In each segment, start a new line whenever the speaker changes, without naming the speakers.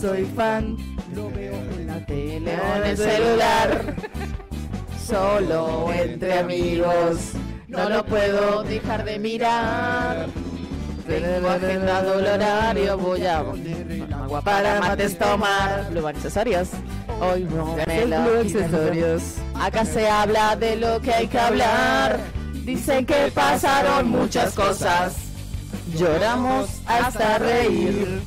soy fan. Lo veo en la tele o en el celular. Solo entre amigos. No lo puedo dejar de mirar. Tengo agendado el horario, voy a agua para mates tomar. Luego accesorios. Hoy no me lo accesorios. Acá se habla de lo que hay que hablar. Dicen que pasaron muchas cosas. Lloramos hasta reír.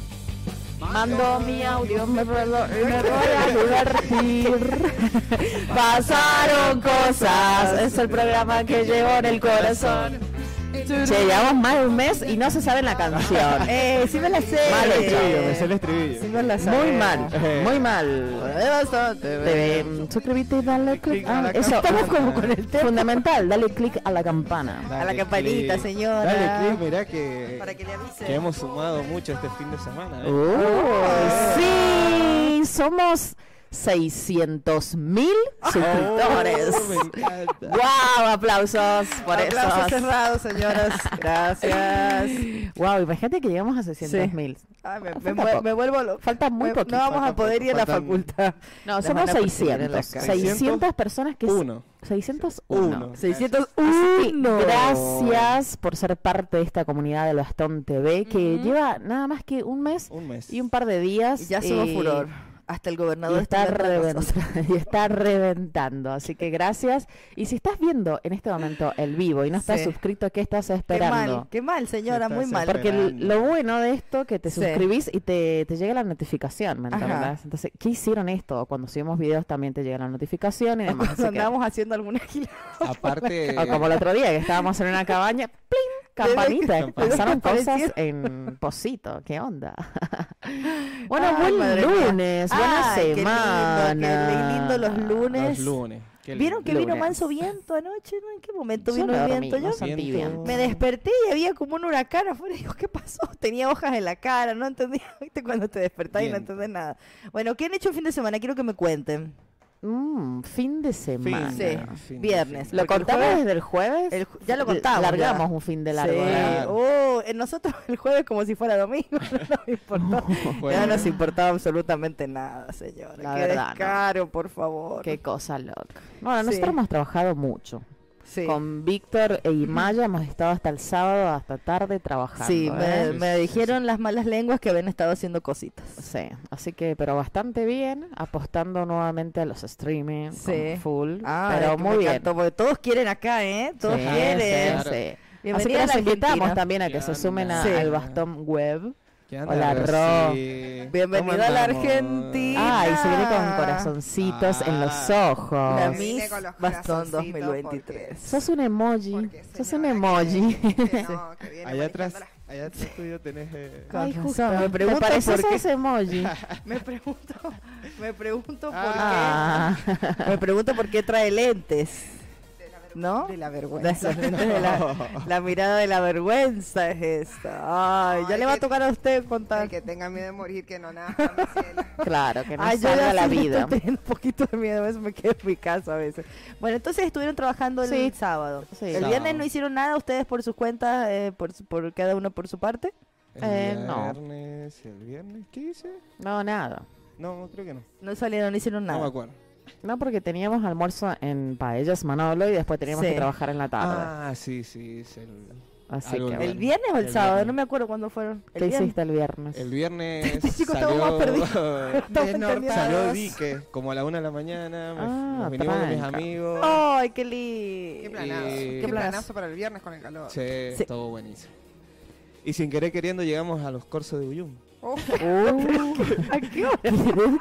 Mando mi audio, me, vuelvo- me voy a divertir. Pasaron cosas. Es el programa que llevo en el corazón. Che, llevamos más de un mes y no se sabe la canción.
Eh, sí me la sé.
Mal hecho.
Estribillo, me sé el estribillo.
Sí me la sé.
Muy mal,
Eh.
muy mal. Te- mm, Suscríbete y dale click.
click a la
eso,
campana.
estamos como con el tema. Fundamental, dale click a la campana.
Dale
la campanita,
click.
señora.
Dale click, mirá que,
Para que le avise.
que hemos sumado mucho este fin de semana. ¿eh?
Oh, sí, somos 600 mil suscriptores.
Oh, me encanta.
¡Wow! Aplausos por
Aplausos
eso.
cerrados, señores. Gracias.
Wow, imagínate que llegamos a 600 mil.
Ay, me,
Falta
me mue-
poco.
me vuelvo loco.
Falta muy
Me-
poquito.
Eh, No vamos a poder ir a la
Faltan-
facultad.
No,
Nos
somos
van a perseguir en la
600.
calle.
600 personas que...
Uno.
601.
Uno.
601.
Gracias por ser parte de esta comunidad del Bastón TV que
Ujú.
lleva nada más que un mes
Un mes.
y un par de días.
Y ya somos
eh,
furor. Hasta el
Y
gobernador
está,
entre nosotros.
reventando, y está reventando, así que gracias. Y si estás viendo en este momento el vivo y no estás
Sí.
suscrito, ¿qué estás
Qué
esperando?
mal, qué mal, señora,
Está
muy mal.
cerca.
Porque l- lo bueno de esto que te
Sí.
suscribís y te, te llega la notificación, ¿me
Ajá.
entendés? Entonces, ¿qué hicieron esto? Cuando subimos videos también te llega la notificación y demás. así
Cuando
que-
andábamos haciendo alguna gila.
Aparte,
Ah,
O como el otro día que estábamos en una cabaña, ¡pling! Campanita,
Desde que-
pasaron
desde que
cosas
aparecieron.
en Posito, ¿qué onda? bueno,
Ay,
buen
madre mía.
lunes, buena
Ay, qué lindo,
semana.
Qué lindo, los
los
lunes.
lunes. Qué lindo.
¿Vieron que vino
Lunes.
manso viento anoche? ¿no? ¿En qué momento
Yo no
vino el
dormí,
viento?
no
Yo
sentí
Viento.
bien.
me desperté y había como un huracán afuera. Digo, ¿qué pasó? Tenía hojas en la cara, no entendía. ¿Viste cuando te despertás y no
Viento.
entendés nada? Bueno, ¿qué han hecho el fin de semana? Quiero que me cuenten.
Mm, fin de semana.
Fin,
Sí,
Ah, fin,
viernes.
fin.
¿Lo
Porque el
contamos
jueves-
desde el jueves?
el ju- ya lo
L-
contamos,
Largamos
ya.
un fin de largo.
Sí.
¿verdad?
Claro.
Oh, eh, nosotros el jueves como si fuera domingo, no nos importó.
Bueno.
No nos importaba absolutamente nada, señora.
La
Qué
verdad, no.
descaro, por favor.
Qué cosa loca. Bueno, nosotros
Sí.
hemos trabajado mucho.
Sí,
Con Víctor e Imaya hemos estado hasta el sábado, hasta tarde trabajando.
sí
¿eh?
me, me
Sí, sí,
dijeron las malas lenguas que habían estado haciendo cositas.
Sí, así que, pero bastante bien, apostando nuevamente a los streaming
Sí.
con full,
Ah,
pero
es que
muy
me
bien.
encantó, porque todos quieren acá, ¿eh? Todos
Sí, sí,
quieren.
sí. Así que
Bienvenida a
los
la
invitamos
Argentina.
también a que se
Bien.
sumen a-
Sí.
al bastón web.
¿Qué anda,
Hola,
Rosy?
Ro.
Bienvenida
¿Cómo
a la
andamos?
Argentina.
Ay, se viene con corazoncitos en los
Ah.
ojos.
Ah. La
Me vine
Miss
con los
Bastón
corazoncitos
2023.
Sos un emoji,
Porque,
sos un
señora,
emoji.
que- que no, que viene
Allá atrás,
manejando
allá atrás tuyo tenés. eh,
Con
Ay, justo,
razón. Me
me
pregunto
pareces
por
a
qué-
ese emoji.
Me pregunto, me pregunto
Ah.
Me pregunto por qué trae lentes.
por qué.
¿No?
De la
De
vergüenza.
esos lentes de la, la mirada de la vergüenza es esta. Ay, ya
Ay,
le va a
que-
tocar a usted contar.
El que tenga miedo de morir, que no nada, mi cielo.
Claro, que no
Ay, yo
salga
ya
la
sí le
vida.
estoy teniendo un poquito de miedo, a veces me quedo en mi casa a veces. Bueno, entonces estuvieron trabajando el
Sí.
sábado.
Sí.
El
Sábado.
viernes no hicieron nada, ustedes por sus cuentas, eh, por, su- por cada uno por su parte.
El
Eh, no.
viernes, el viernes, ¿qué hice?
No, nada.
No, creo que no.
No salieron, no hicieron
No me
nada.
acuerdo.
No, porque teníamos almuerzo en Paellas Manolo y después teníamos
Sí.
que trabajar en la tarde.
Ah, sí, sí, es el,
Así
algo
que...
no.
¿El viernes o el,
El
sábado?
viernes.
No me acuerdo cuándo fueron. El
¿Qué
viernes.
hiciste el viernes?
el viernes.
Este chico estaba
salió, Eh,
más Estamos entendiendo
salió
nada.
Dique, como a la una de la mañana. me-
Ah,
nos vinimos con mis
tranca.
amigos.
Ay, qué
Qué
lindo.
planazo.
Eh,
Qué
Qué planazo.
planazo para el viernes con el calor.
Sí,
Sí.
estuvo buenísimo. Y sin querer queriendo llegamos a los corsos de Uyum.
Uf,
Uh.
¿A qué hora?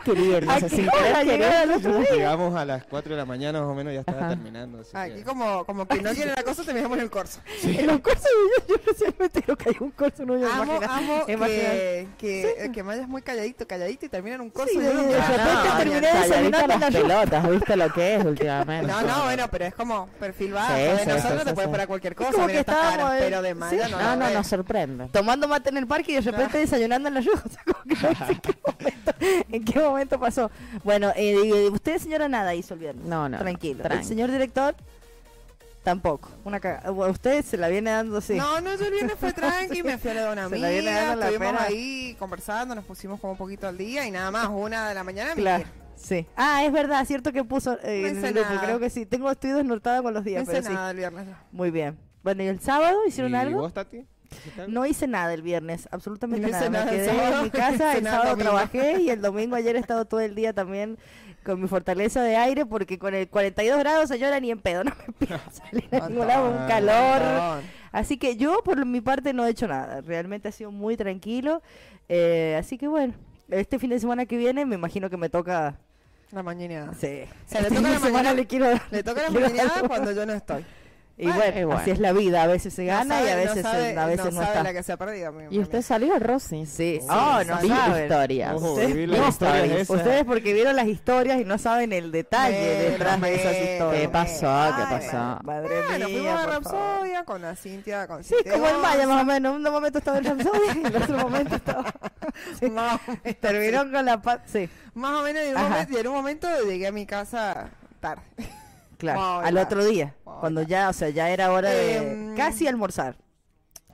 queriendo,
¿A
o sea, sin
qué hora
querer,
llegaron
queriendo.
los otros?
Llegamos a las 4 de la mañana más o menos, ya estaba
Ajá.
terminando. así
aquí
que-
como, como que no quiere la cosa, te dejamos en el corso.
En los cursos de yo, yo especialmente creo que hay un curso no yo
Amo,
imagina-
amo
imagina-
que, que, eh, que vayas muy calladito, calladito y termina en un corso.
Sí,
y
de-
yo no-
de
Ah,
repente
no,
terminé
ya-
de
calladita
desayunando en
las
la ruta.
pelotas, ¿viste lo que es últimamente?
No, no, bueno, pero es como perfil bajo.
Sí,
de
sí,
nosotros
sí,
te
sí,
puedes
sí.
parar cualquier cosa,
como
mira
que
estas
estábamos,
caras,
eh,
pero de Maya
sí.
no, eh,
No,
la
no,
ves.
nos sorprende.
Tomando mate en el parque y de repente desayunando en la lluvia. O sea, como que no sé en qué momento, en qué momento pasó. Bueno, eh, y- y usted, señora, nada hizo el viernes.
No, no,
Tranquilo.
tranqui.
El señor director Tampoco. Una cagada. Bueno, usted se la viene dando así.
No, no, yo el viernes fue tranqui, me fui a la de una
Se la viene
amiga,
dando la
estuvimos
pera.
ahí conversando, nos pusimos como un poquito al día y nada más, una de la mañana me
Claro.
fui.
Sí. Ah, es verdad, cierto que puso eh,
No
en
hice
el grupo,
nada.
creo que sí. Tengo estoy desnortada con los días,
No
pero
hice
sí.
nada el viernes. no.
Muy bien. Bueno, ¿y el sábado hicieron
¿Y
algo?
vos, Tati? ¿Hiciste algo?
No hice nada el viernes, absolutamente
No hice
nada.
nada
Me
el
quedé en
sábado,
mi
no
casa,
hice
el
nada el
sábado
domingo.
trabajé y el domingo ayer he estado todo el día también con mi fortaleza de aire porque con el 42 grados, señora, ni en pedo, no me pido
Ah,
salir a ningún lado, un calor.
Perdón.
Así que yo por mi parte no he hecho nada, realmente ha sido muy tranquilo. eh, así que bueno, este fin de semana que viene me imagino que me toca...
La mañana.
Sí.
sea, le
Este
toca
fin
la
de semana
mañana-
le quiero dar-
Le toca la
quiero dar
mañana
algo.
cuando yo no estoy.
Y
Bueno,
bueno,
igual.
así es la vida, a veces se
No
gana y a
sabe- no
veces, se-
sabe-
a veces no,
sabe
está.
la que se ha perdido. mi-
¿Y
mi-
usted salió, Rosy?
Sí.
Oh,
Sí,
no
sí.
vi
saben.
historias.
Ojo,
Ustedes
vi la
no
historia
saben.
esa.
Ustedes porque vieron las historias y no saben el detalle
Bueno,
detrás de esas
bueno,
historias.
¿Qué pasó? ¿Qué
Ay,
pasó?
Madre
Ah, nos fuimos
mía,
a
por favor.
Rapsodia con la Cintia, con
Sí,
Cintia
como el Maya
Gonza.
más o menos. En un momento estaba en Rapsodia y en otro momento estaba... sí.
Más o menos,
Terminó con la paz. Sí,
Más o menos, y en, un
Ajá.
momento, y en un momento llegué a mi casa tarde.
claro.
Hola.
Al otro día.
Hola.
Cuando ya, o sea, ya era hora de
Em,
casi almorzar.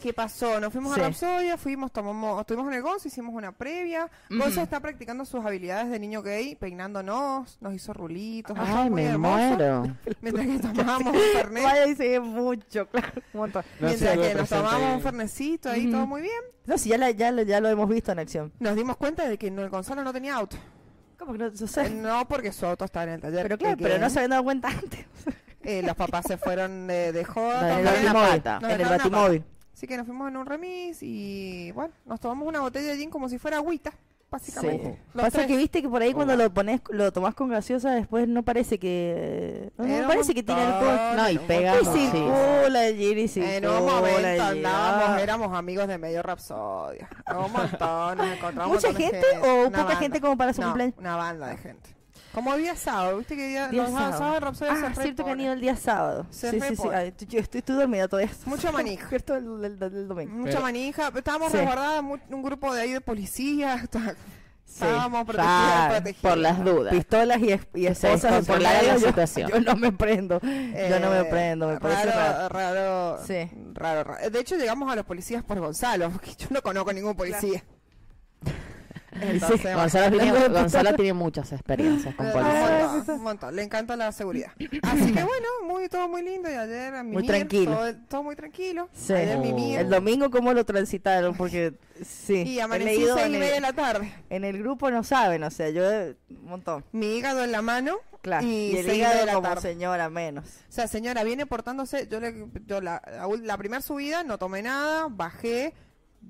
¿Qué pasó? Nos fuimos
Sí.
a Rapsodia, fuimos, tomamos, estuvimos en el Gonzo, hicimos una previa. Gonzo está practicando sus habilidades de niño gay, peinándonos, nos hizo rulitos. nos hizo
Ay,
muy
me
hermoso,
muero.
Mientras que tomábamos un fernet.
Maya dice que es mucho, claro, un montón.
No sé,
mientras
algo
que nos
presente
tomábamos
ahí.
un fernecito ahí, todo muy bien.
No, si ya, la- ya, la- ya lo hemos visto en acción.
Nos dimos cuenta de que no- el Gonzalo no tenía auto.
¿Cómo que no
Eh,
sucede?
No porque su auto estaba en el taller.
Pero claro,
Again.
pero no se habían dado cuenta antes.
Eh, los papás se fueron de, de joda.
No, en el
también.
Nos
Batimóvil,
dejaron
a
En el
pata.
batimóvil.
Así que nos fuimos en un remis y bueno, nos tomamos una botella de gin como si fuera agüita, básicamente.
Sí.
Los
Pasa
tres.
que viste que por ahí
Oh,
cuando
wow.
lo pones, lo tomás con gaseosa, después no parece que. No, no
Era un
parece que tiene alcohol.
montón,
No, y
era un
pega
Y
montón.
sí.
circula, Giri, circula.
En un momento
Giri.
andábamos,
Ah,
éramos amigos de medio Rapsodia. Un montón, nos encontramos.
¿Mucha
un montón de
gente o
una
poca gente como para su
No,
cumpleaños?
Una banda de gente. Como día sábado, viste que día,
Día
los sábados
sábado.
de Rapsodia se
Ah, cierto que han
repone.
ido el día sábado.
Se
sí, sí, sí.
repone.
Ay, tú- yo estoy, estoy dormida todavía.
Mucho manija.
Cierto, el, el- el domingo.
Mucha
Pero-
manija, estábamos
Sí.
resguardadas, mu- un grupo de ahí de policías,
Sí.
estábamos protegidas,
Ah,
protegidas.
por las dudas.
Pistolas y, es- y
Se
esposas en
descontrolara
promedio,
la
yo-
situación.
Yo, no me prendo. yo no me
Eh,
prendo, me parece raro.
raro. Raro,
Sí.
raro, raro. De hecho, llegamos a los policías por Gonzalo, porque yo no conozco ningún policía. Entonces, bueno,
Gonzalo tiene,
Hablando de
Gonzalo tiene muchas experiencias con
un
policía.
Ah,
montón, un montón. Le encanta la seguridad. Así que bueno, muy, todo muy lindo. Y ayer a mi
Muy
Mier,
tranquilo.
Todo, todo muy tranquilo.
Sí.
Ayer mi
Oh.
Mier.
El domingo, ¿cómo lo transitaron? Porque sí.
Y
he
amanecí
leído
seis y
en el-
media de la tarde.
En el grupo no saben, o sea, yo eh, un montón.
Mi hígado en la mano.
Claro.
Y,
Y, el
seis
hígado
de la
como
tarde.
señora menos.
O sea, señora, viene portándose. Yo, le- yo la, la ul- la primera subida no tomé nada, bajé.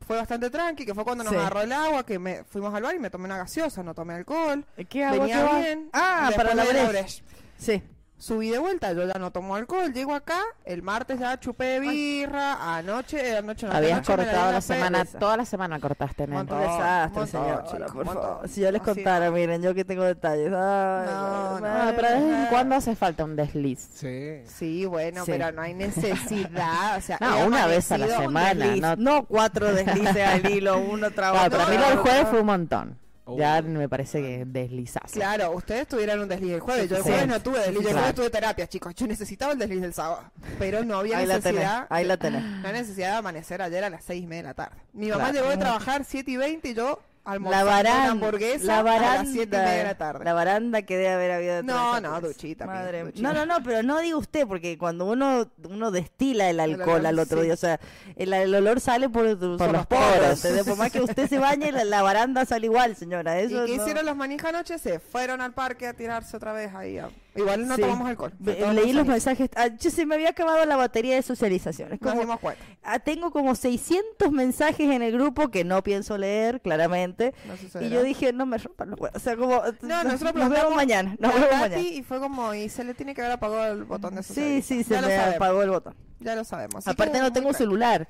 Fue bastante tranqui, que fue cuando nos
Sí.
agarró el agua, que me fuimos al bar y me tomé una gaseosa, no tomé alcohol.
¿Qué
Venía bien.
Ah,
Después
para la
de
brecha.
brecha.
Sí.
Subí de vuelta, yo ya no tomo alcohol. Llego acá, el martes ya chupé birra, anoche, eh, anoche no.
Habías
anoche me di
cortado
una
la semana,
pereza.
toda la semana cortaste, nena.
Montón.
Un desastre,
montón,
señora,
chico,
por
montón.
favor. Si yo les
Así no.
contara, miren, yo que tengo detalles. Ay,
No,
madre,
Ah,
no,
madre.
pero de vez en cuando hace falta un desliz.
Sí.
Sí, bueno,
Sí.
pero no hay necesidad. O sea,
No,
he
una vez a la
amanecido-
semana.
Desliz,
No,
no, cuatro deslices al hilo, uno
No,
trabajo.
para mí lo
no,
del
no,
jueves fue un montón.
Oh.
Ya me parece que deslizaste.
Claro, ustedes tuvieron un desliz el jueves. Yo el
Sí.
jueves no tuve desliz. Yo el
Claro.
jueves tuve terapia, chicos. Yo necesitaba el desliz del sábado. Pero no había
Ahí la tenés,
necesidad.
ahí la tenés.
La necesidad de amanecer ayer a las seis y media de la tarde. Mi mamá
Claro.
llegó de trabajar 7 y 20 y yo
La
almorzando una
baranda,
hamburguesa
la
a las 7 y media de la tarde.
La baranda que debe haber habido. detrás
No,
de esa
no,
hamburguesa.
duchita, mía,
Madre
duchita.
No, no, no, pero no diga usted, porque cuando uno uno destila el
El
alcohol
olor,
al otro
sí.
día, o sea, el, el olor sale por, por
los
¿entendés?
poros.
Por más que usted se bañe, la, la baranda sale igual, señora.
¿Y
Eso
qué
no-
hicieron los manijas anoche? Se fueron al parque a tirarse otra vez ahí. a- Igual no
Sí.
tomamos alcohol.
Ve-
Fue todo
Leí los
manzanilla.
mensajes. ah, yo se me había acabado la batería de socialización. Es
Nos
como-
dimos cuenta.
ah, tengo como 600 mensajes en el grupo que no pienso leer, claramente.
No
Y
sucedió.
yo dije, no me rompan los huevos. O sea, como.
No, nosotros
nos vemos
preguntamos
mañana. Nos
a
vemos
Tati
mañana.
Y fue como, y se le tiene que haber apagado el botón de
Sí,
socializar.
sí,
Ya
se
lo
me
sabemos,
apagó el botón.
Ya lo sabemos. Así
Aparte
que
no
muy
tengo
tranqui.
celular.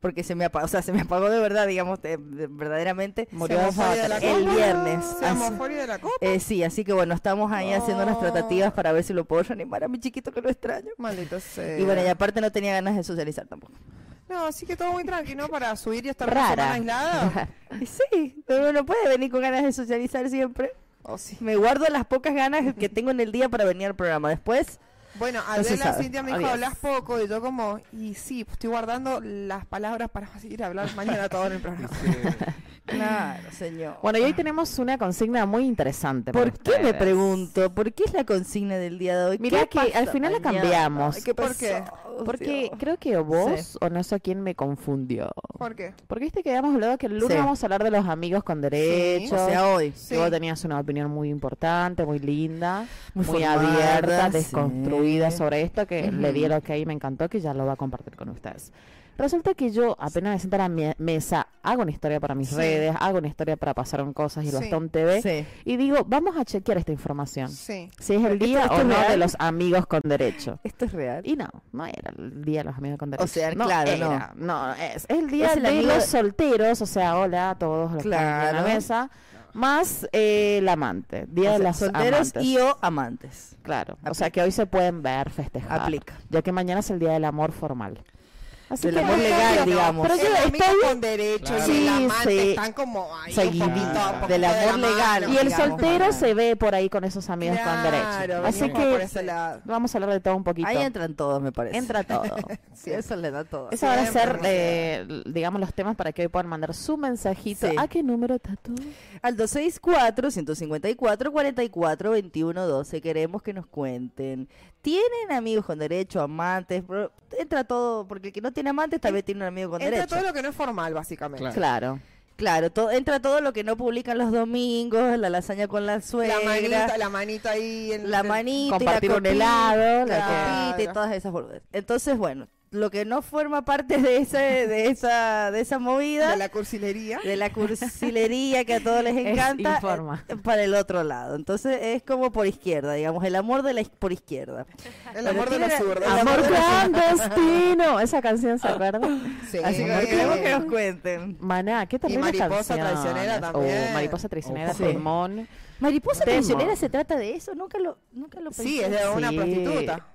Porque se me apagó, o sea, se me apagó de verdad, digamos, de- de- verdaderamente.
Murió
Se
de
mofó de la
fatal.
El
copa.
viernes,
Se
así.
mofó de la copa.
Eh, sí, así que bueno, estamos ahí haciendo las
No.
tratativas para ver si lo puedo reanimar a mi chiquito que lo extraño.
Maldito sea.
Y bueno, y aparte no tenía ganas de socializar tampoco.
No, así que todo muy tranquilo para subir y estar una semana
Rara.
aislada.
Y sí, pero uno puede venir con ganas de socializar siempre.
O Oh, sí.
Me guardo las pocas ganas que tengo en el día para venir al programa. Después,
Bueno,
No se
Adela
sabe.
Cintia me dijo,
Adiós.
hablas poco, y yo como, y sí, estoy guardando las palabras para seguir hablando mañana todo en el programa.
Claro, señor.
Bueno, y hoy tenemos una consigna muy interesante.
Ah. ¿Por
para
qué me
ustedes.
pregunto? ¿Por qué es la consigna del día de hoy?
Mirá
¿Qué
que
pasa
al final la
mañana?
cambiamos.
Ay, ¿Qué
¿Por
pasó?
qué?
Porque
Dios.
creo que vos, o no sé quién, me confundió.
¿Por qué?
Porque viste que habíamos hablado que el lunes
Sí.
vamos a hablar de los amigos con derechos.
O sea, hoy.
que vos tenías una opinión muy importante, muy linda, muy,
formada,
abierta,
sí.
desconstruida sobre esto, que le
Ujú.
dieron que ahí me encantó, que ya lo va a compartir con ustedes. Resulta que yo apenas me siento a la mie- mesa, hago una historia para mis
Sí.
redes, hago una historia para pasaron cosas y el
Sí.
bastón TV,
Sí.
y digo, vamos a chequear esta información.
Sí.
Si es el
Esto-
día
esto
o
es
no de
real.
los amigos con derecho.
Esto es real.
Y no, no era el día de los amigos con derechos.
sea,
no
claro,
era, no. es, es el día
Es el
de
amigo
los
de-
solteros, o sea, hola a todos los que están en
Claro.
la mesa, más eh, el amante, día
O
de
sea,
los
solteros
amantes.
y o amantes.
Claro, o
Aplica.
sea, que hoy se pueden ver, festejar.
Aplica.
Ya que mañana es el día del amor formal. Así
Del
que
amor
bueno,
legal,
no,
digamos.
Pero yo
el amigo
estoy-
con derecho
Claro.
y
Sí,
el amante
sí.
están como ahí
Seguí.
un poquito,
Claro.
un poquito
Del
de la
amor
mano,
legal.
Y el
digamos.
soltero se ve por ahí con esos amigos con derecho.
Claro,
Así
venimos por
que
ese lado.
vamos a hablar de todo un poquito.
Ahí entran todos, me parece.
Entra todo.
Sí, eso le da todo.
Esos van a
Siempre
ser,
hemos
eh, digamos, los temas para que hoy puedan mandar su mensajito.
Sí.
¿A qué número, Tatu?
Al 264-154-44-21-12 queremos que nos cuenten. ¿Tienen amigos con derecho, amantes? Bro, Entra todo, porque el que no tiene amantes tal vez tiene un amigo con
Entra
derecho.
todo lo que no es formal, básicamente.
Claro.
Claro.
Claro, todo, entra todo lo que no publican los domingos, la lasaña con la suegra,
La manita, la manita ahí. en-
la
en-
manita, y
Compartir
la
un helado, la
la
que-
copita y
Claro.
todas esas boludeces. Entonces, bueno, lo que no forma parte de ese, de esa, de esa movida,
De la cursilería.
de la cursilería que a todos les
Es
encanta
informa.
eh, para el otro lado. Entonces es como por izquierda, digamos, el amor de la iz- por izquierda.
El amor de
Pero
los
tiene-
zurdos.
El amor
Amor clandestino. Esa canción, ¿se acuerdan?
Sí.
Así que
Muy
queremos
bien.
que nos cuenten.
Maná, qué terrible
Mariposa Traicionera también.
mariposa traicionera,
Sí.
pulmón.
Mariposa
Temo.
traicionera se trata de eso, nunca lo, nunca lo pensé.
Sí, es de una
Sí.
prostituta.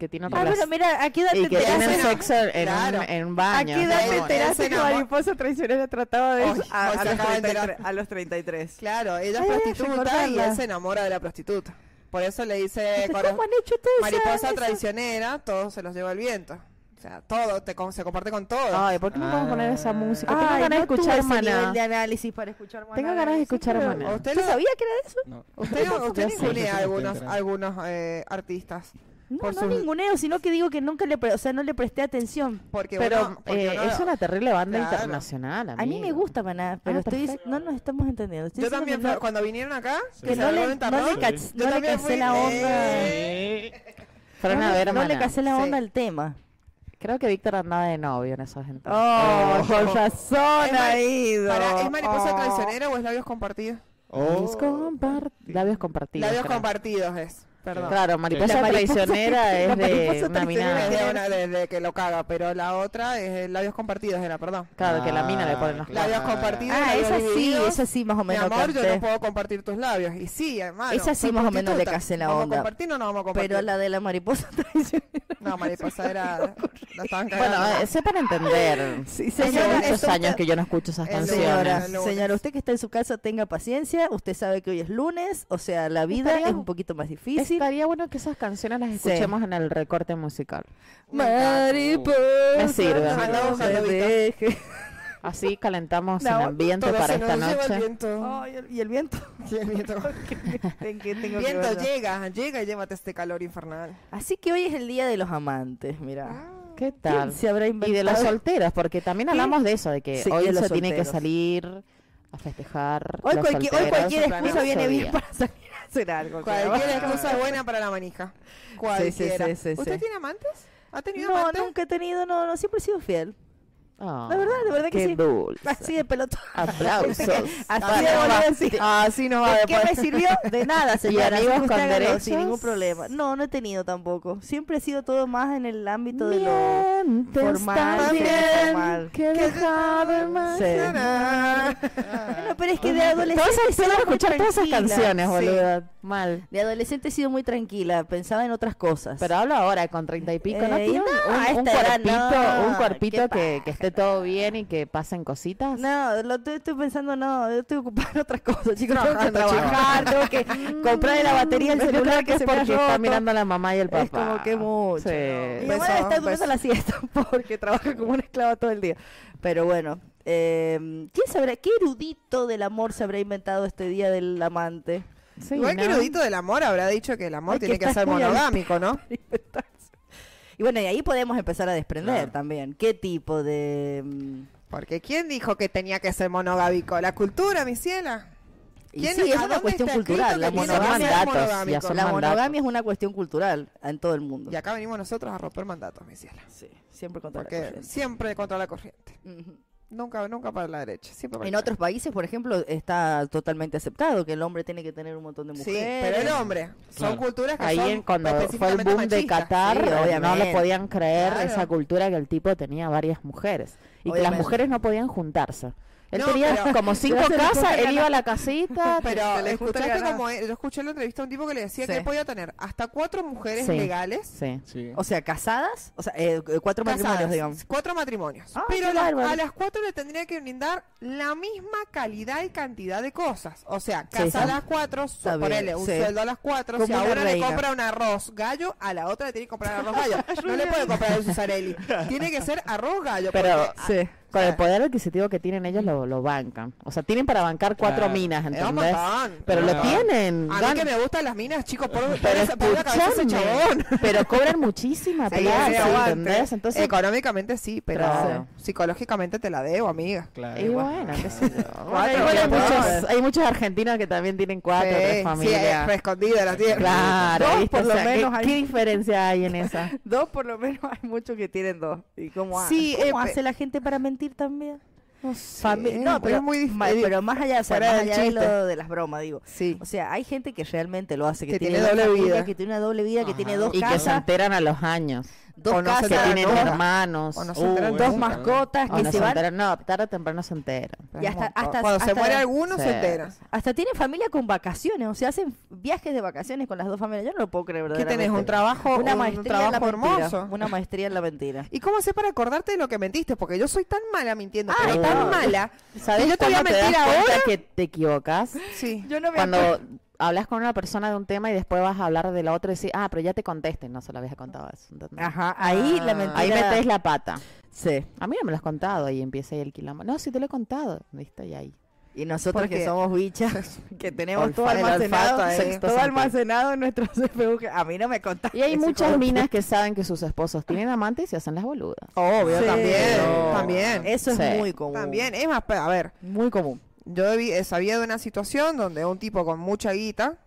Que tiene
Ah, bueno,
relación-
mira, aquí edad
Y
te
que
hacen
tienen
amor.
sexo en,
Claro.
un, en un
¿A
baño.
qué edad
No,
te
no,
enteraste
ese
que
amor-
mariposa traicionera trataba de eso?
Hoy-
A,
hoy
a
se
los
acaba de
33,
enterar.
a los 33.
Claro, ella
Ay,
es prostituta y
recordarla.
él se enamora de la prostituta. Por eso le dice
¿Cómo
cora-
han hecho todos
mariposa traicionera, todo se los lleva el viento. O sea, todo te com- se comparte con todo.
Ay, ¿por qué no podemos poner esa música? Tengo
Ay,
ganas de
no tuve
escuchar
ese nivel
Maná.
de análisis para escuchar Maná.
Tengo ganas de escuchar
Siempre-
Maná.
¿Usted
¿Usted
lo-
sabía que era de eso?
No.
Usted, usted
Ya sé,
ningunea
yo sé,
a algunos,
estoy
algunos eh, artistas.
No,
Por
no
sus-
ninguneo, sino que digo que nunca le, pre- o sea, no le presté atención.
Porque
Pero
uno- porque
eh,
uno-
es una terrible banda
Claro.
internacional.
A mí me
amigo.
gusta Maná, pero
Ah,
estoy
perfecto.
no nos estamos entendiendo. Estoy
Yo
diciendo
también,
que no,
fue- cuando vinieron acá,
Que
que
se
no
agarró
le, no
en tarrón,
le, cach-
yo
no le
también
casé
fui, eh,
la onda.
Sí.
Fueron a
no,
ver
no le
Maná.
casé la
Sí.
onda al tema.
Creo que Víctor andaba de novio en esos entonces. Eh,
Oh,
con
razón
ha
ido.
Pará, ¿Es mariposa
Oh.
Oh.
traicionera o es labios compartidos?
Oh.
Labios compar- Labios compartidos.
Labios
creo.
compartidos es, perdón.
Claro, mariposa
La mariposa-
traicionera
la
es de
mariposa
una mina.
traicionera.
Desde, una- desde que lo caga, pero la otra es eh, labios compartidos, era, perdón.
Claro, que la mina le
Ah,
ponen los
claro.
Labios
Ah.
compartidos.
Ah,
labios
esa sí,
divididos.
esa sí más o
Mi
menos
amor, yo
canté.
no puedo compartir tus labios. Y sí, hermano.
Esa sí
soy
más o menos le
prostituta.
casé la
¿Vamos
onda.
a compartir o no vamos a compartir?
Pero la de la mariposa traicionera.
No, mariposa era... La estaban cagando.
Bueno, eh, sepan entender.
Sí,
Hace
señora,
muchos
esto-
años que ¿eh? yo no escucho esas
Es
canciones.
lugar.
Señora,
Lunes.
señora, usted que está en su casa tenga paciencia, usted sabe que hoy es lunes, o sea, la vida
Estaría-
es un poquito más difícil.
Estaría bueno que esas canciones las
Sí.
escuchemos en el recorte musical.
Me encanta.
Me sirve.
Anda
no me
buscando
deje.
Así calentamos
No,
el ambiente
Todo
para
se nos
esta
lleva el
noche.
viento.
Ay, el- y el viento.
Sí, el viento.
Ten- que tengo que
Viento,
verlo.
llega, llega y llévate este calor infernal.
Así que hoy es el día de los amantes, mira.
¿Qué tal?
¿Quién se habrá
Y
inventado?
de los solteros, porque también hablamos de eso, de que
Sí,
hoy
de
se
los
tiene que
solteros.
salir a festejar.
Hoy,
los
cualquier, hoy
solteros,
cualquier
su plan
excusa
hermoso
viene bien
día.
para salir a hacer algo. creo.
Cualquier excusa es buena para la manija. Cualquiera.
sí, sí, sí.
¿Usted tiene amantes? ¿Ha tenido
No,
amantes?
nunca he tenido, no, no, siempre he sido fiel.
Ah,
La verdad, la verdad que
qué
sí.
dulce.
Así de pelotón.
Aplausos.
Así de
Para-
boludo, así.
Así no va
¿De qué
después.
me sirvió? De nada,
amigos
señora. así que usted
con
hágalo Sin
derechos?
ningún problema. No, no he tenido tampoco. Siempre he sido todo más en el ámbito de lo...
Mientes
formal,
tan
sí,
bien
formal.
que dejar de más-
Sí. No, pero es que de adolescente...
Todos
he sido
empezaron a
muy
escuchar todas esas
tranquila.
canciones,
sí.
boludo. Mal.
De adolescente he sido muy tranquila. Pensaba en otras cosas.
Pero hablo ahora, con treinta y pico, ¿no?
Eh,
Tiene
no,
un,
a
un
esta edad
cuerpito,
no,
un cuerpito
qué
que, que esté esté todo bien y que pasen cositas.
No, lo estoy, estoy pensando, no, yo estoy ocupada en otras cosas, chicos. Tengo que trabajar, tengo que comprarle la batería al
Yo creo
celular que,
es
se me ha
porque está
roto.
mirando a la mamá y el papá.
Es como que mucho. Mi
Sí.
mamá
Beso,
debe estar
un
durmiendo
beso.
la siesta porque trabaja como una esclava todo el día. Pero bueno, eh, ¿quién sabrá qué erudito del amor se habrá inventado este día del amante?
Sí,
Igual que
¿no?
erudito del amor habrá dicho que el amor
Ay, que
tiene que
estás
ser
muy al
monogámico, ¿no?
Y bueno, y ahí podemos empezar a desprender
Claro.
también. ¿Qué tipo de...? mm,
Porque ¿quién dijo que tenía que ser monogámico? La cultura, mi ciela.
y
¿Quién-
sí,
a
es una
dónde
cuestión
está escrito
cultural.
que
La
tiene que ser
monogamia,
mandatos, ya
monogámico?
son
la
mandatos.
monogamia es una cuestión cultural en todo el mundo.
Y acá venimos nosotros a romper mandatos, mi ciela.
Sí, siempre contra la
Porque
corriente.
siempre contra la corriente.
Ujú.
Nunca, nunca para la derecha. Siempre para
En
la
otros países, por ejemplo, está totalmente aceptado que el hombre tiene que tener un montón de
derecha.
mujeres.
Sí, pero el hombre. Son
Claro.
culturas que
Ahí
son
en- cuando fue el
específicamente
boom de
machistas.
Qatar,
Sí,
no
obviamente.
lo podían creer
Claro.
esa cultura que el tipo tenía varias mujeres y que las
Obviamente.
mujeres no podían juntarse. Él
No,
tenía
pero-
como cinco
Gracias,
casas,
escucha,
él iba a la casita.
Pero
Se le gusta
escuchaste
ganar.
como yo escuché en la entrevista a un tipo que le decía
Sí.
que él podía tener hasta cuatro mujeres
Sí.
legales.
Sí.
Sí.
O sea, casadas, o sea, eh, cuatro matrimonios,
casadas,
digamos.
Cuatro matrimonios.
Ah,
pero
qué
las-
bárbaro.
a las cuatro le tendría que brindar la misma calidad y cantidad de cosas. O sea, casa
está-
a las cuatro, su-
está bien,
ponele un
sí.
sueldo a las cuatro.
Como
si a
una
una le
reina.
compra un arroz gallo, a la otra le tiene que comprar arroz gallo. no le puede comprar el Susarelli. Tiene que ser arroz gallo.
Pero
porque-
Sí.
con el
sea-
poder adquisitivo que tienen ellos lo, lo bancan. O sea, tienen para bancar cuatro
Claro.
minas,
Es un
¿entendés?
montón.
Pero lo
Claro.
tienen.
A mí
gan-
que me gustan las minas, chicos, por, por
Pero
esa- por la cabeza ese
escúchame,
chabón.
pero cobran muchísima
Sí,
plata,
sí, aguante.
¿entendés? Entonces,
Económicamente sí, pero
Claro.
psicológicamente te la debo, amiga.
Claro.
y bueno, qué sé yo. Bueno,
Cuatro,
igual hay
qué
muchos,
poder.
hay muchos argentinos que también tienen cuatro,
Sí,
tres familias.
Sí, es escondida la tierra.
Claro,
Dos,
¿viste?
por
O
lo
sea, ¿qué-
menos
¿qué,
hay.
diferencia hay en esa?
Dos, por lo menos, hay muchos que tienen dos. ¿Y cómo, ha-
Sí,
cómo
eh, pe-
hace la gente para mentir también?
No sé,
Fami- no,
es
eh, pero,
muy difícil.
ma- pero más allá, o sea,
Fuera
más
del
allá de, lo-
chiste.
de las bromas, digo.
Sí.
O sea, hay gente que realmente lo hace, que,
Que
tiene,
tiene
dos
doble
familias,
vida.
que tiene una doble vida, que tiene dos
Y que se
casas,
enteran a los años.
dos
o no se
Que
casas,
enteran
tienen
nunca.
hermanos.
O no se
Uh,
enteran
dos
nunca.
mascotas,
o
que
no
se
se
van,
enteran. No, tarde o temprano se enteran.
Pero
y
es un
hasta-
montón.
hasta-
Cuando se
hasta-
muere alguno
Sí.
se entera.
hasta tiene familia con vacaciones, o sea, hacen viajes de vacaciones con las dos familias. Yo no lo puedo creer,
¿Qué
verdaderamente.
tenés? ¿Un trabajo,
una
un,
maestría en la
trabajo
mentira,
hermoso?
Una maestría en la mentira.
¿Y cómo sé para acordarte de lo que mentiste? Porque yo soy tan mala mintiendo,
Ah,
Ay,
pero tan
no.
mala.
¿Sabes
que yo te voy a
cuándo
mentir
das cuenta
ahora?
que te equivocas?
Sí.
Yo no me
Cuando hablas con una persona de un tema y después vas a hablar de la otra y decís, ah, pero ya te contesté. No se lo habías contado eso. ¿entendés?
Ajá, ahí la
Ah.
mentira.
Ahí metes la pata.
Sí.
A mí no me lo has contado y empieza ahí el quilombo. No, sí te lo he contado. ¿Viste? Y ahí.
Y nosotros que
Porque-
somos bichas, que tenemos todo
Olfato, el
almacenado,
olfato, eh.
todo almacenado en nuestros CPU. que A mí no me contaste.
Y hay
hijo
muchas
de
minas que saben que sus esposos tienen amantes y se hacen las boludas.
Obvio,
Sí.
también.
No.
También.
puta. Eso es
Sí.
muy común.
También. Es más, pe- a ver,
Muy común.
Yo vi- eh, sabía de una situación donde un tipo con mucha guita,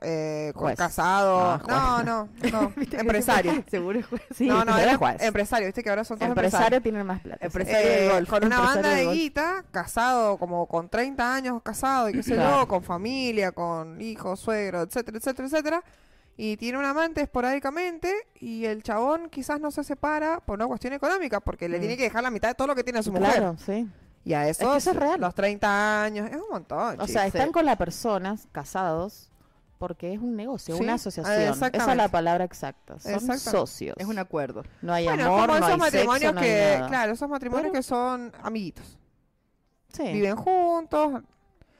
eh, con
Juez.
casado,
Ah, juez.
no, no, no, empresario.
Seguro es juez.
Sí,
no, no,
era
era
juez.
empresario, viste que ahora son todos empresarios.
Empresario tienen más plata.
Empresario.
Eh,
del golf,
con una
empresario
banda
del
de
golf.
guita, casado como con 30 años, casado y qué sé
Claro.
yo, con familia, con hijos, suegro, etcétera, etcétera, etcétera. Y tiene un amante esporádicamente y el chabón quizás no se separa por una cuestión económica porque le
Mm.
tiene que dejar la mitad de todo lo que tiene su
Sí.
mujer.
Claro, sí.
Y a
que
esos,
eso es real.
los 30 años, es un montón.
O
chicos.
sea, están con la persona, casados, porque es un negocio,
Sí, ah,
una asociación. Esa es la
exactamente.
palabra exacta. Son
Exactamente.
socios.
Es un acuerdo.
No hay
Bueno,
amor,
como
no
esos
hay
matrimonios
sexo, no hay
que,
nada.
claro, esos matrimonios
Pero-
que son amiguitos,
Sí,
viven juntos,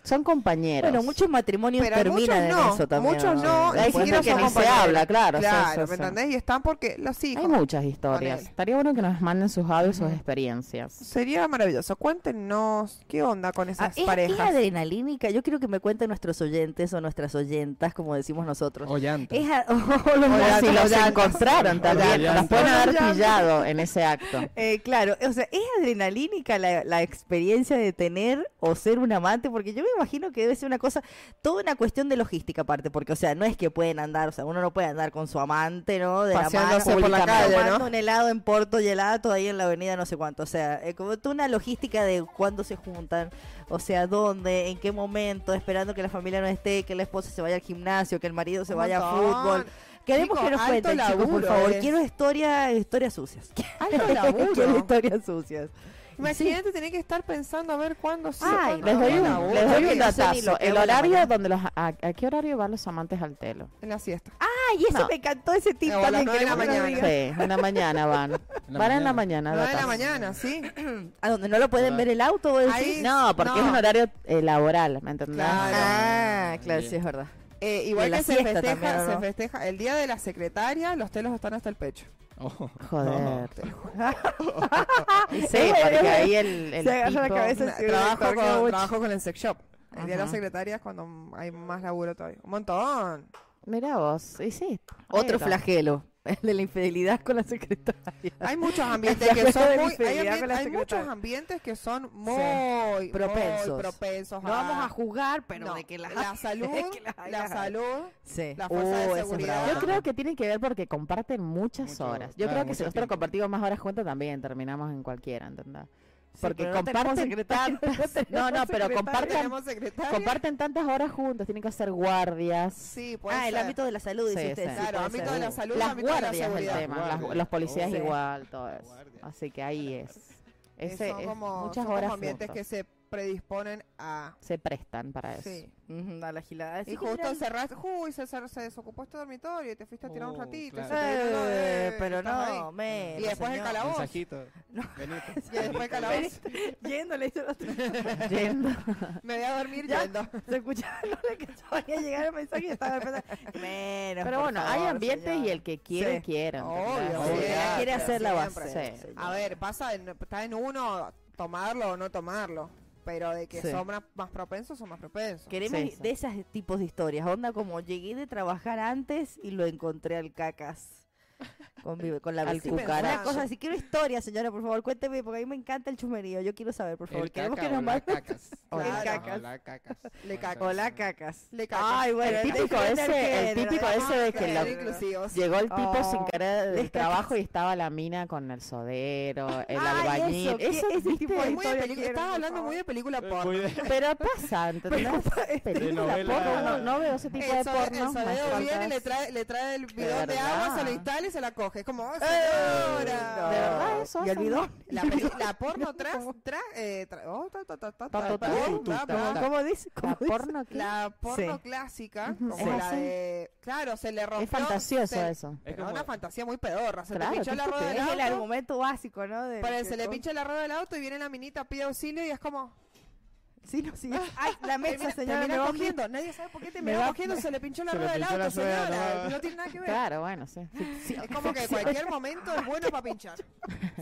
Son compañeros.
Bueno, muchos matrimonios
pero
terminan
muchos
en
no,
eso también.
muchos
Hay
no, ni
gente
siquiera
que
son
ni se
compañeros.
habla, claro. sí,
claro,
sí,
¿me
sí.
entendés? Y están porque los hijos.
Hay muchas historias.
Ponele.
Estaría bueno que nos manden sus audios, sus
Ujú.
experiencias.
Sería maravilloso. Cuéntenos qué onda con
Ah,
esas
es, es
parejas.
adrenalínica. Yo quiero que me cuenten nuestros oyentes o nuestras oyentas, como decimos nosotros.
O llanta.
Es a- o los
O
Hola,
si los
Hola,
encontraron también,
Hola,
los pueden
Hola,
haber
Hola.
pillado en ese acto.
Eh, claro, o sea, es adrenalínica la, la experiencia de tener o ser un amante, porque yo me imagino que debe ser una cosa, toda una cuestión de logística aparte, porque, o sea, no es que pueden andar, o sea, uno no puede andar con su amante, ¿no? De la mano,
Paseándose por la
públicamente.
calle,
tomando
¿no?
un helado en Porto y helado ahí en la avenida no sé cuánto, o sea, eh, como toda una logística de cuándo se juntan, o sea, dónde, en qué momento, esperando que la familia no esté, que la esposa se vaya al gimnasio, que el marido se
Un
vaya a
montón.
fútbol. Queremos
Chicos,
que nos
alto
cuenten, chicos, por
laburo
favor.
es.
Quiero historia, historias sucias.
Alto
Quiero
laburo.
historias sucias.
Imagínate tener que estar pensando a ver cuándo sí.
Ay,
Les doy
Ah,
un,
la
les doy
otra,
un
que no sé ni
datazo.
lo que
El
hago en la
horario
mañana.
donde los... A, a qué horario van los amantes al telo?
En la siesta.
Ay, ese
No.
me encantó ese tip
O a las
también.
nueve de la
queremos que nos
mañana.
digas.
Sí, en la mañana van. Para en la mañana.
Nueve de la
datas.
mañana, sí.
A donde no lo pueden ver el auto, vos decís.
Ah. Ahí-
No, porque
No.
es un horario eh, laboral, ¿me entendés?
Claro.
Ah, claro, sí es verdad.
Eh,
Y
igual
la
que se
siesta
festeja,
también, ¿o
se
no?
festeja. El día de la secretaria, los telos están hasta el pecho.
Oh.
Joder. Y sí,
Eh,
porque
eh,
ahí el, el
se agarra la
tipo-
cabeza. Eso
Na-
sí,
trabajo,
doctor, qué
con,
mucho.
trabajo con el sex shop. El día de la
Ajá.
secretaria es cuando m- hay más laburo todavía. Un montón.
Mira vos, y sí.
Otro
ahí está.
flagelo, el de la infidelidad con la secretaria.
Hay muchos ambientes
La
que son
de
muy. Hay,
infidelidad
ambien-
con la
hay muchos
secretaria.
ambientes que son muy.
Propensos.
muy propensos
No vamos a
jugar,
juzgar, pero de que las
la salud,
de que las
la
hagas.
salud,
Sí. Uh,
la fuerza de
ese es
seguridad.
bravo.
Yo creo que tiene que ver porque comparten muchas
Mucho,
horas. Yo
claro,
creo que
mucho
si nosotros
tiempo.
compartimos más horas juntas también terminamos en cualquiera, ¿entendés?
Sí,
Porque
pero no tenemos
comparten
secretaria,
tantas- no, no,
tenemos
pero
secretaria.
compartan,
tenemos secretaria.
comparten tantas horas juntos, tienen que hacer guardias.
Sí, puede
Ah, el
ser.
ámbito de la salud,
Sí,
dice usted.
sí.
sí,
Claro,
puede
ámbito
ser.
de la salud,
las
ámbito de la
guardias es el
seguridad.
tema, las-
Guardias.
los policías
Sí.
igual, todo eso.
Guardias.
Así que ahí es.
Eh,
Ese,
son
es
como,
muchas
son como
horas
ambientes
juntos.
que se predisponen a.
se prestan para eso.
Sí.
Ujú, a la gilada. Así que
Y justo
mira,
cerraste, uy, se, cer- se desocupó este dormitorio y te fuiste a tirar un
Oh,
ratito. y
claro.
se te vino,
Eh,
eh,
pero
estás
no,
ahí.
men,
Y después el
señor.
calabozo.
Mensajito.
No.
Venite.
Y después el calabozo.
Yendo, le hizo el otro.
Yendo.
Me voy a dormir
Ya.
yendo.
Se escuchaba no le cachaba que llegar el mensaje y estaba pensando. Menos.
Pero
por
bueno, hay
favor,
ambientes
señor.
y el que quiere,
Sí.
quiere. ¿entendés?
Obvio,
Sí.
Sí,
sí,
la quiere
pero
hacer la
Oh, siempre.
Sí.
base.
A ver, pasa, en- está en uno tomarlo o no tomarlo. Pero de que
Sí.
son más- más propensos, son más propensos.
Queremos
Sí, sí.
de esos tipos de historias. Onda como llegué de trabajar antes y lo encontré al cacas. Con, mi- con la
Al
vecina.
cucaracho.
Una cosa, si quiero historia, señora, por favor, cuénteme, porque a mí me encanta el chumerío. Yo quiero saber, por favor.
El
Queremos
caca
que
o
nos
la
manden-
cacas.
Hola,
Claro.
cacas.
Hola, cacas.
Le cacas.
Hola, cacas.
Le cacas.
Ay, bueno,
El
el
típico ese- el típico ese de que
Ser
la-
inclusivos.
Llegó el tipo sin
Oh,
querer del
les cacas.
trabajo y estaba la mina con el sodero, el
Ay,
albañil.
eso, que-
Eso,
ese
¿viste?
tipo
Es muy de
Historia
pelicu-
quiero,
Estás
por
hablando
favor.
muy de película porno.
Muy de-
Pero pasa, ¿entendés? Película
novela.
porno, no, no veo ese tipo
El
de
sode- el
porno.
sodero
más
viene,
cosas.
le trae, le trae el bidón de
verdad.
agua, se lo instala y se la coge. Es como, ¡oh,
¡Eh!
señora!
De verdad eso
Y el
hacen.
bidón.
La, peli- la porno tras, tras, eh, tra- oh, ta, ta, ta, ta, ta,
Ta, ta,
ta,
ta, ta,
ta, ta.
ta.
¿Cómo dice? ¿Cómo
La
dice?
porno que-
La porno
Sí.
clásica,
Ujú.
como
Sí.
la
Sí.
de, claro, se le rompió.
Es fantasioso
se-
eso.
Es
pero
como-
una fantasía muy pedorra. Se
Claro,
te pinchó
qué
la rueda
Es el
del auto.
argumento básico, ¿no? Del
por el-
que
se le
con-
pincha la rueda del auto y viene la minita, pide auxilio y es como.
Sí, no, sí. Ay, la mesa,
termina-
señora,
termina
me va a hundir.
cogiendo. Nadie sabe por qué te
Me
miró
va-
cogiendo. Se le pinchó la
Se le
rueda del
pinchó la
auto,
rueda,
señora.
no.
No tiene nada que ver.
Claro, bueno, sí.
Es como que cualquier momento es bueno para pinchar.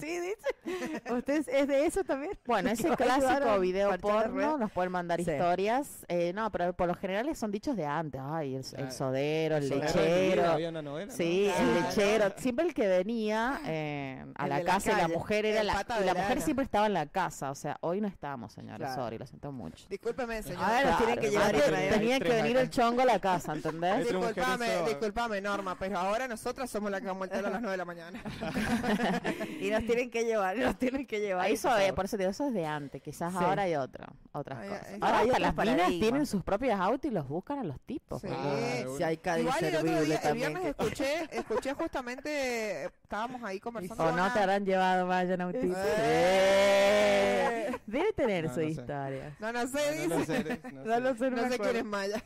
Sí, dice. ¿Usted es de eso también?
Bueno,
Que
ese
va a ayudar a
clásico video
parchar la
porno
rueda.
nos pueden mandar
Sí.
historias. Eh, no, pero por lo general son dichos de antes. Ay, el, el
Claro.
sodero, el,
Sodero de mi vida,
lechero.
había una novela, ¿no?
Sí,
Claro.
el lechero. Siempre el que venía eh, a
El
la
de la
casa y la
calle,
mujer era
el
la.
pata
y
de
la mujer
lana.
siempre estaba en la casa. O sea, hoy no estábamos, señora.
Claro.
Sorry, lo siento mucho.
Discúlpeme, señora.
Ahora nos tienen que llevar y
antes
traer.
Tenía que
Tres
venir
acá.
el chongo a la casa, ¿entendés?
Entre mujeres
Disculpame,
solas.
disculpame, Norma, pero ahora nosotras somos las que vamos al telo a las 9 de la mañana.
Y nos tienen que llevar, nos tienen que llevar.
Ah, Eso,
por
eh, por eso te digo, eso es de antes, quizás
Sí.
ahora hay otro, otras
Ay,
cosas.
ay,
ahora
hay
hasta las
otros
minas
paradigmas.
tienen sus propios autos y los buscan a los tipos.
Ah,
Sí.
boludo.
Claro,
Si hay cada
Igual el otro
inservible
día, el
también.
viernes escuché, escuché justamente, eh, estábamos ahí conversando.
O
con
Oh, no te
una-
habrán llevado más en autito.
Eh.
Sí. Debe tener
No,
su
no sé.
historia.
No, no sé,
No,
dice.
no sé, no sé.
No sé quién es Maya.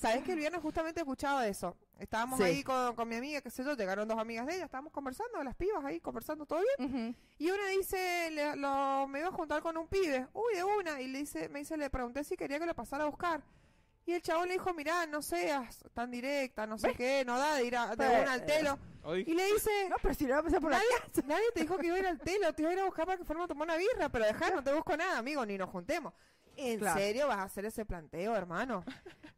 Sabes que el viernes justamente escuchaba eso. Estábamos
Sí.
ahí con, con mi amiga, qué sé yo, llegaron dos amigas de ella, estábamos conversando, las pibas ahí, conversando todo bien. Y una dice, le- lo- me iba a juntar con un pibe, uy, de una, y le dice, me dice, le pregunté si quería que lo pasara a buscar. Y el chabón le dijo, mirá, no seas tan directa, no sé qué, no da de ir a- de
Pues,
una al telo.
Hoy-
Y le dice,
No, pero si no va a pasar por la
Nadie-
casa.
Nadie te dijo que iba a ir al telo, te iba a ir a buscar para que fuéramos a tomar una birra, pero dejá, no te busco nada, amigo, ni nos juntemos. ¿En
Claro.
serio vas a hacer ese planteo, hermano?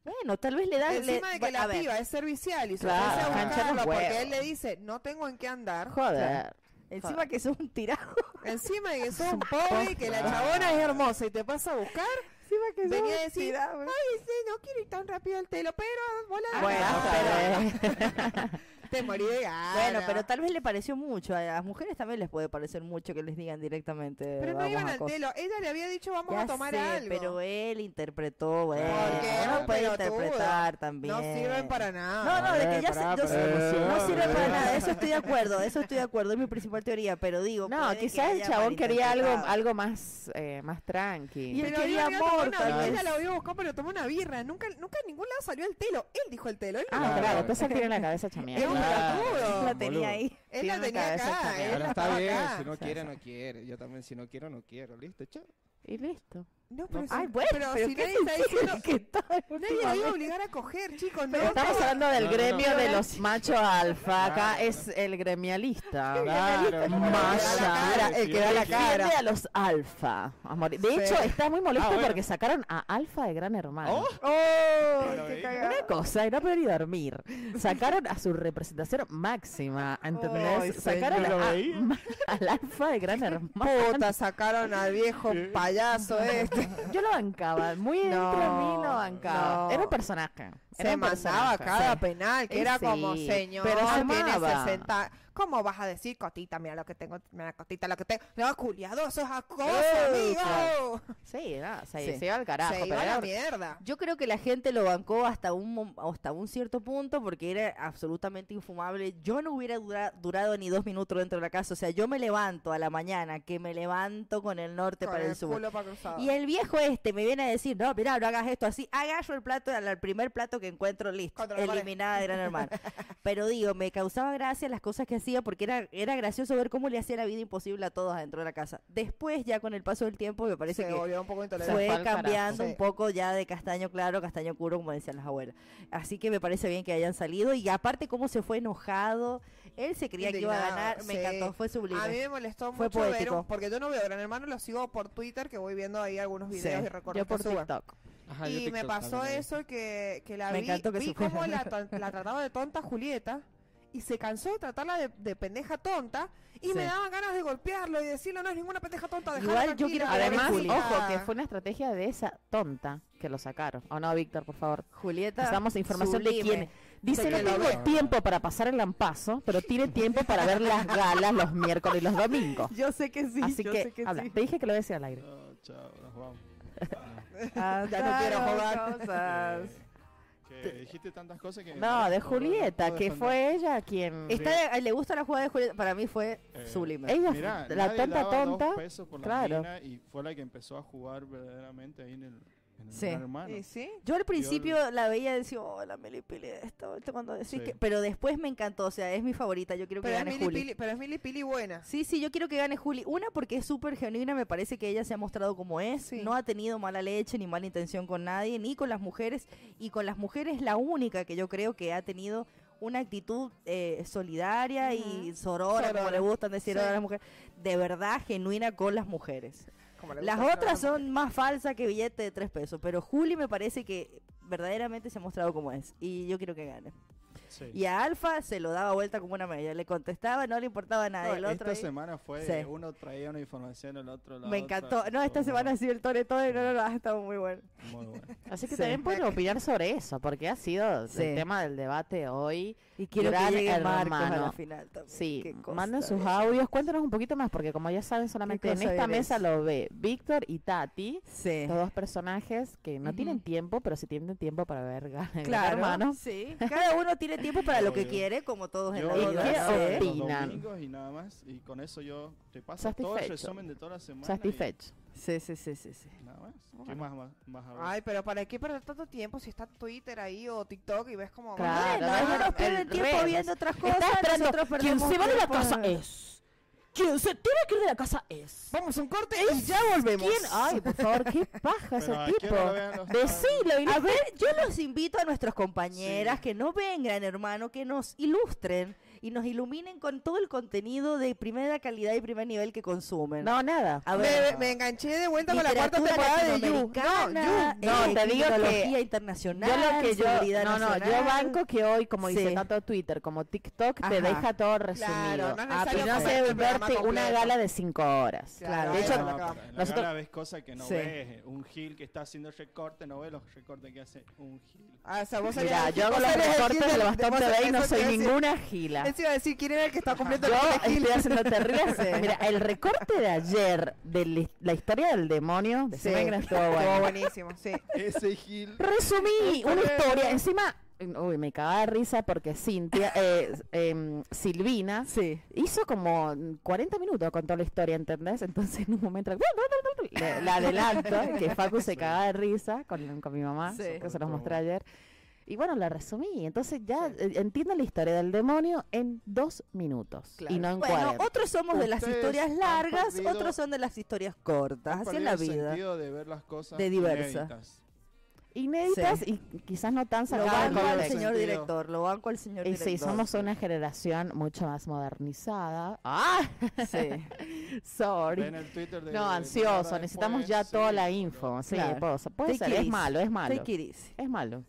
Bueno, tal vez le dan. le-
Encima de que
bueno, a
la
ver,
piba es servicial y se
Claro,
ofrece a
cancha
buscarlo
los
porque
huevos.
él le dice, no tengo en qué andar.
Joder.
Encima que sos un tirado.
Encima de que sos un pobre y que la chabona es hermosa y te pasa a buscar,
Encima que sos
venía a
un
decir,
tirado. ¿eh?
ay, sí, no quiero ir tan rápido al telo, pero volá.
Bueno,
Ah,
Basta de-
pero te morí de gana.
Bueno, pero tal vez le pareció mucho. A las mujeres también les puede parecer mucho que les digan directamente.
Pero no
"Vamos
iban
a
al
cosas".
telo, ella le había dicho, vamos
Ya
a tomar
sé,
algo.
pero él interpretó, bueno,
era
uno
un
puede
pelotudo.
interpretar también.
No sirven para nada.
No, no, de que ya
Eh, pará,
se- yo sé-
pará, Eh,
no
pará,
sirve para
pará.
nada, eso estoy de acuerdo, eso estoy de acuerdo, es mi principal teoría, pero digo,
No,
puede que
quizás el
haya
chabón quería algo,
malinterpretado.
algo más, eh, más tranqui.
Y él
Pero
quería
había ido a tomar
amor,
una-
tal
ella
vez.
la había buscado, pero tomó una birra. Nunca, nunca en ningún lado salió el telo. Él dijo el telo. Él no
Ah,
dijo el
claro,
telo.
entonces tiene la cabeza chameada.
Es un pelotudo.
La tenía ahí.
Él
Tiene
la
una
tenía
cabeza
acá.
genial.
Él la
Ahora está
estaba
bien,
acá.
si no
O sea,
quiere,
o sea.
no quiere. Yo también, si no quiero, no quiero. Listo, chao.
Y listo.
No, pero,
No.
si-
Ay, bueno, pero,
pero si
¿qué
nadie está diciendo...
que estaba
Nadie la iba a
últimamente?
obligar a coger, chicos. No,
Pero estamos
no.
hablando del
No, no,
gremio
no.
de los machos alfa. Acá
Claro.
es el gremialista.
Claro,
Más cara, el que da la cara. a los alfa. a morir. De
Sí.
hecho, está muy molesto
Ah, bueno.
porque sacaron a alfa de Gran Hermano.
¡Oh!
Ay, qué cagada.
Una cosa, y no poder ni dormir. Sacaron a su representación máxima, ¿entendés?
Ay,
Sacaron
señor, lo
a-
veía.
ma- al alfa de Gran Hermano.
Puta, sacaron al viejo payaso este.
Yo lo bancaba, muy dentro de mí lo
No,
bancaba.
no.
Era un personaje. era
Se
un
mandaba
personaje.
cada
Sí.
penal, que
Eh,
era como,
sí,
señor,
pero se
tiene
amaba.
60. ¿Cómo vas a decir, cotita, mira lo que tengo, mira, cotita, lo que tengo? No, culiado, eso es acoso,
Eh,
amigo.
Sí, no, se,
Sí.
se iba al carajo.
Se
pero
iba a
era
la
un-
mierda.
Yo creo que la gente lo bancó hasta un, mom- hasta un cierto punto porque era absolutamente infumable. Yo no hubiera dura- durado ni dos minutos dentro de la casa. O sea, yo me levanto a la mañana, que me levanto con el norte
Con
para el,
el
sur.
culo para cruzado.
Y el viejo este me viene a decir, no, mira, no hagas esto así, agallo el plato al al primer plato que encuentro listo,
Contra la pared.
eliminada de Gran Hermano. Pero digo, me causaba gracia las cosas que hacía porque era, era gracioso ver cómo le hacía la vida imposible a todos dentro de la casa. Después, ya con el paso del tiempo, me parece
se
que
volvió un poco
fue
intolerante.
fue al
cambiando
carajo.
un
Sí.
poco ya de castaño claro, a castaño curo, como decían las abuelas. Así que me parece bien que hayan salido y aparte cómo se fue enojado. Él se creía que iba a
Indignado,
ganar, me
sí.
encantó, fue
A mí
sublime.
me molestó
Fue
mucho ver,
poético.
un- porque yo no veo Gran Hermano, lo sigo por Twitter, que voy viendo ahí algunos
Sí,
videos y recortes
Yo por
que suben.
TikTok.
Ajá, yo
y me
TikTok
pasó
también.
eso que, que la
Me
vi,
encantó que
vi
se fuera.
cómo la, tra- la trataba de tonta Julieta y se cansó de tratarla de, de pendeja tonta y me
Sí.
daban ganas de golpearlo y decirle no es ninguna pendeja tonta dejala
Igual yo
tranquila".
quiero que
Además,
Julieta.
ojo, que fue una estrategia de esa tonta que lo sacaron. ¿O no, Víctor, por favor?
Julieta.
Necesitamos información de
sublime.
quién. Dice,
De
no
que lo
tengo
vea".
tiempo para pasar el lampazo, pero tiene tiempo para ver las galas los miércoles y los domingos.
Yo sé que sí,
Así
yo
que,
sé que
habla.
sí.
Te dije que lo voy a decir al aire.
No, chao, nos vamos.
Ya no quiero jugar.
jugar.
Que, que dijiste tantas cosas que...
No, de
puedo-
Julieta,
puedo
que
defender.
fue ella quien...
Está, eh, le gusta la jugada de Julieta, para mí fue
Eh,
sublime.
Ella,
Mirá,
la
nadie
tonta
daba dos
tonta,
pesos por la
claro.
mina y fue la que empezó a jugar verdaderamente ahí en el, en el
Sí.
Gran hermano.
Y sí,
Yo al principio la veía y decía, oh, la Meli Pili de esto, esto cuando decís
Sí.
que... Pero después me encantó, o sea, es mi favorita, yo quiero que
pero es,
gane
Mili
Juli.
Pili, pero es Mili Pili buena.
Sí, sí, yo quiero que gane Juli. Una porque es súper genuina, me parece que ella se ha mostrado como es,
Sí.
no ha tenido mala leche ni mala intención con nadie, ni con las mujeres. Y con las mujeres la única que yo creo que ha tenido una actitud eh, solidaria y
Ujú.
sorora, como
Sorora.
le gustan decir ahora a
Sí.
las mujeres, de verdad genuina con las mujeres.
como le gusta
Las
hacer a
otras
las
son más falsas que billete de tres pesos, pero Juli me parece que verdaderamente se ha mostrado como es y yo quiero que gane.
Sí.
Y a Alfa se lo daba vuelta como una media, le contestaba, no le importaba nada.
No,
el otro
esta
ahí-
semana fue,
Sí.
uno traía una información, el otro la
Me
otra,
encantó. No, esta
todo.
semana ha sido el tore todo y no, no, no, ha estado muy bueno.
Muy bueno.
así que
Sí.
también pueden opinar sobre eso, porque ha sido
Sí.
el tema del debate hoy.
Y quiero
Gran
que llegue Marcos a la
hermano.
final también.
Sí,
Qué cosa,
manden sus
¿eh?
audios, cuéntanos un poquito más, porque como ya saben, solamente en
cosa
esta
eres?
mesa lo ve Víctor y Tati,
Sí.
los dos personajes que no
Ujú.
tienen tiempo, pero sí tienen tiempo para ver Gran Gran
Claro,
hermano.
sí. Cada uno tiene tiempo para lo que
Obvio.
quiere, como todos en
Yo
la
¿Y
lo
qué
vida.
grabé
opinas?
sí.
los
opinan?
domingos y nada más, y con eso yo te paso todo el
Satisfecho.
resumen de toda la semana. y
Satisfecho.
Sí, sí, sí, sí, sí.
Nada más. ¿Qué
Bueno.
más, más, más habrá?
Ay, pero ¿para qué perder tanto tiempo si está Twitter ahí o TikTok y ves como...
Claro,
Bueno,
no,
ellos
no,
nos pierden
el
tiempo
redes.
viendo otras cosas.
Está esperando
nosotros
quien
perdemos
se va de la eh.
tiempo.
casa es. Quien se tiene que ir de la casa es.
Vamos a un corte y ya volvemos.
¿Quién? Ay, por favor, qué paja ese
Pero ¿a qué
tipo.
hora lo vean los-
Decilo y no
A ver, yo los invito a nuestros compañeras
Sí.
que no ven Gran Hermano, que nos ilustren y nos iluminen con todo el contenido de primera calidad y primer nivel que consumen.
No, nada.
a ver,
Me, me enganché de vuelta con la cuarta
Literatura
temporada de You.
latinoamericana,
You. No,
eh,
te digo que
tecnología
Yo
internacional,
lo que yo,
seguridad
no, no, yo
nacional.
banco que hoy, como dice
Sí.
tanto Twitter como Tiktok,
Ajá.
te deja todo resumido.
Claro, no es
Ah, pero
necesario
no se
ver el programa
verte una
completo.
gala de cinco horas.
Claro,
de
ahí
hecho,
va la
No,
cama.
pero en la
nosotros-
gala ves cosas que no
Sí.
ves. Un Gil que está haciendo recorte, no ves los recortes que hace un Gil.
Ah, o sea, vos
Mira,
eres-
yo hago
vos
los
eres el
recortes
Gil
del bastón
vos
de
eres-
y no
eso te
soy
iba a decir.
ninguna gila.
Él te iba a decir quién era el que está completo.
Yo estoy haciendo terribles. Mira, el recorte de ayer de la- la historia del demonio de Semen Gran estuvo bueno.
Estuvo buenísimo, sí.
Ese Gil.
Resumí una historia. Encima, uy, me cagaba de risa porque Cintia, eh, em, Silvina,
Sí.
hizo como 40 minutos con toda la historia, ¿entendés? Entonces en un momento le, le adelanto que Facu se cagaba de risa con, con mi mamá,
Sí.
que se los mostré ayer. Y bueno, la resumí. Entonces ya eh, entienden la historia del demonio en dos minutos y no en
Bueno,
cuarenta.
otros somos de las
Ustedes
historias
han
largas,
perdido-
otros son de las historias cortas. Así es
Perdido
la
el
vida.
sentido de ver las cosas
De diversa.
inéditas.
Inéditas y quizás no tan
Lo
sacadas de
banco
con
al
el
contexto.
señor
sentido.
director, lo banco al señor
Y
director.
sí, somos una generación mucho más modernizada. ¡Ah!
Sí.
Sorry.
Ven el Twitter de-
No,
de media
ansioso.
hora
Necesitamos
eh, después,
ya
sí,
toda la
pero-
info. Sí,
Claro.
posa. puede
Take
ser.
it
Es
easy.
malo, es malo.
Take it easy.
Es malo.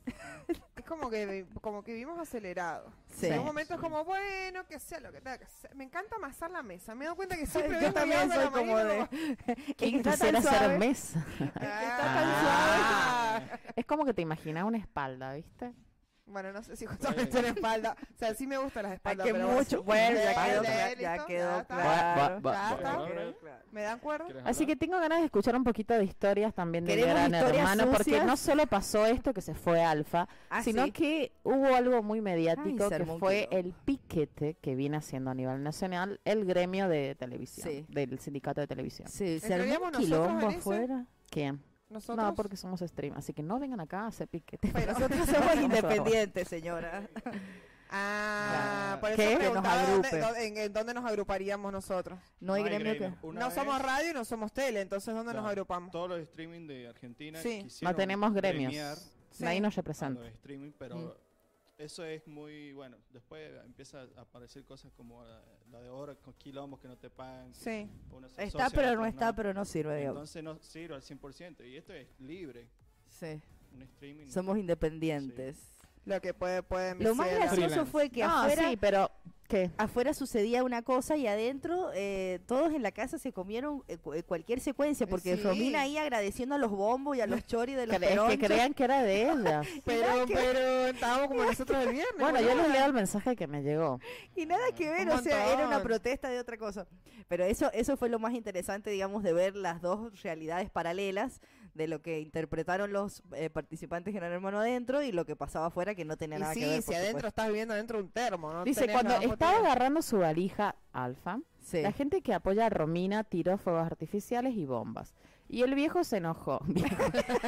Es como que, vi- como que vivimos acelerado.
Sí.
En un momento es
Sí.
como, bueno, que sea lo que tenga que ser. Me encanta amasar la mesa. Me he dado cuenta que siempre
Yo
vengo
también
llegando a
soy
la
como
mañana
de.
como,
¿Quién
está tan
quisiera
suave?
ser mesa?
"Ah".
tan
Ah.
Es como que te imaginas una espalda, ¿viste?
Bueno, no sé si justamente la espalda. O sea, sí me gustan las
Ay,
espaldas.
que
pero bueno,
mucho.
sí.
Bueno, ya
Dale,
quedó,
dale,
ya
listo, ya
quedó
está.
claro.
Va,
Ya está.
¿Quieres
¿Me dan cuerda?
hablar?
Así que tengo ganas de escuchar un poquito de historias también de
Queremos
Gran
historias
Hermano, porque
sucias.
no solo pasó esto que se fue Alfa,
Ah,
sino
sí.
que hubo algo muy mediático
Ay, se
que
armó un
fue
quilombo.
el piquete que viene haciendo a nivel nacional el gremio de televisión,
Sí.
del sindicato de televisión.
Sí, se armó
¿Entraríamos
un
nosotros en
quilombo
ese?
afuera.
¿Quién?
¿Nosotros?
No, porque somos stream, así que no vengan acá a hacer piquete.
Pero
Nosotros somos independientes, señora.
Ah, por eso
¿Qué? Que nos
preguntaba dónde-
agrupe.
dónde- en, en dónde nos agruparíamos nosotros.
No hay gremio que.
Una
no
vez,
somos radio, no somos tele, entonces ¿dónde nos
Claro.
agrupamos?
Todos los streaming de Argentina
Sí. No
quisieron
No tenemos gremios.
premiar
Nadie
Sí.
nos
a
representa.
los streaming, pero
Mm.
eso es muy bueno. Después empieza a aparecer cosas como la, la de ahora con quilombos que no te pagan.
Sí.
unos se
Está,
asocian,
pero no
otros
está, pero no sirve, digamos.
Entonces no sirve al 100%. Y esto es libre.
Sí.
Un streaming.
Somos independientes.
Lo que puede, puede
Lo más
ser-
gracioso
Freelance.
fue que
No,
afuera,
sí, pero ¿qué?
afuera sucedía una cosa y adentro eh, todos en la casa se comieron eh, cu- eh, cualquier secuencia, porque
Sí.
Romina ahí agradeciendo a los bombos y a los choris de los
Cre- es que
peronchos.
crean que era de ellas.
Pero, pero estábamos como nosotros el viernes.
bueno, yo
boludo.
les leo el mensaje que me llegó.
Y nada que ver,
Un
o sea, era una
montón.
protesta de otra cosa. Pero eso, eso fue lo más interesante, digamos, de ver las dos realidades paralelas de lo que interpretaron los eh, participantes que eran hermano adentro y lo que pasaba afuera que no tenía
Y
nada
sí,
que ver.
si
por
adentro
supuesto.
estás viviendo dentro de un termo. ¿no?
Dice,
Tenés
cuando
la foto
estaba
de-
agarrando su valija alfa,
Sí.
la gente que apoya a Romina tiró fuegos artificiales y bombas. Y el viejo se enojó.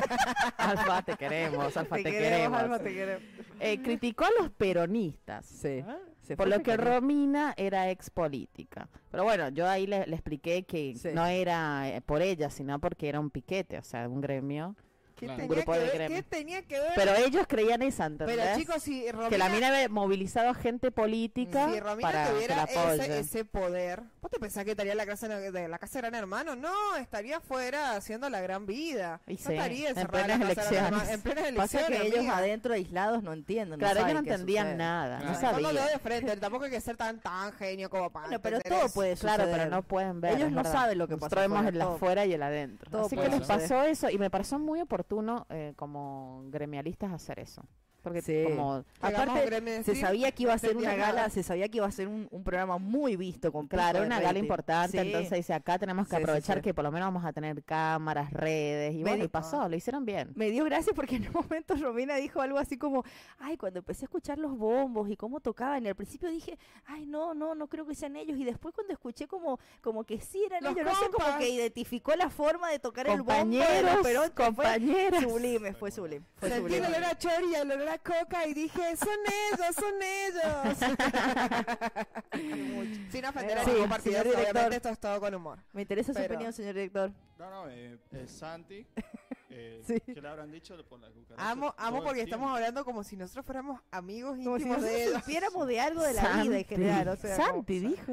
alfa, te queremos, alfa, te, queremos.
Alma, te queremos.
Eh, criticó a los peronistas.
Sí. Ah, Se
Por
fue
lo que
pequeño.
Romina era ex política. Pero bueno, yo ahí le, le expliqué que
Sí.
no era eh, por ella, sino porque era un piquete, o sea, un gremio.
¿Qué,
Claro.
tenía
Grupo
que
de
ver?
gremio.
¿Qué tenía que ver?
Pero ellos creían esa,
Pero,
¿entendés?
chicos, si Romina,
que la mina había movilizado a gente
Mm.
política
si Romina
para que la
tuviera ese,
apoye.
ese poder, ¿vos te pensás que estaría en la casa de la casa de Gran Hermano? No, estaría afuera haciendo la gran vida.
Y
no
sí,
estaría
en
encerrada en
plenas
la casa de Gran Hermano,
elecciones.
En plenas
Pasa
elecciones.
que ellos
amiga.
adentro aislados no entienden.
Claro, ellos
saben
no
qué
entendían
sucede.
nada,
Claro.
no
No, no lo veo
sabían.
de frente, tampoco hay que ser tan tan genio como para.
Bueno, pero
entender
todo
eso.
puede suceder.
Claro, pero no pueden ver.
Ellos
es
no
verdad.
saben lo que
Nosotros
pasa
vemos
afuera,
el
todo.
afuera y el adentro.
Todo
Así que
puede
les
suceder.
pasó eso y me pareció muy oportuno eh, como gremialistas hacer eso. Porque
Sí.
como
Llegamos a un
Aparte,
gremio de
Se
stream,
sabía que iba a ser una
entendía nada.
gala, se sabía que iba a ser un, un programa muy visto, con pico
Claro,
de
una gala
rating.
importante,
Sí.
entonces dice, acá tenemos que
Sí, sí,
aprovechar
sí.
que por lo menos vamos a tener cámaras, redes, y bueno,
Medi-
y pasó, lo hicieron bien.
Me dio gracia porque en un momento Romina dijo algo así como, ay, cuando empecé a escuchar los bombos y cómo tocaban, y al principio dije, ay, no, no, no creo que sean ellos, y después cuando escuché como, como que sí eran
Los
ellos, no sé, como
compas.
que identificó la forma de tocar el
Compañeros,
bombo, pero
compañeras.
sublime, fue sublime, fue
Sentí el
sublime.
olor a chori, el olor a coca y dije, son ellos, son ellos. Sin ofender a
Sí,
ningún partido,
señor director.
obviamente esto es todo con humor.
Me interesa su
Pero-
opinión, señor director.
No, no, eh, eh, Santi. Eh,
Sí.
Que le habrán dicho por la cucaracha.
Amo, amo
todo
porque
el
estamos
tiempo.
hablando como si nosotros fuéramos amigos
Como si
íntimos de
nosotros
ellos.
supiéramos de algo de la vida en general, o sea, como-
Santi dijo.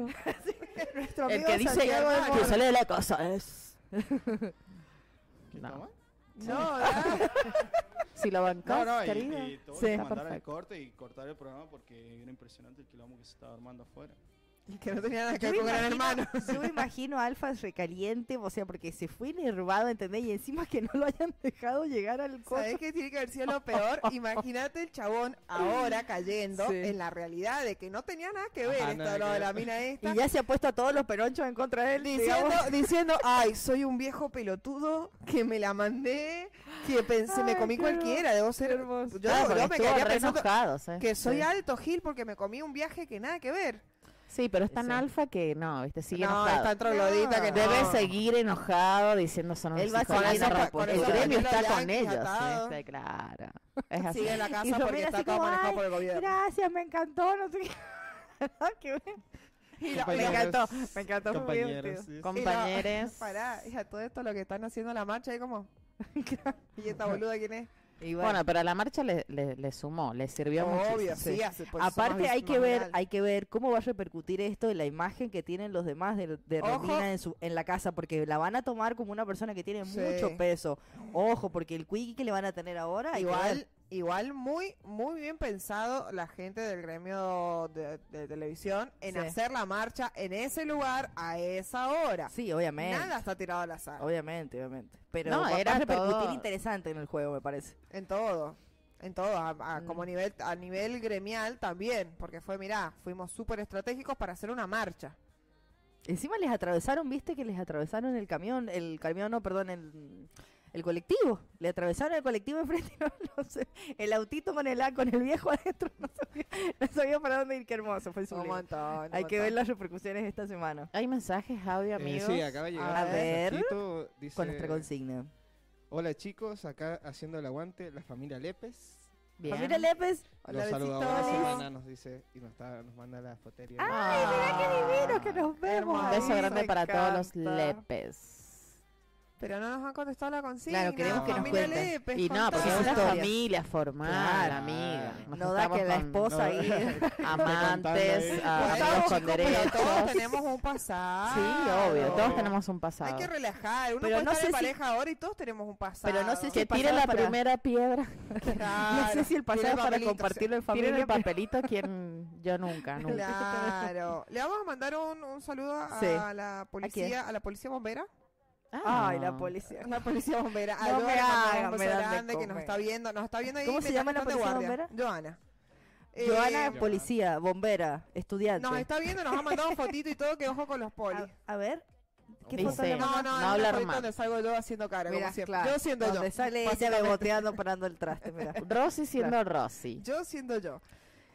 Nuestro
El
amigo
que dice
Santiago del
que
Moro.
sale de la cosa es...
¿Qué
No.
toma?
No, ¿verdad?
Si lo bancás,
No, no, y,
querida.
y tuvo
Sí.
que
Está
mandar el
perfecto.
corte y cortar el programa porque era impresionante el quilombo que se estaba armando afuera.
Y que no tenía nada que
Yo
ver
me
Ah, con gran
imagino-
hermano.
Yo me imagino a Alfa recaliente, o sea, porque se fue enervado, ¿entendés? Y encima que no lo hayan dejado llegar al coche.
¿Sabes qué tiene que haber sido lo peor? Imagínate el chabón ahora cayendo
Sí.
en la realidad de que no tenía nada que ver
Ajá,
esto,
nada
lo
que
de la
ver.
mina esta.
Y ya se ha puesto a todos los peronchos en contra de él, digamos.
Diciendo, diciendo, ay, soy un viejo pelotudo que me la mandé, que pensé, me
Ay,
comí
qué
cualquiera, debo ser.
hermoso.
Yo,
Claro,
yo
porque
me
estuvo
quedaría
re
pensando
enojados, eh.
que soy
Sí.
alto Gil porque me comí un viaje que nada que ver.
Sí, pero es tan
Ese.
alfa que no, ¿viste? Sigue
no,
enojado. Ah.
está troglodita que no.
Debe seguir enojado diciendo son
Él va a
unos hijos de
seguir
la
ata-
gran
con
puta".
el
El gremio
Danilo
está con
Yankee
ellos.
atado.
¿viste? Claro. Es así.
Sigue en la casa
Y Romero
porque está
así
todo
como,
manejado
"Ay,
por el gobierno.
Gracias, me encantó, no sé qué. Ah, Qué bueno. Y la- me
Compañeros.
encantó, me encantó, fue muy
compañeros.
divertido.
sí, sí.
Compañeros.
Pará, hija, todo esto lo que están haciendo en la marcha ahí como... ¿Y esta boluda quién es?
Y bueno,
Bueno, pero a la marcha le, le, le sumó, le sirvió muchísimo.
Obvio, sí, hace por eso
aparte
más
hay
vis-
que
más
ver,
viral.
hay que ver cómo va a repercutir esto en la imagen que tienen los demás de, de
Ojo.
Romina en, su, en la casa, porque la van a tomar como una persona que tiene
Sí.
mucho peso. Ojo, porque el quickie que le van a tener ahora, hay que ver.
Igual, igual muy, muy bien pensado la gente del gremio de, de televisión en
Sí.
hacer la marcha en ese lugar a esa hora.
sí, obviamente,
Nada está tirado al azar.
obviamente, obviamente. Pero
Ah. No,
va- va,
era
a repercutir
todo-
interesante en el juego, me parece.
En todo. En todo, a, a-
Mm.
como nivel, a nivel gremial también, porque fue, mirá, fuimos súper estratégicos para hacer una marcha.
Encima les atravesaron, viste que les atravesaron el camión, el camión, no, perdón, el, el colectivo. Le atravesaron el colectivo enfrente, no, sé, el autito con el, a- con el viejo adentro, no sabía, no sabía para dónde ir, qué hermoso, fue
Un
sublime.
montón, un
Hay que
montón.
ver las repercusiones esta semana
Hay mensajes, audio,
Eh,
amigos.
sí, acaba de llegar.
A
un
ver.
mensajito, Dice,
con nuestra consigna.
Hola chicos, acá haciendo el aguante la familia Lépez.
Bien.
Familia Lépez,
Los
hola
saluda
besitos. Ah,
ahora semana, nos dice y nos, está- nos manda las foterías.
Ay, mirá qué divino que nos vemos.
hermoso.
Un beso
ahí,
grande
me
para todos los
encanta.
lepes.
Pero no nos han contestado la consigna.
Claro, queremos
que nos
familia
cuenten.
Lépez,
Y no, porque
Pues
es
contá.
una
historias.
familia formal,
Claro.
amiga. Nos
No da
juntamos
que la
con
esposa ahí.
Amantes,
Pues
contando
a-
ahí.
Bueno,
amigos con
chicos, pero
derechos.
todos tenemos un pasado.
Sí, obvio, todos
Claro.
tenemos un
Ah, Hay
pasado.
que relajar. Uno
Pero
puede
no
estar en
sé si-
pareja ahora y todos tenemos un pasado.
Pero no sé si-
Que tire
pasado
la
para-
primera piedra.
No sé si el pasado es para
compartirlo
compartirlo en
Tiren
familia.
el
pero-
papelito quien yo nunca, nunca.
Claro. Le vamos a mandar un, un saludo a,
Sí. quién?
la policía, a, la policía bombera.
Ah.
Ay, la policía.
A la policía bombera. A
No
Lola
me
le mandamos
hagan,
un
me
beso
dan de
grande que nos
comer.
está viendo, nos está viendo ahí.
¿Cómo se
mientras
llama la
están de
policía
guardia. Joana. Eh,
Joana,
Joana.
policía, bombera, estudiante.
nos está viendo, nos ha mandado fotito y todo, que ojo con los polis.
A, a ver, ¿qué
Dice,
foto le
no,
mandó?
no
es una
hablar
fotito
más.
donde salgo yo haciendo cara,
Mirá,
como siempre.
claro,
Yo siendo yo.
donde sale ella
básicamente.
beboteando parando el traste, mira.
Rosy siendo Rosy.
Yo siendo yo.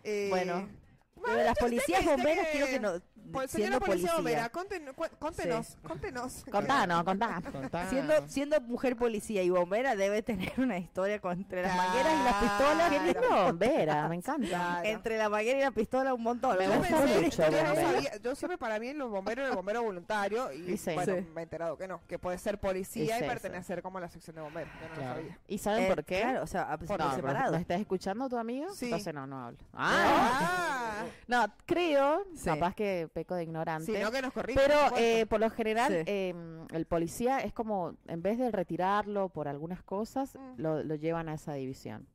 Eh,
Bueno,
bueno,
Lo de las
yo sé
policías
que- sé
bomberas
que-
quiero que no
Pues, señora
siendo
policía
policía.
bombera, conten- cu- contenos, contenos.
Contanos, contanos.
Contá.
Siendo, siendo mujer policía y bombera debe tener una historia con- entre las mangueras y las
Qué
pistolas.
lindo bombera, me encanta.
Claro.
Entre la manguera y la pistola un montón.
Me
Yo
gusta
pensé-
mucho,
yo, no
bombero.
sabía- yo siempre para mí los bomberos eran bomberos voluntarios y
Y sí.
bueno,
Sí.
me he enterado que no, que puede ser policía
Y
y,
sí,
pertenecer como a la sección de bomberos. Yo no lo
Claro.
sabía.
¿Y saben
Eh,
por qué?
Claro, o sea, a- por
no,
separado.
¿Nos estás escuchando tu amigo?
Sí.
Entonces no, no hablo. Ah,
Ah,
no, creo,
Sí.
capaz que peco de ignorante.
sino que nos corrijan.
Pero
por
eh, por lo general,
Sí.
eh, el policía es como, en vez de retirarlo por algunas cosas,
Mm.
lo, lo llevan a esa división.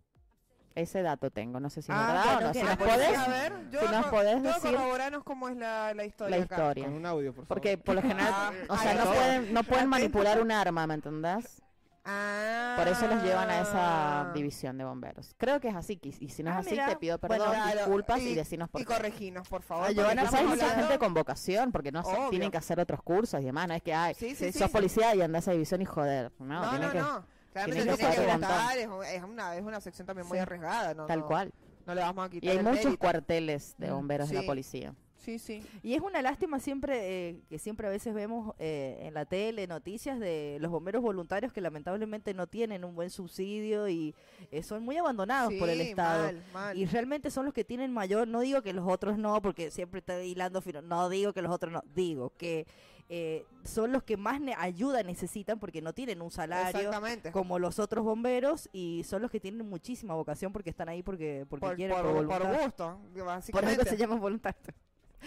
Ese dato tengo, no sé si es
Ah,
verdad
bueno,
o no.
que
Si
la
nos
policía
podés,
A ver, yo
si nos podés
yo
decir
corroboranos cómo es la, la historia
la
acá.
historia.
Con un audio, por favor.
Porque por lo general,
Ah,
o
ahí
sea, no
está.
pueden, no pueden
Atento.
manipular un arma, ¿me entendés?
Ah.
Por eso los llevan a esa división de bomberos. Creo que es así, que- y si no es
Ah,
así,
mira.
te pido
Bueno,
perdón,
claro,
disculpas y,
y-
decinos por
Y
qué.
correginos, por favor.
Ah,
porque
Giovanna,
Pero
estamos
¿sabes? Esa
hablando-
gente con vocación, porque no son-
Obvio.
tienen que hacer otros cursos y demás, no es que ay,
Sí, sí, sí.
sos policía y andás a división y joder. No,
No,
tienen
no,
que-
no. Claramente
tienen que
tiene que
saber un
votar, es, es una, es una sección también muy
Sí.
arriesgada, ¿no?
Tal
no,
cual.
No le vamos a
Y
quitar
hay
el
muchos
mérito.
cuarteles de
Mm.
bomberos de la
Sí.
policía.
Sí, sí.
Y es una lástima siempre eh, que siempre a veces vemos eh, en la tele noticias de los bomberos voluntarios que lamentablemente no tienen un buen subsidio y eh, son muy abandonados por el
Sí,
Estado.
mal, mal.
Y realmente son los que tienen mayor, no digo que los otros no, porque siempre está hilando fino, no digo que los otros no, digo que eh, son los que más ne- ayuda necesitan porque no tienen un salario
Exactamente.
como los otros bomberos y son los que tienen muchísima vocación porque están ahí porque, porque
por,
quieren, por,
por- por
voluntad.
gusto,
Por
básicamente.
algo se llaman voluntarios.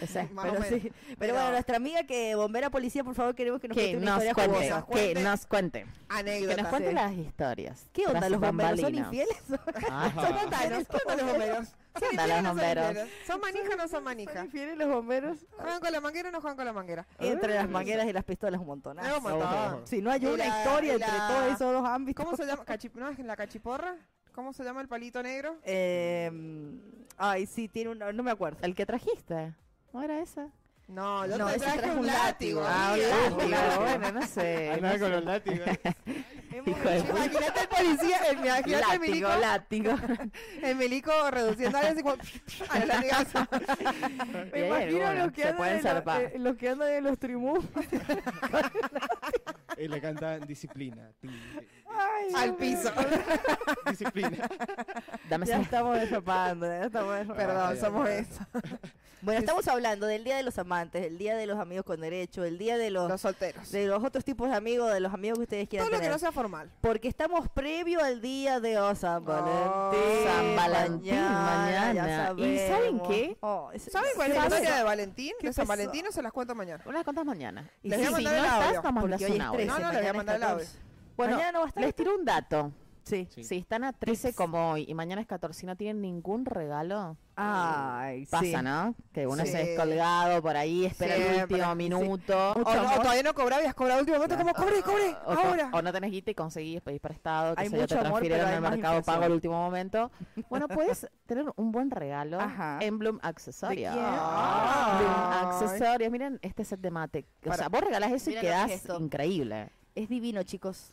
Esa es-
Más o
Pero, sí.
menos.
pero,
Pero-
bueno, nuestra amiga que bombera policía, por favor, queremos que nos
que
cuente una
nos
historia
cuente,
jugosa.
que
Cuente.
nos cuente, que nos
Anécdota.
cuente
sí.
las historias.
¿Qué onda?
tras
¿Los bomberos son
bambalinas.
infieles?
Ajá.
Contanos, ¿qué onda los bomberos?
onda
¿Son infieles
los
o no son
bomberos?
infieles? ¿Son manija o no son manija?
¿Son infieles los bomberos?
¿Juegan con la manguera o no juegan con la manguera?
Entre las mangueras y las pistolas un
Es un
montonazo.
montón.
Si no hay una
Y la-
historia
y
entre
la-
todos esos dos ámbitos.
¿Cómo se llama? Cachip- ¿No es la cachiporra? ¿Cómo se llama el palito negro?
Eh, ay, sí, tiene un... No me acuerdo.
El que trajiste, ¿no era esa?
No, yo
No,
te
ese
traje
trajo
un
un
látigo.
látigo.
amiga.
Digo, bueno, no sé.
Andaba con los látigos.
Es
hijo de puta.
Imagínate el policía, el, imagínate el milico,
Látigo, látigo.
el milico reduciendo áreas y como, a la latigazo.
Me
Y hay
imagino
algunos,
los, que
se
andan
pueden
en la-
zarpar.
eh, los que andan en los tribunos.
Y le cantan disciplina. ti, ti,
al piso.
disciplina.
Dame
Ya
esa-
estamos destapando, ya estamos destapando.
Perdón,
ya,
somos
ya.
eso.
Bueno, estamos hablando del Día de los Amantes, el Día de los Amigos con Derecho, el Día de los,
Los solteros.
de los otros tipos de amigos, de los amigos que ustedes quieran
Todo lo que
tener.
no sea formal.
Porque estamos previo al día de oh, San
Oh,
Valentín.
San Valentín,
ya
mañana. ¿Y saben
sabemos.
qué?
Oh, es-
¿Saben cuál es la
¿saben?
historia de Valentín?
¿Qué
De San
pasó?
Valentín o se las cuento mañana.
Unas cuantas mañanas.
Y
Les
sí,
voy a
si no
mandar el
estás,
audio,
vamos a
porque
mandar
hoy
un
es
audio.
13,
No, no, les voy a
mañana es
mandar el audio.
14.
Bueno,
mañana va a estar.
les tiro un dato.
Sí.
Sí.
Si están a 13 como hoy y mañana es 14 y no tienen ningún regalo,
Ay,
pasa,
sí.
¿no? Que uno
Sí.
se es colgado por ahí, espera el
Siempre,
último
sí.
minuto.
O, no, o todavía no cobraba y has cobrado último momento, como cobre, cobre,
O, co-
ahora.
o no tenés guita y conseguís pedís prestado, que
Hay
se yo, te
mucho amor,
transfirieron
pero hay
al
más
mercado
inflación.
pago al último momento. Bueno, puedes tener un buen regalo
Ajá.
en Bloom Accesorios.
quién?
Ay.
Bloom Accesorios, miren este set de mate. O
Para-
sea, vos regalás eso y
Miren lo que es
quedás
esto.
increíble.
Es divino, chicos.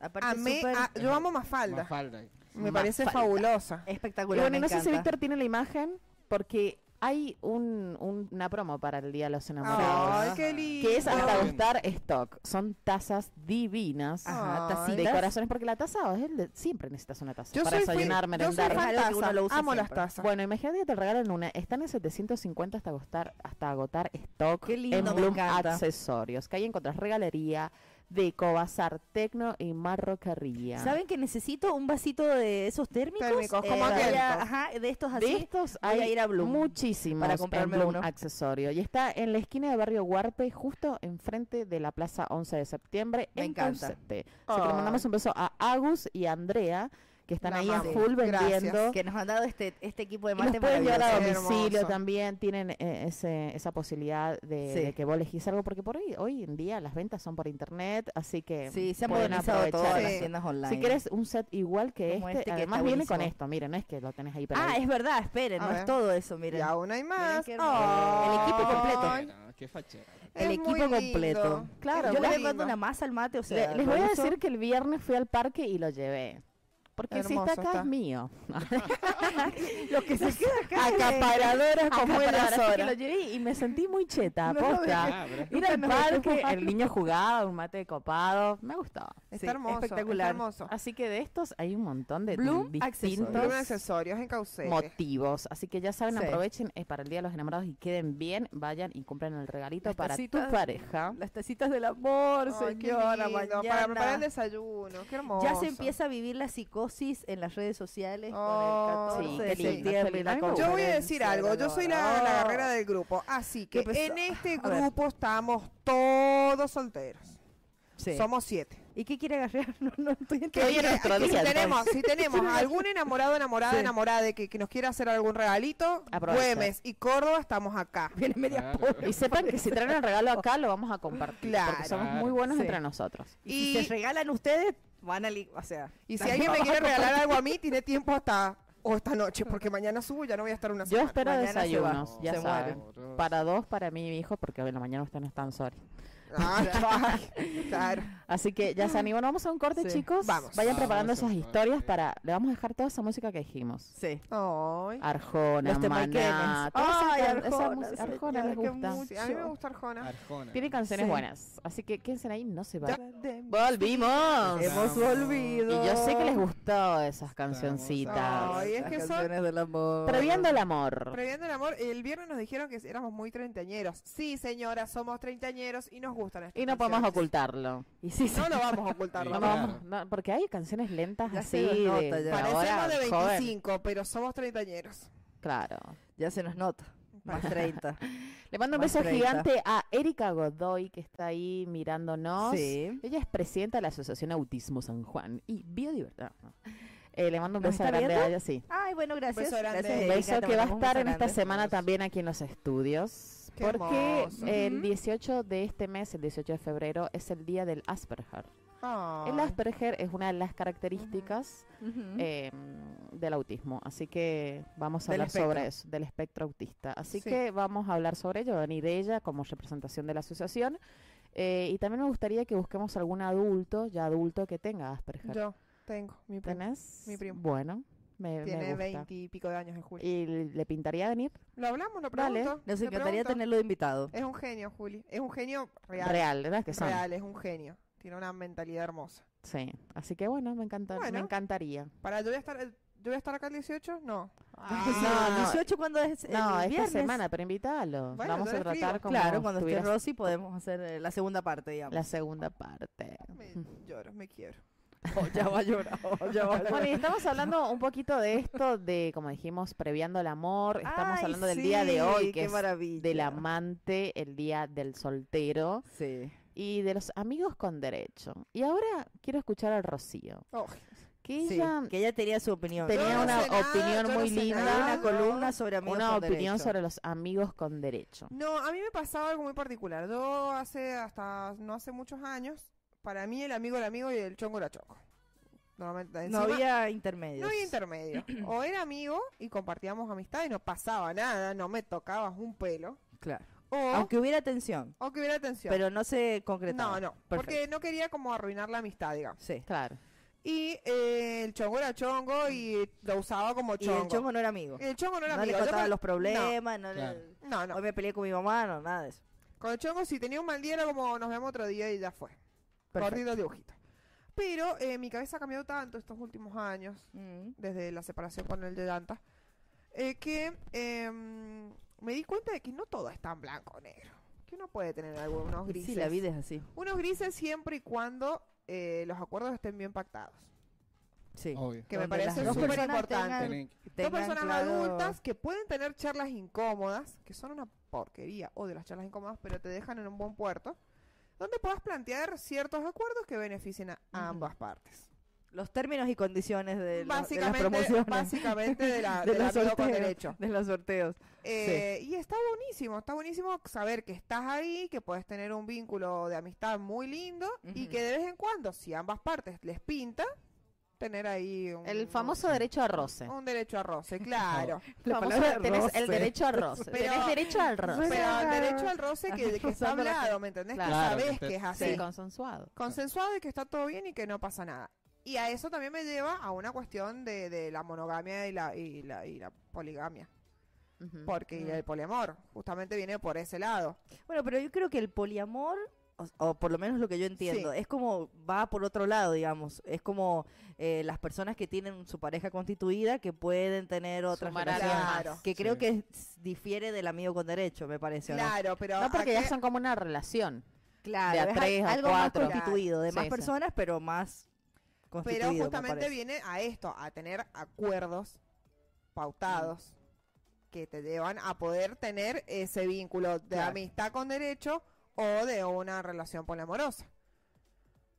Aparte,
Amé
súper
a- yo amo Mafalda.
Mafalda.
Me parece
Mafalda.
fabulosa.
Y
espectacular.
bueno,
me
no sé si
encanta.
Víctor tiene la imagen, porque hay un, un- una promo para el Día de los Enamorados.
Ay, qué lindo.
Que es hasta
Ay.
gustar stock. Son tazas divinas.
Ajá,
Ay.
De
tacitas.
corazones, porque la taza es el de- siempre necesitas una taza.
Yo
para
soy fan-
desayunar,
Yo soy
merendar.
Es
fan
algo que uno
taza.
lo usa
Amo las
siempre.
tazas.
Bueno, imagínate que te regalan una. Están en 750 hasta agotar, hasta agotar stock
Qué lindo,
en
me
Bloom
encanta.
Accesorios. Que ahí encontrás regalería, deco, bazar, tecno y marroquería.
¿Saben que necesito un vasito de esos térmicos? Eh,
Térmicos, como
voy a-
aquel.
Ajá, de estos
De
así.
estos
voy
hay
a ir a Bloom
muchísimos
para
en
comprarme
Bloom
uno.
accesorio y está en la esquina de barrio Huarpe justo enfrente de la plaza 11 de septiembre
Me
en
encanta. Oh.
Concepte. Así que le mandamos un beso a Agus y a Andrea que están
La
ahí
amamos.
a full
Gracias.
vendiendo
Que nos han dado este, este equipo de
y los
mate
pueden llevar a
maravilloso.
Qué
domicilio
hermoso.
también, tienen eh, ese, esa posibilidad de,
Sí.
de que vos elegís algo, porque por hoy, hoy en día las ventas son por internet, así que
Sí, se han
pueden
modernizado todas
aprovechar.
Sí.
las tiendas online.
Si quieres un set igual que
Como
este,
este que está
además viene con
buenísimo.
esto, miren, no es que lo tenés ahí para
Ah, es verdad, esperen,
A
no
ver.
es todo eso, miren.
Y aún hay más.
qué hermoso. El equipo completo.
Ay,
Bueno, Qué fachera.
El
es
equipo
muy
completo.
lindo.
Claro,
Yo le
muy
bueno.
vengo dando
lindo.
una masa al mate, o
Le-
sea.
les
lo
voy a
uso-
decir que el viernes fui al parque y lo llevé. Porque si
Hermoso
está acá
está.
es mío.
lo que se queda acá. es-
Acaparadoras como en
Acaparadoras,
las
así que
horas.
lo
lo llevé y me sentí muy cheta,
No lo
posta.
Ah, pero-
Ir
Nunca
al
nos dejó
parque,
jugar.
el niño jugaba, un mate copado, me gustaba.
Está
Sí,
hermoso.
espectacular.
Espectacular. hermoso.
Así que de estos hay un montón de
Bloom accesorios.
distintos
Bloom accesorios en cauceles.
motivos. Así que ya saben,
Sí.
aprovechen es para el Día de los Enamorados y queden bien, vayan y compren el regalito
Las
para
tacitas.
tu pareja.
Las tacitas del amor,
Ay, qué
señora,
lindo, Para preparar el
mañana.
desayuno. Qué hermoso.
Ya se empieza a vivir la psicosis en las redes sociales
Oh,
con el
sí,
14 de
qué lindo,
septiembre.
qué lindo.
la
A mí me gusta.
Yo voy a decir
conferencia
algo, yo soy la,
ganadora.
la guerrera del grupo, así que
¿Qué pasó?
en este
A ver.
grupo estamos todos solteros,
Sí.
somos siete.
¿Y qué quiere agarrar? No, no estoy
Que
entendiendo.
hoy es
quiere-
nuestro
que si
día,
tenemos,
entonces.
si tenemos algún enamorado, enamorada,
Sí.
enamorada de que, que nos quiera hacer algún regalito,
Aprovecha.
Güemes y Córdoba estamos acá.
Viene media
Claro.
pobre.
Y sepan que si traen el regalo acá lo vamos a compartir.
Claro.
Porque somos muy buenos
Sí.
entre nosotros.
Y si se regalan ustedes, van a... li- O sea...
Y si alguien me
vamos a
quiere regalar algo a mí, tiene tiempo hasta o esta noche, porque mañana subo y ya no voy a estar una
Yo
semana.
espero
Mañana se va,
desayunos, ya
se
saben.
muere.
Para dos, para mí y mi hijo, porque hoy en la mañana ustedes no están, sorry.
Ah, claro.
Así que ya se animan. Vamos a un corte,
Ah. Sí.
chicos.
Vamos.
Vayan
Vamos
preparando
a
esas
un
historias
corte.
para... Le vamos a dejar toda esa música que dijimos.
Sí.
Ay.
Arjona,
Los
Maná.
temalquenes.
toda
Ay,
esa can- esa
Arjona,
música-
señora,
Arjona les
qué
gusta.
Sí, a mí me gusta Arjona.
Arjona.
Tiene canciones
Sí.
buenas. Así que quédense ahí, no se
Ya-
vayan. ¡Volvimos!
Hemos
Estamos-
Y
volvido.
yo sé que les gustó esas cancioncitas.
Ay, es
Las
que son-
canciones del amor.
Previendo el amor.
Previendo el amor, el viernes nos dijeron que éramos muy treintañeros. Sí, señora, somos treintañeros y nos gustan estas
Y no podemos
canciones.
ocultarlo.
Y sí, sí.
No lo vamos a ocultar.
Sí,
No,
la
no,
verdad.
claro.
vamos- no, porque hay canciones lentas
Ya se
así.
nos nota
de-
ya.
ahora,
Parecemos de
joven.
25, pero somos treintañeros.
Claro.
Ya se nos nota. Más 30.
Le mando un
Más
beso
30.
gigante a Erika Godoy, que está ahí mirándonos.
Sí.
Ella es presidenta de la Asociación Autismo San Juan y Biodiversidad. ¿no? Eh, le mando un
¿Nos
beso
está
grande
viendo?
a ella, sí.
Ay, bueno, gracias.
Beso grande.
Gracias,
Un
Erika,
beso
te
que va a
mandamos un
estar en
beso
esta
grande.
semana también aquí en los estudios.
Qué
porque
hermoso.
el
Ujú.
18 de este mes, el 18 de febrero, es el día del Asperger. El
Ay.
Asperger es una de las características
Ujú.
eh, del autismo. Así que vamos a
Del
hablar sobre
espectro.
eso, del espectro autista. Así
Sí.
que vamos a hablar sobre ello, va a venir ella como representación de la asociación. Eh, y también me gustaría que busquemos algún adulto, ya adulto, que tenga Asperger.
Yo tengo mi primo.
¿Tenés?
mi primo.
Bueno, me, me
Tiene
gusta.
veintipico de años en Juli.
¿Y le pintaría venir?
Lo hablamos, lo
Dale,
pregunto.
Nos
le
encantaría
pregunto.
tenerlo de invitado.
Es un genio, Juli. Es un genio real.
Real, ¿verdad? Que son.
Real, es un genio. Tiene una mentalidad hermosa.
Sí. Así que bueno, me, encanta,
Bueno.
me encantaría.
Para, yo voy a estar, eh, yo voy a estar acá el 18, no.
Ah. no, no.
18 cuando es el
no, esta
viernes?
semana, pero invítalo.
Bueno,
Vamos
yo
a
le escribo.
tratar como
Claro, cuando esté
estuvieras
Rosy podemos hacer eh, la segunda parte, digamos.
la segunda parte.
Me lloro, me quiero.
Oh, ya va a llorar, oh, ya va a llorar.
Bueno, y estamos hablando un poquito de esto, de, como dijimos, previando el amor. Estamos
Ay,
hablando del día de hoy,
sí,
que
qué
es
maravilla.
del amante, el día del soltero
Sí.
y de los amigos con derecho. Y ahora quiero escuchar a Rocío,
Oh,
que
Sí,
ella
que ella tenía su opinión.
tenía
Yo no
una
sé nada,
opinión
yo no
muy
sé
linda,
nada.
una
no.
columna sobre amigos
una
con
opinión
derecho.
sobre los amigos con derecho.
No, a mí me pasaba algo muy particular. Yo hace hasta no hace muchos años, para mí el amigo era amigo y el chongo era chongo. Normalmente,
No
encima,
había intermedios.
no había intermedio. O era amigo y compartíamos amistad y no pasaba nada, no me tocabas un pelo.
Claro.
O,
Aunque hubiera tensión,
o que hubiera tensión.
pero no se
no,
concretaba.
no,
Perfecto.
porque no quería como arruinar la amistad, digamos.
Sí.
Claro.
Y eh, el chongo era chongo y lo usaba
Y
como
el
chongo.
chongo no era amigo.
El chongo no era
no le
amigo. Yo
contaba
con-
los problemas, no,
Claro.
le...
No, no,
Hoy me peleé con mi mamá, no, nada de eso.
Con el chongo, si tenía un mal día, era como nos vemos otro día y ya fue.
Perfecto.
Corrido de ojito. Pero eh, mi cabeza ha cambiado tanto estos últimos años,
Mm.
desde la separación con el de Danta, eh, que em, me di cuenta de que no todo es tan blanco o negro. Que uno puede tener algunos grises.
Sí, la vida es así.
Unos grises siempre y cuando eh, los acuerdos estén bien pactados.
Sí.
Obvio.
Que me
Donde las
parece
dos
súper
personas
importante.
tengan-
Tienen-
Oh. Dos
Tengan
personas
claro-
adultas que pueden tener charlas incómodas, que son una porquería, odio las charlas incómodas, pero te dejan en un buen puerto, donde puedas plantear ciertos acuerdos que beneficien a ambas partes.
Los términos y condiciones de, la- de las
Básicamente,
promociones.
básicamente de la,
de
del
los
amigo con
sorteos.
derecho.
De los sorteos.
Eh, Y está buenísimo, está buenísimo saber que estás ahí, que puedes tener un vínculo de amistad muy lindo y
Ujú.
que de vez en cuando, si ambas partes les pinta, tener ahí un,
El famoso derecho a roce.
un derecho a roce, claro.
La
Famoso-
palabra
tenés el
roce.
derecho al roce. tenés derecho al roce.
Pero el derecho al roce
Así
que, que está
rozando la
hablado, ¿me entendés?
Claro.
que
Claro, que
sabés
está-
que es así.
Sí, consensuado.
Consensuado y que está todo bien y que no pasa nada. Y a eso también me lleva a una cuestión de, de la monogamia y la, y la, y la poligamia.
Ujú.
Porque
Mm.
el poliamor justamente viene por ese lado.
Bueno, pero yo creo que el poliamor, o, o por lo menos lo que yo entiendo, es como va por otro lado, digamos. Es como eh, las personas que tienen su pareja constituida que pueden tener otras
Sumar
relaciones.
algo más.
Que creo
Sí.
que es- difiere del amigo con derecho, me parece. ¿o no?
Claro, pero.
No, porque
acá-
ya son como una relación.
Claro,
De a
es al-
tres, a
algo
cuatro.
más constituido, de
Sí,
más
sí.
personas, pero más constituido.
Pero
me
justamente
parece.
viene a esto, a tener acuerdos pautados que te llevan a poder tener ese vínculo de
Mm. Claro.
amistad con derecho o de una relación poliamorosa.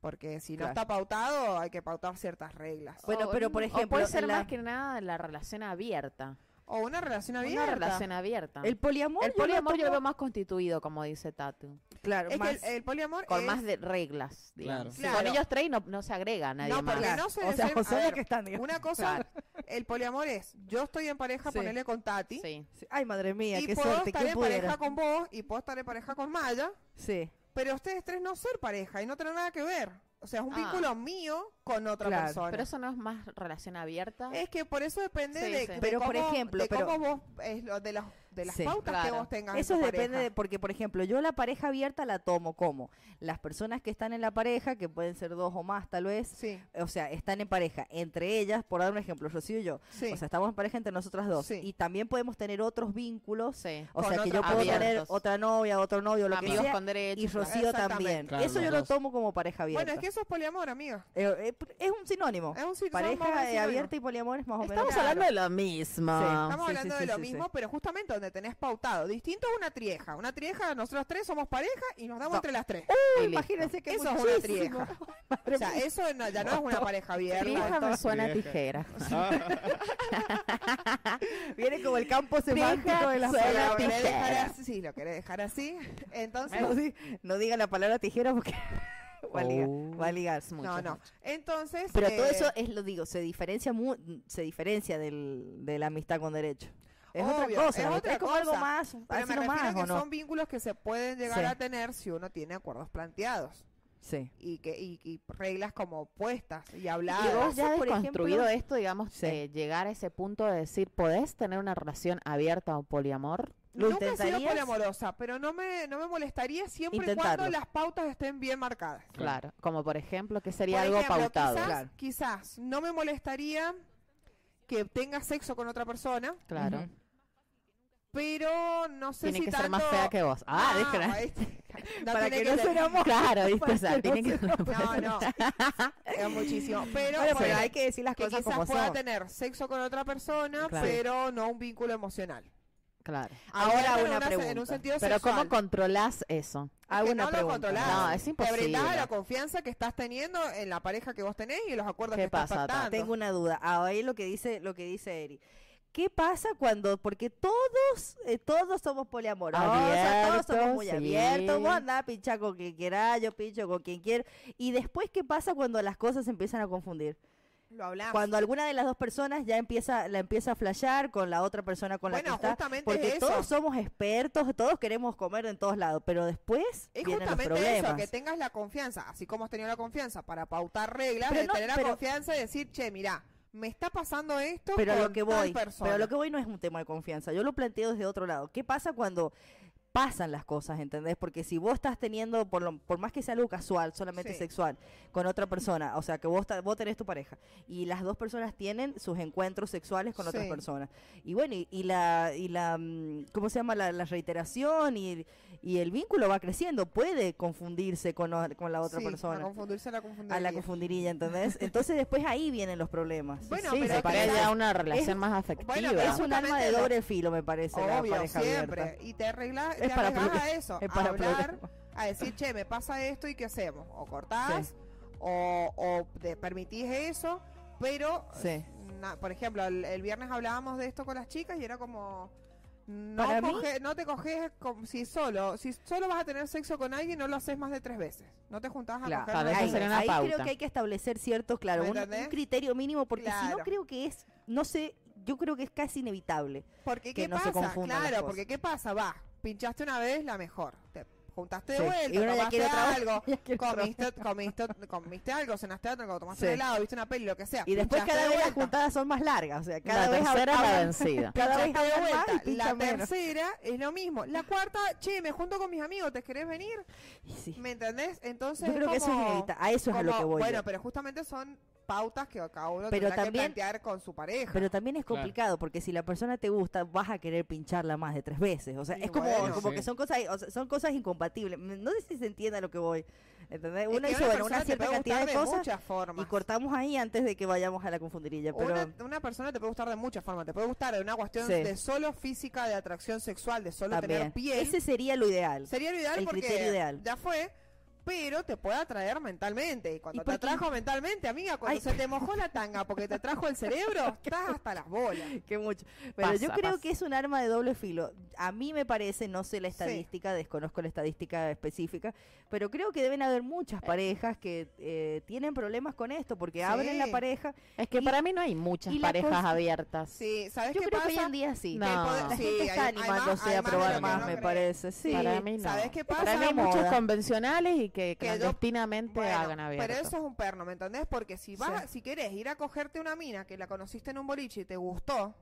Porque si
Claro.
no está pautado, hay que pautar ciertas reglas.
Bueno,
O-
pero
o
por
puede
ejemplo,
ser
la-
más que nada la relación abierta.
O una relación abierta.
Una relación abierta.
el
El,
poliamor. yo lo
poliamor yo lo
tomo-
veo más constituido, como dice Tatu.
Claro,
Es
más-
que el, el poliamor
Con
es-
más de reglas, digamos.
Claro.
Con ellos tres no, no se agrega nadie
No,
más.
porque no se
o sea,
desea-
o sea,
a
lo
ver,
que están, digamos.
Una cosa, el poliamor es, yo estoy en pareja,
Sí.
ponele con Tati,
Sí.
Sí. Ay, madre mía,
y
qué
puedo
suerte,
estar
¿quién
en
pudiera?
pareja con vos, y puedo estar en pareja con Maya,
Sí.
pero ustedes tres no ser pareja y no tener nada que ver. O sea, es un
Ah.
vínculo mío con otra
Claro,
persona.
Pero eso no es más relación abierta.
Es que por eso depende
Sí,
de,
sí.
de
Pero,
cómo,
por ejemplo,
de
pero-
cómo vos, es lo de las, de las
Sí.
pautas que
Claro.
vos tengas. en
Eso
tu
depende
pareja.
de, porque por ejemplo, yo la pareja abierta la tomo como las personas que están en la pareja, que pueden ser dos o más tal vez,
Sí,
o sea, están en pareja entre ellas, por dar un ejemplo, Rocío y yo,
sí.
o sea, estamos en pareja entre nosotras dos
Sí.
y también podemos tener otros vínculos,
Sí.
o
Con
sea, que yo
otros
puedo tener
abiertos.
otra novia, otro novio, lo
Amigos
que sea,
con derecho.
y
claro.
Rocío también.
Exactamente.
Claro,
Eso yo
los
lo
dos.
tomo como pareja abierta.
bueno, es que eso es poliamor, amiga.
Eh, eh, pr- es un sinónimo.
Es un sin- son más o menos
Pareja eh,
sinónimos.
abierta y poliamor es más o menos.
Estamos hablando de lo mismo.
Sí,
Estamos
sí,
hablando
sí,
de
sí,
lo
sí,
mismo,
sí.
pero justamente donde tenés pautado. Distinto a una trieja. Una trieja, nosotros tres somos pareja y nos damos
No.
entre las tres.
Uy,
Y listo.
imagínense que
eso es una
muchísimo.
trieja. O sea, eso no- ya no es una pareja abierta.
Trieja me suena a
Trieja.
tijera.
Viene como el campo semántico de la
Suena
Si lo
a
querés dejar
tijera.
así, si lo querés dejar así, entonces
No, di- no diga la palabra tijera porque va a ligar. va a ligar.
Es mucho,
Oh. No,
es
no.
mucho.
Entonces.
Pero
eh,
todo eso es lo digo, se diferencia mu- se diferencia del, de la amistad con derecho. Es
Obvio,
otra cosa,
es
¿no?
otra
como algo
cosa.
más,
Pero me
hacerlo
refiero
más
a
o
que
no.
son vínculos que se pueden llegar
Sí.
a tener si uno tiene acuerdos planteados
Sí.
y que y, y reglas como puestas y
Y
habladas.
vos ya has
por ejemplo-
construido esto, digamos,
Sí.
de llegar a ese punto de decir, ¿podés tener una relación abierta o poliamor?
¿Lo
Nunca he sido
intentarías?
poliamorosa, pero no me, no me molestaría siempre y
Intentarlo.
cuando las pautas estén bien marcadas.
Claro. Como por ejemplo, que sería
Por
algo
ejemplo,
pautado.
Quizás,
Claro.
quizás no me molestaría que tenga sexo con otra persona,
Claro.
Ujú.
pero no sé
Tiene
si
que
tanto...
ser más fea que vos. Ah, déjala.
¿viste? No
Para
tiene
que no
ser-
se enamore.
Claro, ¿viste?
Para
O sea,
que no
tiene que
se
No, no. Es muchísimo.
Bueno,
Pero,
pero
ponele
hay que decir las
que
cosas
quizás
como
pueda
son.
tener sexo con otra persona,
Claro.
pero no un vínculo emocional.
Claro.
Ahora
Al menos en
una
se- En
pregunta.
un sentido
Pero ¿cómo
sexual.
controlás eso?
Es
Hago
que
una
no lo
pregunta.
controlás.
No, es
Te brindás de
imposible.
la confianza que estás teniendo en la pareja que vos tenés y en los acuerdos
¿Qué
que estás
pasa, Tata?
pactando.
Tengo una duda. Ah, Ahí lo que dice, lo que dice Eri. ¿Qué pasa cuando, porque todos, eh, todos somos poliamorosos, todos somos
Abiertos,
muy
sí.
abiertos, vos andás a pinchar con quien quieras, yo pincho con quien quiera, y después ¿qué pasa cuando las cosas se empiezan a confundir?
Lo hablamos.
Cuando alguna de las dos personas ya empieza, la empieza a flashear con la otra persona con la
Bueno,
que está,
justamente
porque
es eso.
todos somos expertos, todos queremos comer en todos lados, pero después
Es
vienen los
justamente
problemas.
eso, que tengas la confianza, así como has tenido la confianza para pautar reglas,
Pero
de
no,
tener la
pero-
confianza y decir, che, mira, me está pasando esto
pero a
con
lo que
tal
voy
persona.
pero a lo que voy no es un tema de confianza yo lo planteo desde otro lado qué pasa cuando pasan las cosas ¿entendés? porque si vos estás teniendo por lo- por más que sea algo casual solamente
Sí.
sexual con otra persona o sea que vos ta- vos tenés tu pareja y las dos personas tienen sus encuentros sexuales con otras
Sí.
personas y bueno y, y la y la mm, cómo se llama la, la reiteración y, y el vínculo va creciendo puede confundirse con, o- con la otra
Sí, A
persona
confundirse a la
a la
confundiría.
confundirilla ¿entendés? entonces después ahí vienen los problemas
Bueno,
Sí,
pero
se
es
parece
que
ya
la-
a una relación más afectiva.
Bueno, pero
es un arma de
justamente lo-
doble filo, me parece, la
Obvio,
pareja
siempre.
abierta.
Y te arreglas,
Es
te
para
arriesgás
problemas,
a eso,
es
a
para
hablar,
problemas.
a decir, che, me pasa esto y qué hacemos. O cortás, o, o te permitís eso, pero,
Sí.
na- por ejemplo, el, el viernes hablábamos de esto con las chicas y era como... No,
Para mí-
coge- no te coges con- si solo si solo vas a tener sexo con alguien no lo haces más de tres veces no te juntás a
Claro,
coger
claro,
más de
eso
Ahí,
tres
sería una
ahí creo
pauta.
que hay que establecer cierto, claro,
¿Me
un,
entendés?
un criterio mínimo, porque si no
Claro.
creo que es, no sé, yo creo que es casi inevitable.
Porque
que
qué
no se
pasa,
confundan las
claro,
cosas.
porque qué pasa, va, pinchaste una vez la mejor, te juntaste de
Sí.
vuelta,
Y uno ya
tomaste
quiere otra vez,
algo,
ya quiere otra
comiste, comiste, comiste algo, cenaste algo, tomaste
Sí.
un helado, viste una peli, lo que sea.
Y después
pinchaste
cada
de
vez las
vuelta,
juntadas son más largas, o sea, cada
Cada la
vez Ah,
tercera es la
hablan-
vencida.
cada vez
pinchaste
hablan
de
más y
vuelta.
pinchan
La
menos.
tercera es lo mismo. La cuarta, che, me junto con mis amigos, ¿te querés venir?
Y sí.
¿Me entendés? Entonces
Yo creo que eso es
como-
inevitable, a eso es a lo
como-
que voy.
Bueno,
yo.
pero justamente son pautas que cada uno
Pero
tendrá
también-
que plantear con su pareja.
Pero también es
Claro.
complicado porque si la persona te gusta vas a querer pincharla más de tres veces. O sea,
Y
es como,
bueno.
como
Sí.
que son cosas, o sea, son cosas incompatibles. No sé si se entiende a lo que voy. ¿Entendés?
Es
Uno
que
dice, bueno, una
persona te
cierta
puede
cantidad
gustar
de cosas
muchas formas.
y cortamos ahí antes de que vayamos a la confundirilla. Pero
Una, una persona te puede gustar de muchas formas. Te puede gustar de una cuestión
Sí.
de solo física, de atracción sexual, de solo
también.
tener piel.
Ese sería lo ideal.
Sería lo ideal
el
porque
criterio ideal.
ya fue, pero te puede atraer mentalmente. Y cuando
¿Y
te
por qué?
atrajo mentalmente, amiga, cuando
Ay.
se te mojó la tanga porque te atrajo el cerebro, estás hasta las bolas.
Que mucho. Pero yo
Pasa,
creo
pasa.
que es un arma de doble filo. A mí me parece, no sé la
Sí.
estadística, desconozco la estadística específica, pero creo que deben haber muchas parejas que eh, tienen problemas con esto porque abren la
Sí.
pareja.
Es que
Y-
para mí no hay muchas
y la
parejas
cosa-
abiertas.
Sí, ¿sabes
Yo
qué
creo
pasa?
que hoy en día sí.
No.
el poder-
La
sí,
gente está
hay- hay más-
animándose
hay
a
más de lo
probar
que
más,
uno
me
cree.
parece. Sí.
Para mí no.
¿Sabes qué pasa?
Para mí hay
Moda.
muchos convencionales y que,
Que yo-
clandestinamente
Bueno,
hagan abierto.
pero eso es un perno, ¿me entendés? Porque si vas,
Sí.
si querés ir a cogerte una mina que la conociste en un boliche y te gustó,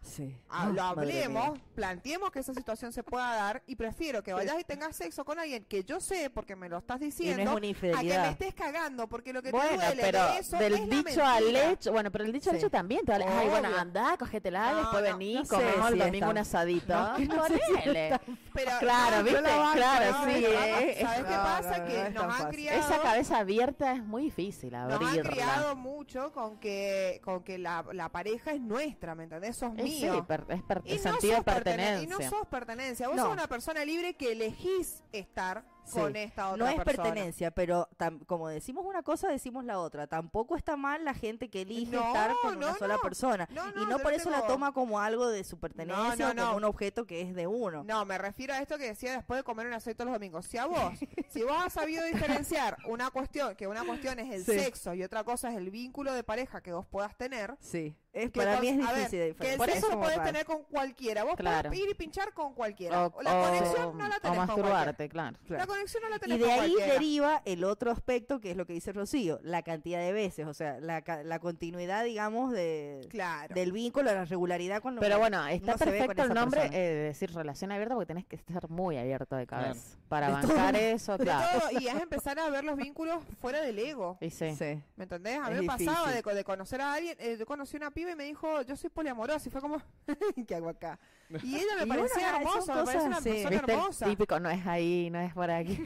Sí.
Ah,
Ah,
lo
madre mía.
hablemos, planteemos que esa situación se pueda dar y prefiero que vayas y tengas sexo con alguien que yo sé porque me lo estás
Y no es
diciendo
una
a que me
infidelidad.
estés cagando porque lo que te
Bueno,
duele
pero
de eso es
del
la
dicho al
mentira.
hecho, bueno, pero el dicho al
Sí.
hecho también te vale. Ay, bueno,
Obvio.
andá, cógetela,
No,
después
no,
vení,
no sé
comemos el
si es
domingo
tan-
un asadito.
No, que no sé si es
Ponele.
Pero,
Claro,
no,
¿viste?
yo la banco,
Claro,
no,
sí,
yo la
eh,
banco.
es-
¿Sabes qué
no,
pasa?
no, no
que
es tan
nos han
fácil.
criado
Esa cabeza abierta es muy difícil
nos han
abrirla.
criado mucho con que con que la, la pareja es nuestra, ¿me entendés? Sos
Es, Eh, sí,
mío.
per- es per-
Y no
sentido de
sos pertene-
pertenencia.
Y no sos pertenencia. Vos
No.
sos una persona libre que elegís estar
Sí.
con esta otra
No es
persona.
pertenencia, pero tam- como decimos una cosa, decimos la otra. Tampoco está mal la gente que elige
No,
estar con
no,
una sola
no.
persona.
No,
y
no,
no
yo
por
no
eso la
tengo-
toma como algo de su pertenencia
no,
o como
no.
un objeto que es de uno.
No, me refiero a esto que decía después de comer un aceite los domingos. Si a vos, si vos has sabido diferenciar una cuestión, que una cuestión es el
Sí.
sexo y otra cosa es el vínculo de pareja que vos puedas tener.
Sí. Es,
que
para
vos-
mí es
a ver,
difícil de
Que el
diferenciar.
sexo
Es
lo
como
podés
raro.
tener con cualquiera. Vos
Claro.
podés ir y pinchar con cualquiera.
O-
la
o-
conexión no la
o
tenés con cualquiera.
masturbarte, claro.
La conexión no la tenés
Y de
con
ahí
cualquiera.
deriva el otro aspecto que es lo que dice Rocío, la cantidad de veces, o sea, la, ca- la continuidad, digamos, de,
Claro.
del vínculo, la regularidad con lo
Pero
que-
bueno, está
no se ve
perfecto
con
el
esa
nombre
persona.
eh, de decir relación abierta porque tenés que estar muy abierto de
Claro.
cabeza para
De todo.
bancar eso,
De
claro.
todo, y es empezar a ver los vínculos fuera del ego.
Y sí.
Sí.
¿Me entendés? A mí
Es
me pasaba
difícil.
de, co- de conocer a alguien. eh, yo conocí una piba y me dijo, yo soy poliamorosa. Y fue como, ¿qué hago acá? Y ella me
Y
parecía
bueno, ah, son
hermosa, me parecía
cosas
una
así.
persona
¿Viste? El
hermosa.
típico no es ahí, no es por aquí.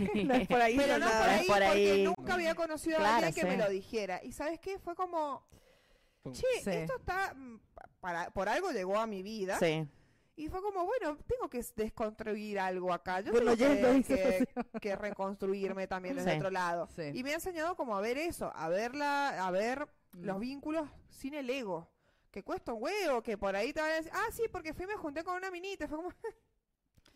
por ahí.
Pero no por ahí,
Es por ahí.
porque nunca había conocido a
Claro,
alguien que
sí.
me lo dijera. Y ¿sabes qué? Fue como, che,
Sí.
esto está, mm, pa- para, por algo llegó a mi vida.
sí.
Y fue como, bueno, tengo que s- desconstruir algo acá. Yo
Bueno, ya lo
tengo que,
hice,
que- que reconstruirme también desde
Sí.
otro lado.
Sí.
Y me ha enseñado como a ver eso, a ver, la, a ver
Mm.
los vínculos sin el ego. Que cuesta un huevo, que por ahí te van a decir, ah, sí, porque fui y me junté con una minita. Fue como...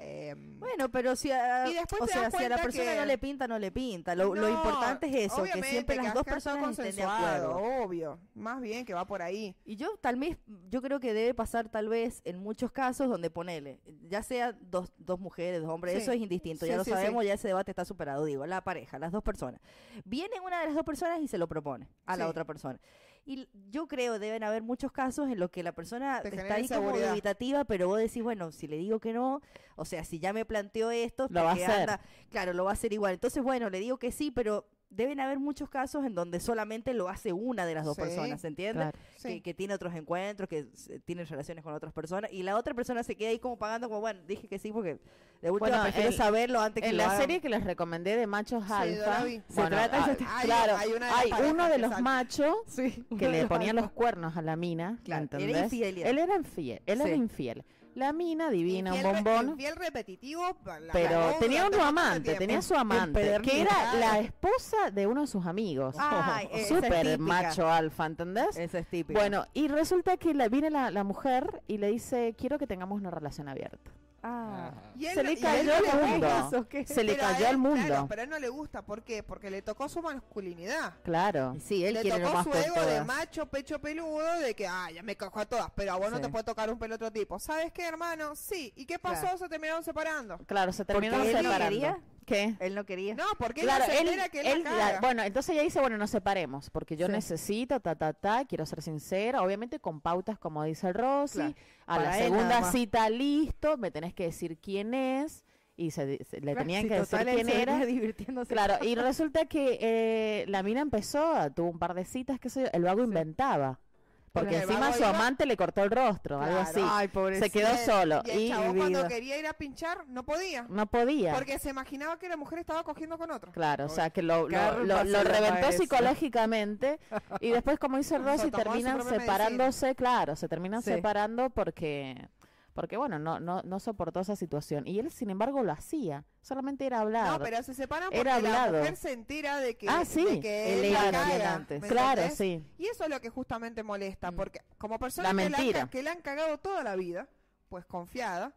em,
Bueno, pero si a,
Y después
o
te
sea,
das
si a la
cuenta
persona no
que-
le pinta, no le pinta. Lo, lo
No,
importante es eso, que
obviamente,
siempre las
has
dos
casado
personas estén de
consensuado,
acuerdo.
Obvio, más bien que va por ahí.
Y yo tal vez, yo creo que debe pasar tal vez en muchos casos donde ponele, ya sea dos, dos mujeres, dos hombres,
Sí.
eso es indistinto,
Sí,
ya lo
sí,
sabemos, ya ese debate está superado, digo, la pareja, las dos personas. Viene una de las dos personas y se lo propone a la
Sí.
otra persona. Y l- yo creo deben haber muchos casos en los que la persona
Te
está
genera
ahí como
inseguridad.
dubitativa, pero vos decís, bueno, si le digo que no, o sea, si ya me planteó esto,
Lo va a
porque
hacer.
anda- claro, lo va a hacer igual. Entonces, bueno, le digo que sí, pero deben haber muchos casos en donde solamente lo hace una de las dos
Sí,
personas, ¿se entiende?
Claro.
Sí.
que, que tiene otros encuentros, que s- tiene relaciones con otras personas, y la otra persona se queda ahí como pagando, como bueno, dije que sí, porque de última
Bueno,
prefiero
en-
saberlo antes que
En
lo
la
hagan.
serie que les recomendé de machos
Sí, yo la
alfa,
vi.
Se trata de-
ah,
Hay-
claro, hay,
hay una de las parejas
uno de
que
los
sal-
machos
Sí,
que le ponían los cuernos a la mina,
Claro, era
¿entendés?
infidelidad.
Él era infiel, él
Sí.
era infiel. La mina divina, un
Infiel re-
bombón.
Infiel repetitivo. pa- la- la
Pero
voz
tenía
durante
un
mucho
amante,
tiempo.
tenía su amante, que era
Empedernido.
la esposa de uno de sus amigos.
Ay, esa es
Súper
típica.
macho alfa, ¿entendés?
Esa es típica.
Bueno, y resulta que la, viene la, la mujer y le dice, quiero que tengamos una relación abierta.
Ah.
Y él
se
no-
le
y él
cayó
no
el
le gusta.
mundo.
¿Eso qué?
Se le
Pero a
cayó
él,
el
Claro,
mundo.
pero a él no le gusta. ¿Por qué? Porque le tocó su masculinidad.
Claro.
Sí, él
le
quiere
tocó
nomás
su
con
ego de
todas.
macho pecho peludo de que, ah, ya me cojo a todas, pero a vos no
Sí.
te puede tocar un pelo otro tipo. ¿Sabes qué, hermano? Sí. ¿Y qué pasó?
Claro.
Se terminaron separando.
Claro, se
Porque
terminaron
él no
separando.
quería.
¿Qué?
Él no quería.
No, porque
Claro,
él no se
él,
entera que él,
él
la
la-
caga.
bueno, entonces ella dice, bueno, nos separemos, porque yo
Sí.
necesito, ta, ta, ta, quiero ser sincera, obviamente con pautas como dice Rosy,
Claro,
a la
para él
segunda
nada más.
cita, listo, me tenés que decir quién es, y se, di- se- le
Claro,
tenían
si
que decir
total, él
quién
se venía
era.
divirtiéndose.
Claro, y resulta que eh, la mina empezó, tuvo un par de citas, qué sé yo, el vago inventaba, porque
Pero el
encima
vago
su
iba-
amante le cortó el rostro, algo así,
Ay, pobrecito.
se quedó
Y el-
solo,
Y el
y Mm,
chabón cuando
vivido.
quería ir a pinchar, no podía.
no podía.
Porque se imaginaba que la mujer estaba cogiendo con otro.
Claro, o sea, que lo, lo,
Carpa
lo-
se
lo
llama
reventó
eso.
psicológicamente y después, como dice
Se
Rosy,
tomó su
terminan
propia
separándose, claro, se terminan
Sí.
separando porque, porque bueno, no, no, no soportó esa situación. Y él, sin embargo, lo hacía, solamente era hablar.
No, pero se separan porque
Era hablado.
la mujer se entera de que,
ah, sí,
de que él,
él
la
era
caga,
bien
¿me
antes. Claro,
entendés?
sí.
Y eso es lo que justamente molesta,
Mm.
porque como persona
La
que, la,
mentira.
ca- que le han cagado toda la vida, pues confiada,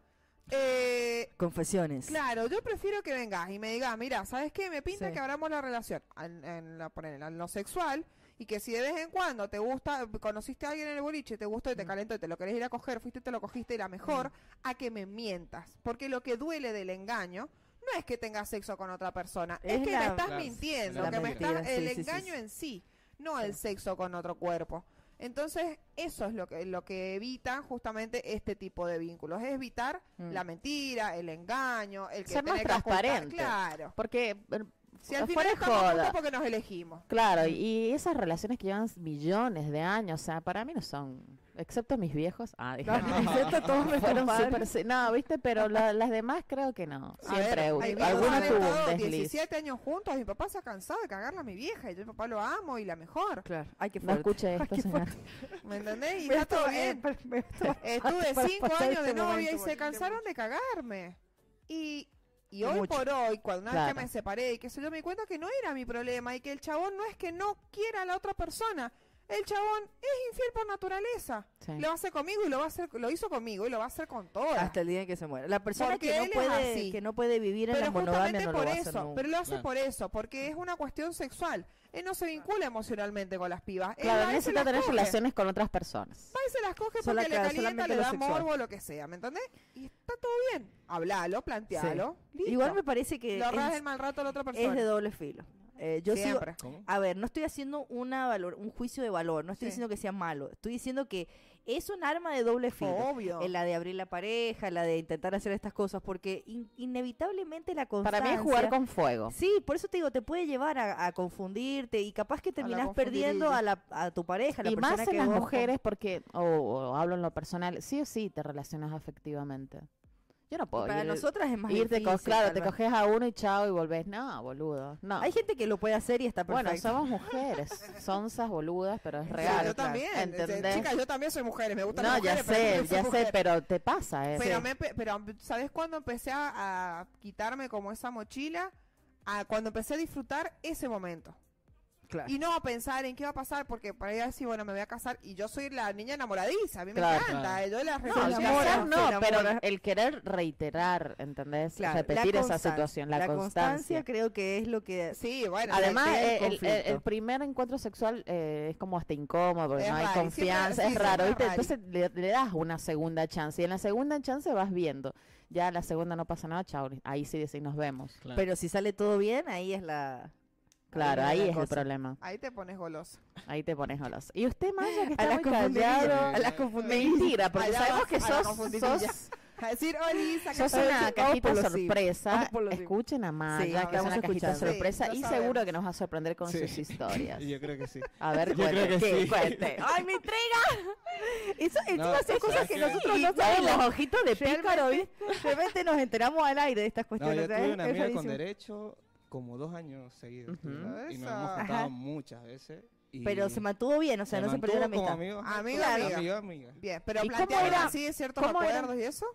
eh,
Confesiones.
Claro, yo prefiero que vengas y me digas, mira, ¿sabes qué? Me pinta
Sí.
que abramos la relación en, en la- ponele, en lo sexual y que si de vez en cuando te gusta, conociste a alguien en el boliche, te gustó y
Mm.
te calentó y te lo querés ir a coger, fuiste y te lo cogiste y la mejor, a que me mientas. Porque lo que duele del engaño no es que tengas sexo con otra persona, es,
Es
que me
la-
estás
la-
mintiendo,
la
que me
mentira,
estás, el
sí, sí, sí,
engaño
sí.
en sí, no el sexo con otro cuerpo. Entonces, eso es lo que, lo que evita justamente este tipo de vínculos. Es evitar
Mm.
la mentira, el engaño, el que
Ser más
tener que ocultar.
transparente.
Claro.
Porque bueno,
Si al final
fuera
estamos juntos
joda.
porque nos elegimos.
Claro, y esas relaciones que llevan millones de años, o sea, para mí no son, excepto mis viejos, ah, dije,
Excepto todos nuestros
fueron
padres.
súper se- no, viste, pero la- las demás creo que no.
A ver,
Siempre hubo-
hay viejos
alguno
de
tuvo un
todo,
desliz.
17 años juntos, mi papá se ha cansado de cagarla a mi vieja y yo a mi papá lo amo y la mejor.
Claro. Ay, qué
No
fuerte.
escuche
Ay,
esto,
qué
señor.
¿Me entendés? Y
Me
está todo
esto- eh,
bien.
pero me esto-
Estuve
para
cinco
pasar
años de
este
novia
momento
y se
bonito.
cansaron de cagarme. Y Y hoy
Mucho.
por hoy, cuando una vez que
Claro.
me separé y que eso, yo me di cuenta que no era mi problema y que el chabón no es que no quiera a la otra persona. El chabón es infiel por naturaleza.
Sí.
Lo hace conmigo y lo va a hacer, lo hizo conmigo y lo va a hacer con todas.
Hasta el día en que se muera. La persona
Porque
que
él
no,
es
puede,
así.
que no puede vivir en
pero
la monogamia
justamente
no lo
por
va a hacer
eso,
nunca.
pero lo hace
Claro.
por eso, porque es una cuestión sexual. Él no se vincula emocionalmente con las
eh,
pibas. Él
Claro, no
va y se
necesita
las
tener
coge.
relaciones con otras personas.
Va y se las coge porque
Sola-
le
claro,
calienta,
solamente
le
lo
da
sexual.
morbo, lo que sea, ¿me entendés? Y está todo bien. Hablalo, plantealo.
Igual me parece que
Lo ahorras
es-
el mal rato a la otra persona.
es de doble filo. Eh, yo sigo,
Siempre.
¿Cómo?
a ver, no estoy haciendo una valor, un juicio de valor, no estoy
Sí.
diciendo que sea malo, estoy diciendo que es un arma de doble filo.
Obvio.
En la de abrir la pareja, la de intentar hacer estas cosas, porque in- inevitablemente la constancia...
Para mí es jugar con fuego.
Sí, por eso te digo, te puede llevar a, a confundirte y capaz que terminás perdiendo a, la, a tu pareja, a la
Y
persona
más
que
en las
vos-
mujeres porque, o o hablo en lo personal, sí o sí te relacionas afectivamente. Yo no puedo
Para
ir-
nosotras es más
irte
difícil.
con, claro,
tal
te
vez.
coges a uno y chao y volvés. No, boludo. No.
Hay gente que lo puede hacer y está perfecto.
bueno, somos mujeres, sonzas, boludas, pero es
Sí,
real. claro,
yo también.
¿entendés?
Chicas, yo también soy mujer, me gustan
no,
las
ya
mujeres, pero
sé,
también soy
ya
mujer.
sé, pero te pasa eh. eso.
Pero, me pe- pero, ¿sabes cuándo empecé a, a quitarme como esa mochila? A cuando empecé a disfrutar ese momento.
Claro.
Y no a pensar en qué va a pasar, porque para ella decir, bueno, me voy a casar. Y yo soy la niña enamoradiza, a mí me
Claro,
encanta.
claro.
eh, Yo la
No,
Se
el
relación-
enamora,
casar no,
se
pero
enamora.
el querer reiterar, ¿entendés?
Claro, la
Repetir esa
constancia,
situación, la,
la
constancia.
creo que es lo que
Sí, bueno.
Además,
sí,
el
eh, el, el- el
conflicto.
primer encuentro sexual eh, es como hasta incómodo, porque
Es
no hay
raro, y siempre-
confianza,
sí,
es
siempre
raro.
es
¿viste?
raro.
Entonces le, le das una segunda chance y en la segunda chance vas viendo. Ya la segunda no pasa nada, chao, ahí sí decís nos vemos.
Claro.
Pero si sale todo bien, ahí es la...
Claro, ahí
viene la
es el
cosa.
problema.
Ahí te pones golosa.
Ahí te pones los. Y usted, Maya, que
A eh,
está
las
muy
confundidas,
callado.
a las
Mentira, porque
Allá
sabemos
vas,
que
a la
sos,
confundidilla.
sos-
A decir, "Oh, Oli, saca
sos una
vamos
cajita
por lo
sorpresa.
Vamos por lo sim.
Escuchen a Maya, que
Sí,
es
estamos
una cajita
escuchando.
sorpresa.
Sí,
y
lo
seguro
sabemos.
que nos va a sorprender con
Sí.
sus historias.
Yo creo que sí.
A ver,
Yo creo
cuente.
que sí.
cuente. ¡Ay, me intriga!
Eso encima son
¿sabes
cosas que
qué?
nosotros
Y
no
todos
sabemos.
los ojitos de pícaro.
Realmente, realmente nos enteramos al aire de estas
No,
cuestiones.
yo
o sea,
tuve
es-
una
es
amiga con
rarísimo.
derecho como dos años seguidos.
Ujú.
¿verdad? Y nos
Esa.
hemos juntado
Ajá.
muchas veces. y
Pero se mantuvo bien, o sea,
se
no se perdió la
mantuvo
amistad.
como amigos,
Amigo,
claro.
Ah, amiga.
Amigo, amiga.
Bien, pero
¿Y cómo
plantearon
era-
así ciertos
cómo era?
acuerdos y eso.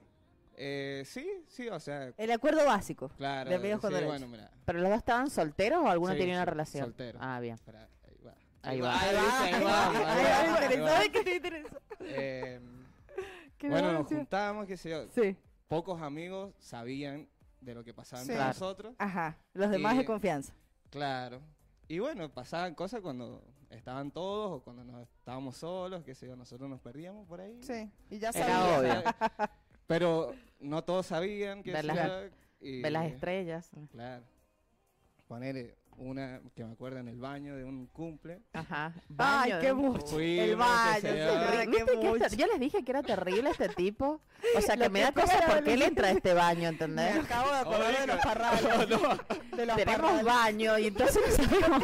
Eh, sí, sí, o sea,
El acuerdo básico.
claro.
De amigos con
sí,
derecho.
bueno, mira.
¿Pero los dos estaban solteros o alguno
Sí,
tenía una
sí,
relación?
soltero.
Ah, bien.
espera, ahí va.
Ahí va.
Ahí va, ahí va, ahí
Ay,
va,
ay,
ahí
interesó,
va.
ay, que te interesó.
Eh,
Qué
bueno, nos
gracia.
juntábamos, qué sé yo.
Sí.
Pocos amigos sabían de lo que pasaba
Sí.
entre
Claro.
nosotros.
Ajá. Los demás de
Y-
confianza.
Claro. Y bueno, pasaban cosas cuando estaban todos o cuando nos estábamos solos, qué sé yo, nosotros nos perdíamos por ahí.
Sí. Y ya
Era
sabía.
obvio.
Pero no todos sabían que
Ver las- Ve las estrellas.
Claro. Poner una que me acuerdo en el baño de un cumple.
Ajá.
Ay,
Baño
qué
de-
mucho.
Fuimos,
el
qué
baño,
sé
es
yo.
verdad que
¿Viste que
mucho.
este- yo les dije que era terrible este tipo. O sea, que
Lo
me
que
da cosa
peor.
porque él entra a este baño, ¿entendés?
Me acabo de acordar de los parrales. De los
Tenemos
parrales.
baño y entonces no sabemos.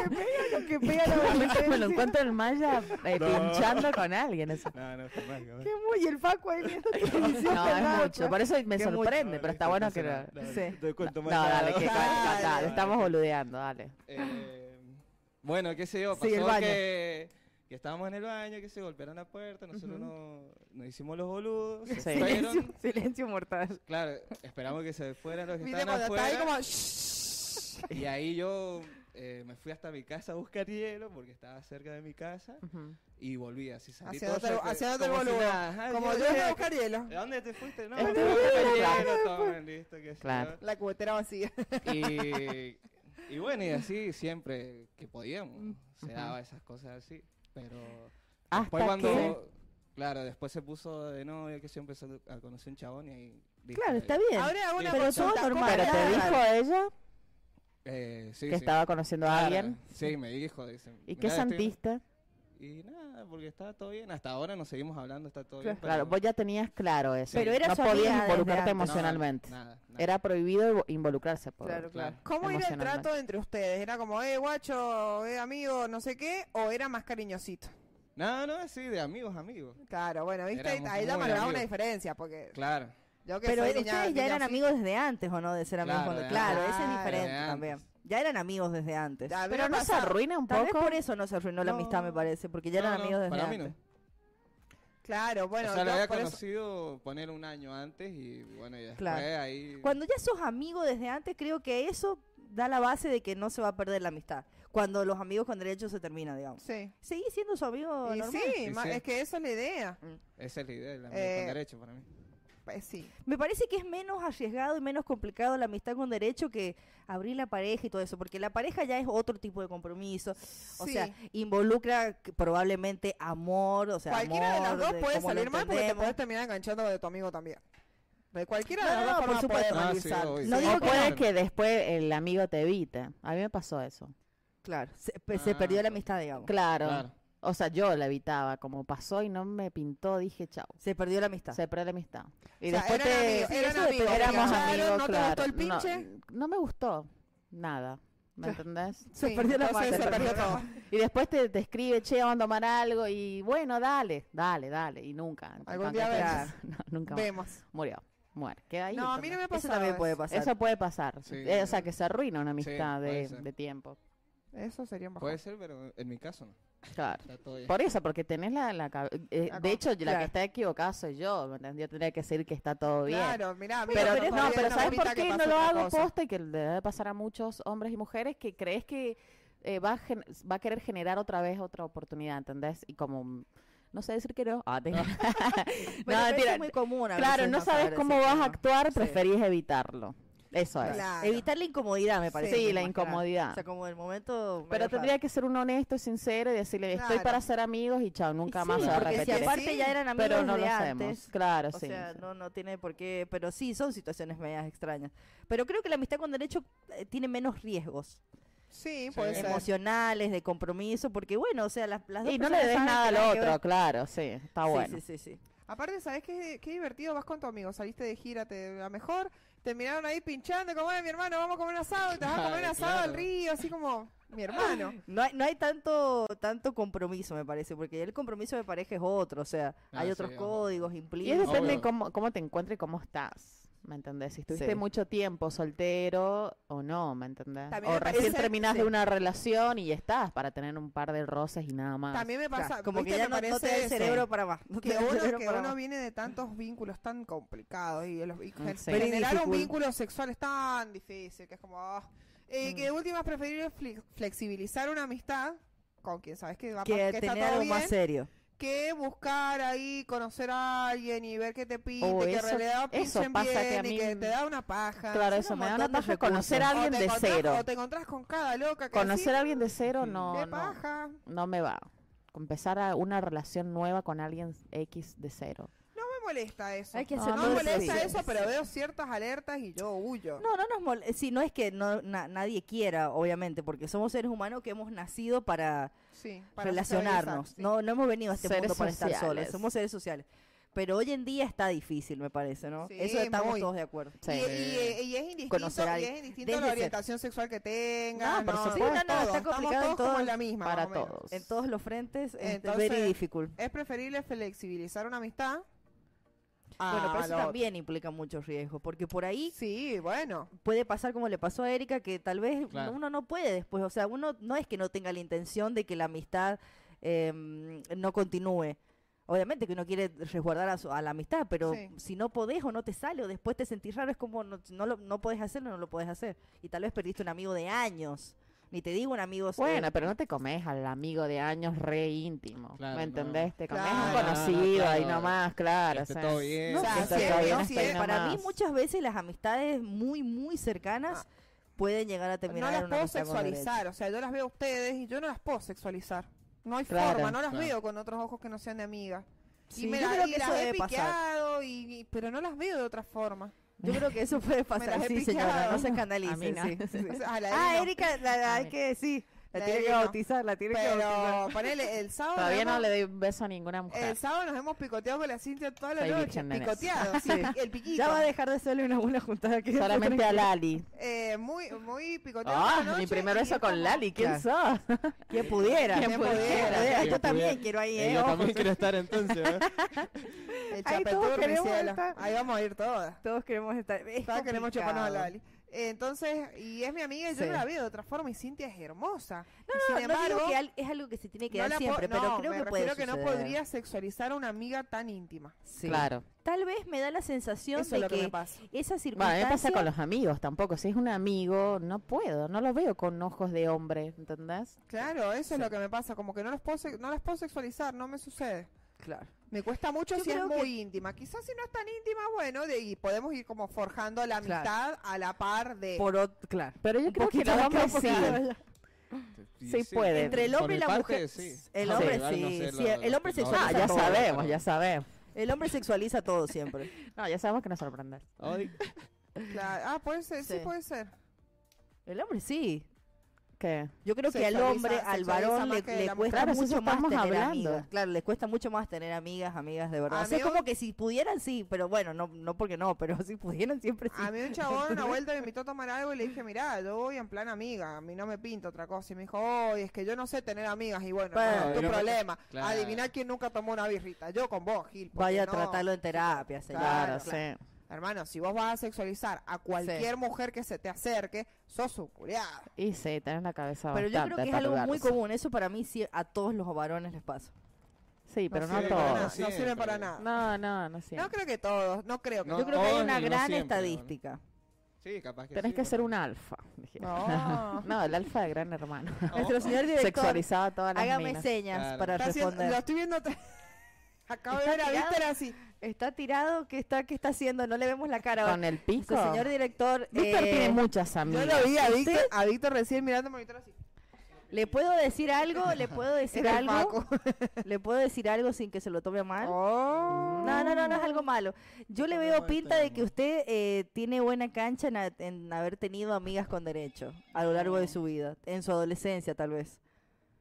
que pega la
A veces me lo
adolescencia.
encuentro en Maya eh,
No.
pinchando con alguien. Eso.
No, no, jamás, jamás.
Qué muy, el Facu ahí viendo televisión.
No, es
carajo.
mucho. Por eso me
Qué mucho.
sorprende,
No,
pero está
listo,
bueno
entonces
que lo-
eh, no, dale,
Sí.
no te cuento
No,
más
dale,
nada.
que
Dale.
dale, estamos boludeando, dale.
Eh, bueno, qué sé yo,
Sí,
pasó
el baño.
que, que estábamos en el baño, que se golpearon la puerta, nosotros
Ujú.
nos, nos hicimos los boludos, se
Sí.
fueron.
Silencio, silencio mortal.
Claro, esperamos que se fueran los que
Viste
estaban
cuando está ahí
afuera.
como.
Y ahí yo eh, me fui hasta mi casa a buscar hielo porque estaba cerca de mi casa
Ujú.
y volví así salí todo
Haciéndote el-
sorpre-
haciéndote el
como si
boludo.
nada, ajá,
Como
yo
yo voy
dije,
a buscar hielo.
¿A dónde te fuiste? No,
Es
fui a
verdad,
buscar
claro.
hielo, tomen, listo, qué sé
Claro.
yo.
La cubetera vacía.
Y, y bueno, y así siempre que podíamos, se
Ujú.
daba esas cosas así. Pero después
Hasta que...
cuando, claro, después se puso de novio, que yo empezó a conocer un chabón y ahí... dije,
Claro, está bien.
Ahora hago una
Pero
pregunta.
todo
¿Cómo
normal.
Pero
era?
te dijo ella
eh, sí,
que
sí.
estaba conociendo a
Claro,
alguien.
Sí, me dijo, dicen.
¿Y qué sentiste?
Y nada, porque estaba todo bien. Hasta ahora nos seguimos hablando, está todo bien.
Claro, vos ya tenías claro eso.
Pero era
no
su amiga
podías
desde
involucrarte
antes.
No,
emocionalmente.
nada, nada.
Era prohibido invo- involucrarse. Por...
Claro,
Claro.
¿Cómo era el
emocionalmente.
trato entre ustedes? ¿Era como, eh, guacho, eh, amigo, no sé qué? ¿O era más cariñosito?
No, no, sí, de amigos, amigos.
Claro, bueno, viste,
Éramos
ahí ya
muy
marcaba
amigos.
una diferencia, porque
Claro.
yo que
Pero
soy
eh,
niña-
ustedes ya
niña
eran
así,
amigos desde antes, ¿o no? De ser amigos.
Claro,
cuando-
de
Claro,
antes.
ese es
Claro,
diferente
de antes.
también. Ya eran amigos desde antes.
ya había
Pero no se
pasado.
arruina un
Tal vez
poco.
por eso no se arruinó la amistad, me
No.
parece, porque ya eran
No, no,
amigos desde
para mí
antes.
no.
Claro, bueno,
o sea, lo
yo
había
por eso-
conocido poner un año antes y bueno, y después
Claro.
ahí.
Cuando ya sos amigo desde antes, creo que eso da la base de que no se va a perder la amistad. Cuando los amigos con derechos se termina, digamos.
Sí.
Seguís siendo su amigo
Y
normal.
sí,
Y
ma-
sí.
es que esa es la idea.
Esa es la idea, el amigo
Eh,
con derecho para mí.
Pues sí.
Me parece que es menos arriesgado y menos complicado la amistad con derecho que abrir la pareja y todo eso, porque la pareja ya es otro tipo de compromiso. O sea, involucra que probablemente amor, o sea,
cualquiera de las
amor,
dos puede
cómo lo
salir mal porque te
entendemos.
puedes terminar enganchando de tu amigo también. De cualquiera
No,
de las
no,
dos
por
formas puede
supuesto.
Ah,
salir
sí,
sal.
obvio.
No
Sí,
digo
O
que-
puede que después el amigo te evita. A mí me pasó eso.
Claro, se, pe- se
Ah,
perdió la
claro.
amistad, digamos.
Claro.
Claro.
O sea, yo la evitaba. Como pasó y no me pintó, dije chao.
Se perdió la amistad.
Se perdió la amistad. Y
O sea,
después
eran
te-
amigos,
sí,
eran
eso de
amigos,
pe-
te
éramos
engancharon,
amigos,
¿no te
claro.
gustó el
No,
pinche?
no me gustó nada. ¿Me entendés?
Se
Sí,
perdió la
entonces
amistad.
se perdió todo.
Y después te, te escribe, che, vamos a tomar algo y bueno, dale, dale, dale. Y nunca.
Algún
nunca-
día
No, nunca más.
Vemos.
Murió. Muere. Queda ahí.
No, a mí no me
Eso
pasó.
también puede pasar.
Eso puede pasar.
Sí,
Eh, o sea,
claro.
que se arruina una amistad
puede
de,
ser.
de tiempo.
Eso sería un bajón.
Puede ser, pero en mi caso no.
Claro.
Está todo bien.
Por eso, porque tenés la... la cab- eh,
La
de
con-
hecho, la
claro.
que está equivocada soy yo. ¿me entendés? Yo tendría que decir que está todo bien.
Claro, mirá, amigo,
Pero,
pero es-
no,
todavía
pero
no
¿sabes
pinta
por
que
qué
pase
no lo
otra
hago
cosa.
posta y que le debe pasar a muchos hombres y mujeres que crees que eh, va, a gen- va a querer generar otra vez otra oportunidad, ¿entendés? Y como, mm, no sé decir que no. Ah, te- no,
Bueno, pero eso
mentira.
es muy común. a
Claro,
veces
no sabes
saber
cómo
decir
vas
que
a
no.
actuar,
Sí.
preferís evitarlo. Eso es.
Claro.
Evitar la incomodidad, me parece.
Sí,
que
la
es más grave.
incomodidad.
O sea, como el momento. medio
Pero
raro.
tendría que ser un honesto y sincero y decirle, estoy
Claro.
para ser amigos y chao,
Y
nunca
sí,
más se va a
porque
repetir.
Si
esto.
aparte
Sí,
ya eran amigos
pero no lo
desde
hacemos.
antes.
Claro,
O
sí.
sea,
sí.
no, no tiene por qué, pero sí, son situaciones medias extrañas. Pero creo que la amistad con derecho eh, tiene menos riesgos
Sí,
Sí.
puede ser.
emocionales, de compromiso, porque bueno, o sea, las, las dos
Y no le
personas
des
saben
nada
que
al
nada que ver.
otro, claro, sí. Está
Sí,
bueno.
Sí, sí, sí.
Aparte, ¿sabes qué, qué divertido? Vas con tu amigo, saliste de gira, te la mejor, terminaron ahí pinchando, como, "Eh, mi hermano, vamos a comer un asado, y te vas a comer un
Claro,
asado al
claro.
río, así como, mi hermano.
No hay, no hay tanto, tanto compromiso, me parece, porque el compromiso de pareja es otro, o sea,
Ah,
hay
sí,
otros
ojo.
códigos,
Y
implica.
es depende
Obvio.
de cómo, cómo te encuentres y cómo estás. ¿Me entendés? Si estuviste
Sí.
mucho tiempo soltero o no, ¿me entendés?
También
o
me parece-
recién terminás de
sí.
una relación y ya estás para tener un par de roces y nada más.
También me
O sea,
pasa,
como que
¿viste?
ya
Me
no, no te da
parece
el
eso,
cerebro para más. No te
que
da el
uno,
cerebro
que
para
uno
más.
viene de tantos vínculos tan complicados y, los, y gen-
Mm, sí.
Very
generar un
difficult.
vínculo sexual es tan difícil que es como, ah. Eh, que de
Mm.
última es preferible fli- flexibilizar una amistad con quien sabes que, va, pa-
Que
que está
tener
todo
algo
bien,
más serio.
que buscar ahí, conocer a alguien y ver que te pinte,
Oh,
que en
eso-
realidad
eso
pinchen
pasa que
bien
a
y
mí
que
me-
te da una paja.
claro,
son
eso
un
me da
montón
una
de
paja conocer a
O
alguien
te
de
encontrás-
cero.
O te encontrás con cada loca que
Conocer
decís,
a alguien de cero
"Qué
no, no,
paja.
no me va. Empezar a una relación nueva con alguien X de cero.
No me molesta eso.
Hay que
no
hacer
me
todo
molesta
eso.
eso, pero veo ciertas alertas y yo huyo.
No, no nos mol- eh, Sí, no es que no, na- nadie quiera, obviamente, porque somos seres humanos que hemos nacido para,
Sí, para
relacionarnos.
socializar, sí.
No, no hemos venido a este
Seres
mundo para estar solos.
sociales.
Somos seres sociales. Pero hoy en día está difícil, me parece, ¿no?
Sí,
Eso estamos
muy.
todos de acuerdo.
Sí.
Y, y- eh, y es
Conocer
indistinto,
a
y
alguien.
es indistinto
Desde
la
ser.
orientación sexual que tenga.
No, por
no,
supuesto.
no, no,
está
estamos
complicado en
todos como
todo-
en la misma.
para
más o menos.
todos.
En todos los frentes es
Entonces-
very difficult.
Es preferible flexibilizar una amistad. a
bueno, pero eso
lo-
también implica muchos riesgos, porque por ahí
Sí, bueno.
puede pasar como le pasó a Erika, que tal vez
Claro.
uno no puede después. O sea, uno no es que no tenga la intención de que la amistad eh, no continúe. Obviamente que uno quiere resguardar a, su- a la amistad, pero
Sí.
si no podés o no te sale o después te sentís raro, es como no, no, lo- no podés hacerlo, no lo podés hacer. Y tal vez perdiste un amigo de años. Ni te digo un amigo. eh,
Bueno, pero no te comes al amigo de años re íntimo.
Claro,
¿Me
no.
entendés? Te comes a un
Claro,
no, no,
conocido ahí
claro.
nomás, claro.
Está
o sea.
todo bien.
No,
O sea,
que
está
sí,
todo
¿no?
bien,
Que
sí, ahí
para mí
nomás.
muchas veces las amistades muy, muy cercanas pueden llegar a
Ah. No
terminar
las
en una
puedo
amistad con derecho.
sexualizar. O sea, yo las veo a ustedes y yo no las puedo sexualizar. No hay
Claro,
forma, no las
claro.
veo con otros ojos que no sean de amiga.
Sí,
y me
yo
la-
creo
y
que
las
eso
he
debe pasar.
piqueado, y- y- pero no las veo de otra forma.
Yo creo que eso puede pasar.
las he
Sí, señora,
picado.
no se escandalice.
A mí no.
sí, sí.
O sea, a la
Ah,
Eri no.
Erika, la, la-
A
hay
mí.
que sí. La,
La
tiene que
Eri no.
bautizar, la tiene que bautizar.
Pero ponele, el sábado.
Todavía
nos
no le
hemos-
doy un beso a ninguna mujer.
El sábado nos hemos picoteado con la Cintia toda la
Soy
noche.
virgen en eso.
Picoteado, sí, el piquito.
Ya va a dejar de serle una buena juntada que
Solamente a Lali.
Eh, muy, muy picoteado. toda la
Ah,
noche
mi primer
y
beso
es
con
como-
Lali, ¿quién sos?
Quien pudiera.
Quien
Quien
pudiera.
pudiera. Yo
Quien
también
pudiera.
quiero ahí,
Eh,
eh.
yo
ojo,
también quiero estar entonces. ¿eh?
El
Ahí todos
chapeturri,
queremos
cielo.
estar.
Ahí vamos a ir todas.
Todos queremos estar. es
Todas queremos
complicado.
chuparnos a Lali. Eh, Entonces, y es mi amiga y yo
Sí.
no la veo de otra forma y Cintia es hermosa. No,
No,
sin
no digo
embargo,
que al- es algo que se tiene que
no
dar
la po-
siempre, pero
no,
creo
me
que puede
refiero que no
suceder.
podría sexualizar a una amiga tan íntima.
Sí.
Claro.
Tal vez me da la sensación
Eso
de
es lo que,
que,
me pasa.
Bueno, a
esa
mí
circunstancia
me pasa con los amigos tampoco. Si es un amigo, no puedo, no lo veo con ojos de hombre, ¿entendés?
Claro, eso es lo que me pasa, como que no las puedo, se- no las puedo sexualizar, no me sucede.
Claro.
Me cuesta mucho
Yo
si es
creo
muy
que-
íntima. Quizás si no es tan íntima, bueno, de ahí podemos ir como forjando la
Claro.
amistad a la par de...
Por ot- claro.
Pero yo
Un
creo que
poquito
los
más
hombres sí.
provocadora.
Sí puede.
Entre el
Por
hombre y
mi
la
parte,
mujer.
sí.
El
Sí,
hombre
igual no
sí,
sé
sí,
lo-
el
lo-
hombre
lo-
Ah,
sexualiza
ya
todo.
sabemos, ya sabemos.
El hombre sexualiza todo siempre.
No, ya sabemos que nos sorprender.
Ay,
Claro. Ah, puede ser, sí,
Sí.
puede ser.
El hombre sí.
¿Qué?
Yo creo que al
Sexualiza-
hombre, al
sexualiza
varón
más
le, le
que la mujer.
cuesta
Claro, eso
mucho más
estamos
tener
hablando.
amigas. Claro, les cuesta mucho más tener amigas, amigas de verdad. O sea, es
Amigo-
como que si pudieran sí, pero bueno, no no porque no, pero si pudieran siempre sí.
A mí un chabón una vuelta me invitó a tomar algo y le dije, mirá, yo voy en plan amiga, a mí no me pinta otra cosa. Y me dijo, oh, es que yo no sé tener amigas. Y bueno,
Bueno,
no, es tu
pero-
problema.
Claro.
Adiviná quién nunca tomó una birrita. Yo con vos, Gil. porque
Vaya a
no.
tratarlo en terapia, señor.
Claro,
Claro, sí.
Hermano, si vos vas a sexualizar a cualquier mujer que se te acerque, sos su curiada.
Y sí, tenés la cabeza
Pero yo creo que
bastante
es algo muy
perversa.
común. Eso para mí sí a todos los varones les pasa.
Sí, pero no,
sirve para nada,
todos.
No sirve
Siempre.
para nada. No,
No, no, no sé.
creo que todos, no creo que
No,
Yo creo que hay
todos
una
y no
gran
siempre, bueno.
estadística.
Sí, capaz que
Tenés
sí,
que ser
pero-
un alfa. dije.
No.
No, el alfa de gran hermano.
Nuestro señor director,
Sexualizaba a todas las
hágame
minas.
señas
Claro.
para
Está haciendo-
responder.
lo estoy viendo. te- Acabo de
¿Está
ver a
tirado?
Víctor así.
Está tirado, ¿qué está, qué está haciendo? No le vemos la cara.
Con el pico.
Nuestro señor director,
Víctor
eh,
tiene muchas amigas.
Yo lo vi a Víctor, a Víctor recién mirando el monitor así.
¿le puedo decir algo? ¿Le puedo decir
Era el
algo?
Paco.
¿Le puedo decir algo sin que se lo tome a mal?
Oh.
No, no, no, no es algo malo. Yo le
No,
veo
no,
pinta
está
de que
bien.
usted eh, tiene buena cancha en, a- en haber tenido amigas con derecho a lo
Oh.
largo de su vida, en su adolescencia tal vez.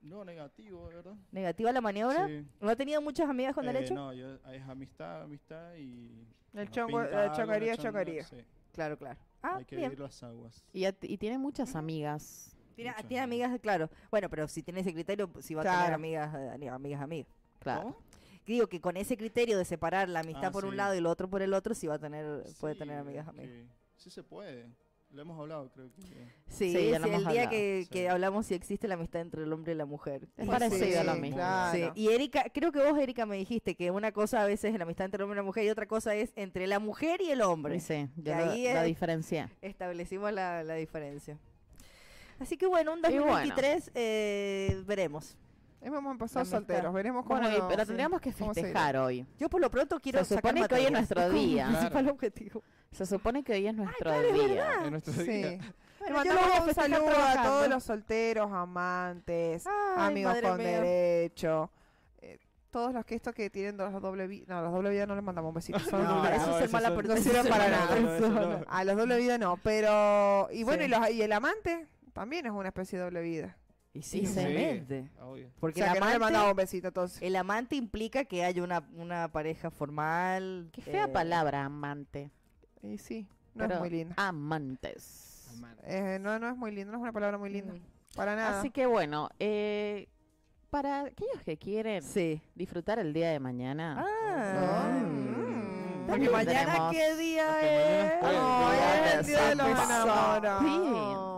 No, negativo, ¿verdad?
¿Negativa la maniobra?
Sí.
¿No ha tenido muchas amigas con
Eh,
derecho?
No, yo, es amistad, amistad y...
El
nos
chongo-
pinta
la
algo,
chocaría,
chonga,
chocaría.
sí.
Claro, claro. Ah,
Hay que
bien.
ir las aguas.
Y, a- y tiene muchas amigas.
Tiene,
Muchas
tiene amigas, claro. Bueno, pero si tiene ese criterio, si va a tener
Claro.
amigas, eh, ani- amigas, amigas.
Claro.
¿Cómo?
Que Digo que con ese criterio de separar la amistad
Ah,
por un
sí.
lado y lo otro por el otro, sí va a tener, puede
Sí,
tener amigas,
es
amigas.
que Sí se puede. Lo hemos hablado, creo que... eh,
Sí, ya
Sí,
lo
sí, el
hemos
día
hablado,
que,
sí.
que hablamos si existe la amistad entre el hombre y la mujer.
Es
Y
parecido
sí,
a lo
pues sí,
mismo.
Claro.
Sí, y Erika, creo que vos, Erika, me dijiste que una cosa a veces es la amistad entre el hombre y la mujer y otra cosa es entre la mujer y el hombre.
Y Sí, yo
Que
lo-
ahí
la
es-
diferencié.
Establecimos la, la diferencia. Así que bueno, un
Y bueno.
2023 eh, veremos.
Hemos
La
empezado
amistad.
solteros, veremos cómo.
Bueno, y-
nos-
pero
sí,
tendríamos que
cómo se irá.
festejar hoy.
Yo por lo pronto quiero
Se
sacar
supone que hoy es
material.
nuestro
como
día.
Principal objetivo.
Se supone que hoy es nuestro
claro, es
día.
En nuestro
Sí.
día.
Le
Bueno, yo lo voy a
mandamos un
festejar
saludo a
trabajando.
todos los solteros, amantes,
Ay,
amigos
madre
con
mía.
derecho. eh, todos los que estos que tienen dos doble vida. No, los doble vida no les mandamos un besito. son
No,
doble vida.
eso es
no,
ser
eso
mala
son-
persona.
no sirve
Eso es
para
mala
nada.
persona.
A los doble vida no, pero. Y bueno,
Sí.
y, los, y el amante también es una especie de doble vida.
Y
Y
sí,
sí.
obviamente.
Obvio.
O
Porque
sea,
el,
que no le
amante,
mandamos un besito entonces.
el amante implica que haya una, una pareja formal.
Qué fea
eh,
palabra, amante.
Y sí, no
Pero
es muy lindo.
Amantes.
Eh, no, no es muy lindo, no es una palabra muy linda.
Mm.
Para nada.
Así que bueno, eh, para aquellos que quieren
Sí.
disfrutar el día de mañana.
Ah.
Mm.
Porque
También
mañana
tenemos-
qué día
Porque mañana
es.
es
Ay,
Ay,
hoy es
Dios,
el día de los
pesado.
enamorados.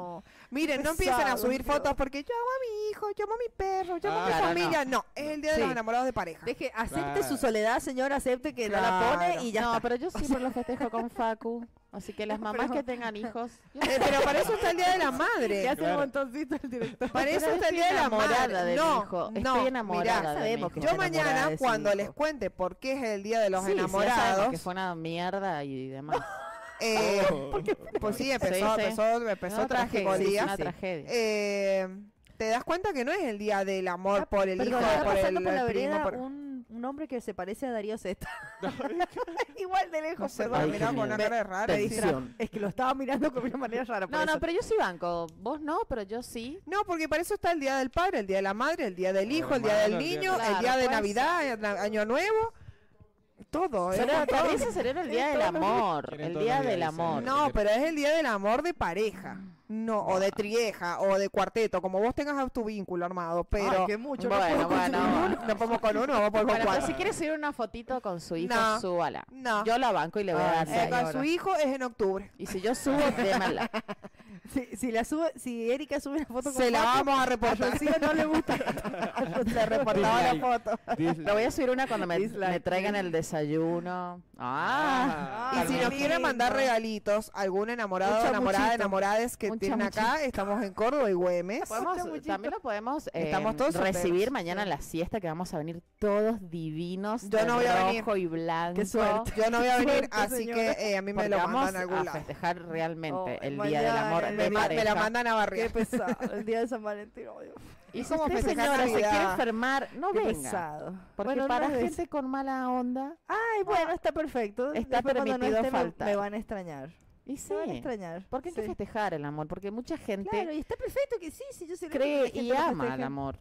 Miren, no empiecen a
Pesado,
subir
Dios.
fotos porque yo amo a mi hijo, yo amo a mi perro, yo amo a mi
Ah, claro,
familia. No. es el día de los
Sí.
enamorados de pareja.
Deje, acepte
Claro.
su soledad, señor, acepte que no la
Claro.
pone y ya
no,
está.
pero yo siempre los festejo con Facu. Así que las
No,
mamás
pero-
que tengan hijos. yo-
Eh, pero para eso está el día de la
Le
madre.
hace el
Claro.
montoncito el director.
Para
Pero
eso está el
estoy
día de la
enamorada
madre.
de mi
no,
hijo,
no,
estoy enamorada
mirá,
de mi
sabemos
hijo.
que
Yo
está enamorada
mañana,
de su
cuando
hijo.
les cuente por qué es el día de los
Sí, sí, ya sabemos
enamorados,
que fue una mierda y demás.
eh, pues sí, empezó,
Sí, sí.
empezó, empezó
Una tragedia,
trágico el
sí,
día.
Una
sí.
tragedia.
Eh, te das cuenta que no es el día del amor
Ah,
por el
Perdón,
hijo,
está
por el,
pasando por la
primo,
vereda
por-
un, un hombre que se parece a Darío Zeta. Igual de
No
lejos,
sé,
perdón.
Ay,
mirá, con una
genial.
cara rara.
Me
y
distrajo. Es que lo estaba mirando con una manera rara. por
No, no,
eso.
pero yo sí banco. Vos no, pero yo sí.
No, porque para eso está el día del padre, el día de la madre, el día del
El
hijo, el día del
hermano, el día
niño,
del-
el día
Claro,
de
puede
Navidad, el na- Año Nuevo. todo. es un
Celebra-
montón.
también se celebra el Día del Amor.
Quieren
El
todos
Día
los
del
días,
Amor.
dicen.
No, pero es el día del amor de pareja. No, o de trieja, o de cuarteto, como vos tengas a tu vínculo armado, pero...
Ay, qué mucho. no
Bueno,
puedo con-
bueno.
No, no podemos con uno, vamos por
Bueno, pero
cuatro.
si quiere subir una fotito con su hijo,
No.
súbala.
No,
Yo la banco y le voy a dar
Ay, sí.
eh,
like.
con
señora.
su hijo es en octubre.
Y si yo subo, démala.
Si, si la sube, si Erika sube una foto con
Se la
Paco,
vamos a reportar.
Alfonsina no le gusta. Le reportaba la foto.
Le voy a subir una cuando me,
Dislike.
me traigan el desayuno. Ah,
Ah,
Y si
qué
nos quieren mandar
lindo.
regalitos, algún
Un
enamorado, enamorada,
chamuchito.
enamorades que
Un
tienen acá, estamos en Córdoba y Güemes.
podemos-
chamuchito.
también lo podemos eh,
Estamos todos
recibir
solteros,
mañana en la siesta que vamos a venir todos divinos.
Yo
de
no voy a venir.
rojo y blanco.
Qué suerte.
Yo no voy a venir,
Suerte,
así que
señora.
eh, a mí me
Porque
lo
vamos
mandan a
a
algún lado.
festejar realmente
Oh,
el
mañana,
día del amor
el
de
Me, ma- me la
pareja.
mandan a
Qué
barrier.
pesado. El día de San Valentín. ay, Dios.
Y si
¿Cómo
usted,
festejar
señora, se
Navidad?
quiere enfermar, no
Qué
venga.
pesado.
Porque
Bueno, no
para
es-
gente con mala onda,
Ay, bueno, está perfecto.
Está
Después cuando no
permitido
esté, me-
faltar.
Me, van a extrañar.
y
Me van a
sí.
extrañar.
Porque hay que
sí.
festejar el amor, porque mucha gente
Claro, y está perfecto que sí, sí, yo celebro que la
cree
gente
y
lo
ama al
festeje.
amor.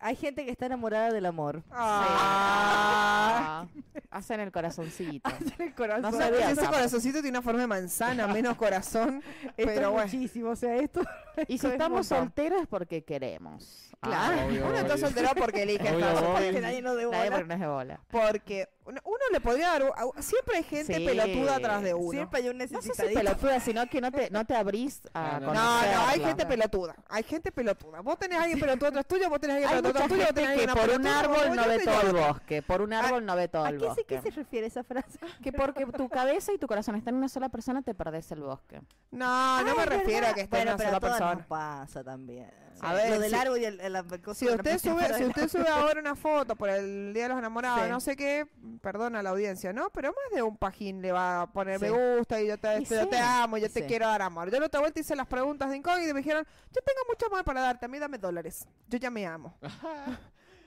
Hay gente que está enamorada del amor.
Ah.
Ah, Hacen el corazoncito.
el corazón.
No
Ese-
sabía.
ese corazoncito tiene una forma de manzana, menos corazón.
Esto
Pero
es
bueno.
muchísimo, o sea, esto.
Y si
es
estamos
montón.
solteros es porque queremos.
Claro.
Ah,
Obvio,
Uno está
obvio.
soltero porque elige estar
Obvio,
soltero.
que nadie nos
nadie porque
devuelve.
no es de bola.
Porque uno, uno le podría dar. a- Siempre hay gente
Sí.
pelotuda atrás de uno.
Siempre hay un
No sé si
necesitadito.
pelotuda, sino que no te, no te abrís a
Ah, no, no.
No,
conocerla.
no, hay gente pelotuda. Hay gente pelotuda. Vos tenés a alguien pelotudo atrás tuyo, vos tenés a
Hay
alguien pelotudo
mucha
atrás tuyo, vos tenés a
gente
alguien
que por un
pelotuda,
árbol
vos
no ve
tenés a
todo el
alguien-
bosque, por un árbol no ve todo
¿A
el
qué, se, qué
bosque.
se refiere esa frase?
Que porque tu cabeza y tu corazón están en una sola persona te perdés el bosque.
No, no
Ah,
me
es
refiero
verdad.
a que esté
Bueno,
en una
pero
sola
a todas
persona.
nos pasa también.
A ver,
lo del
si-
árbol y el, el- la cosa
Si
de la
usted,
persona
sube,
fuera
si
del
usted sube ahora una foto por el Día de los Enamorados,
Sí.
no sé qué, perdona la audiencia, ¿no? Pero más de un pajín le va a poner
Sí.
me gusta y yo te, este,
Y
yo
sí,
te amo, yo
y
te
sí.
quiero dar amor. Yo la otra vuelta hice las preguntas de incógnito y me dijeron, yo tengo mucho amor para darte, a mí dame dólares, yo ya me amo.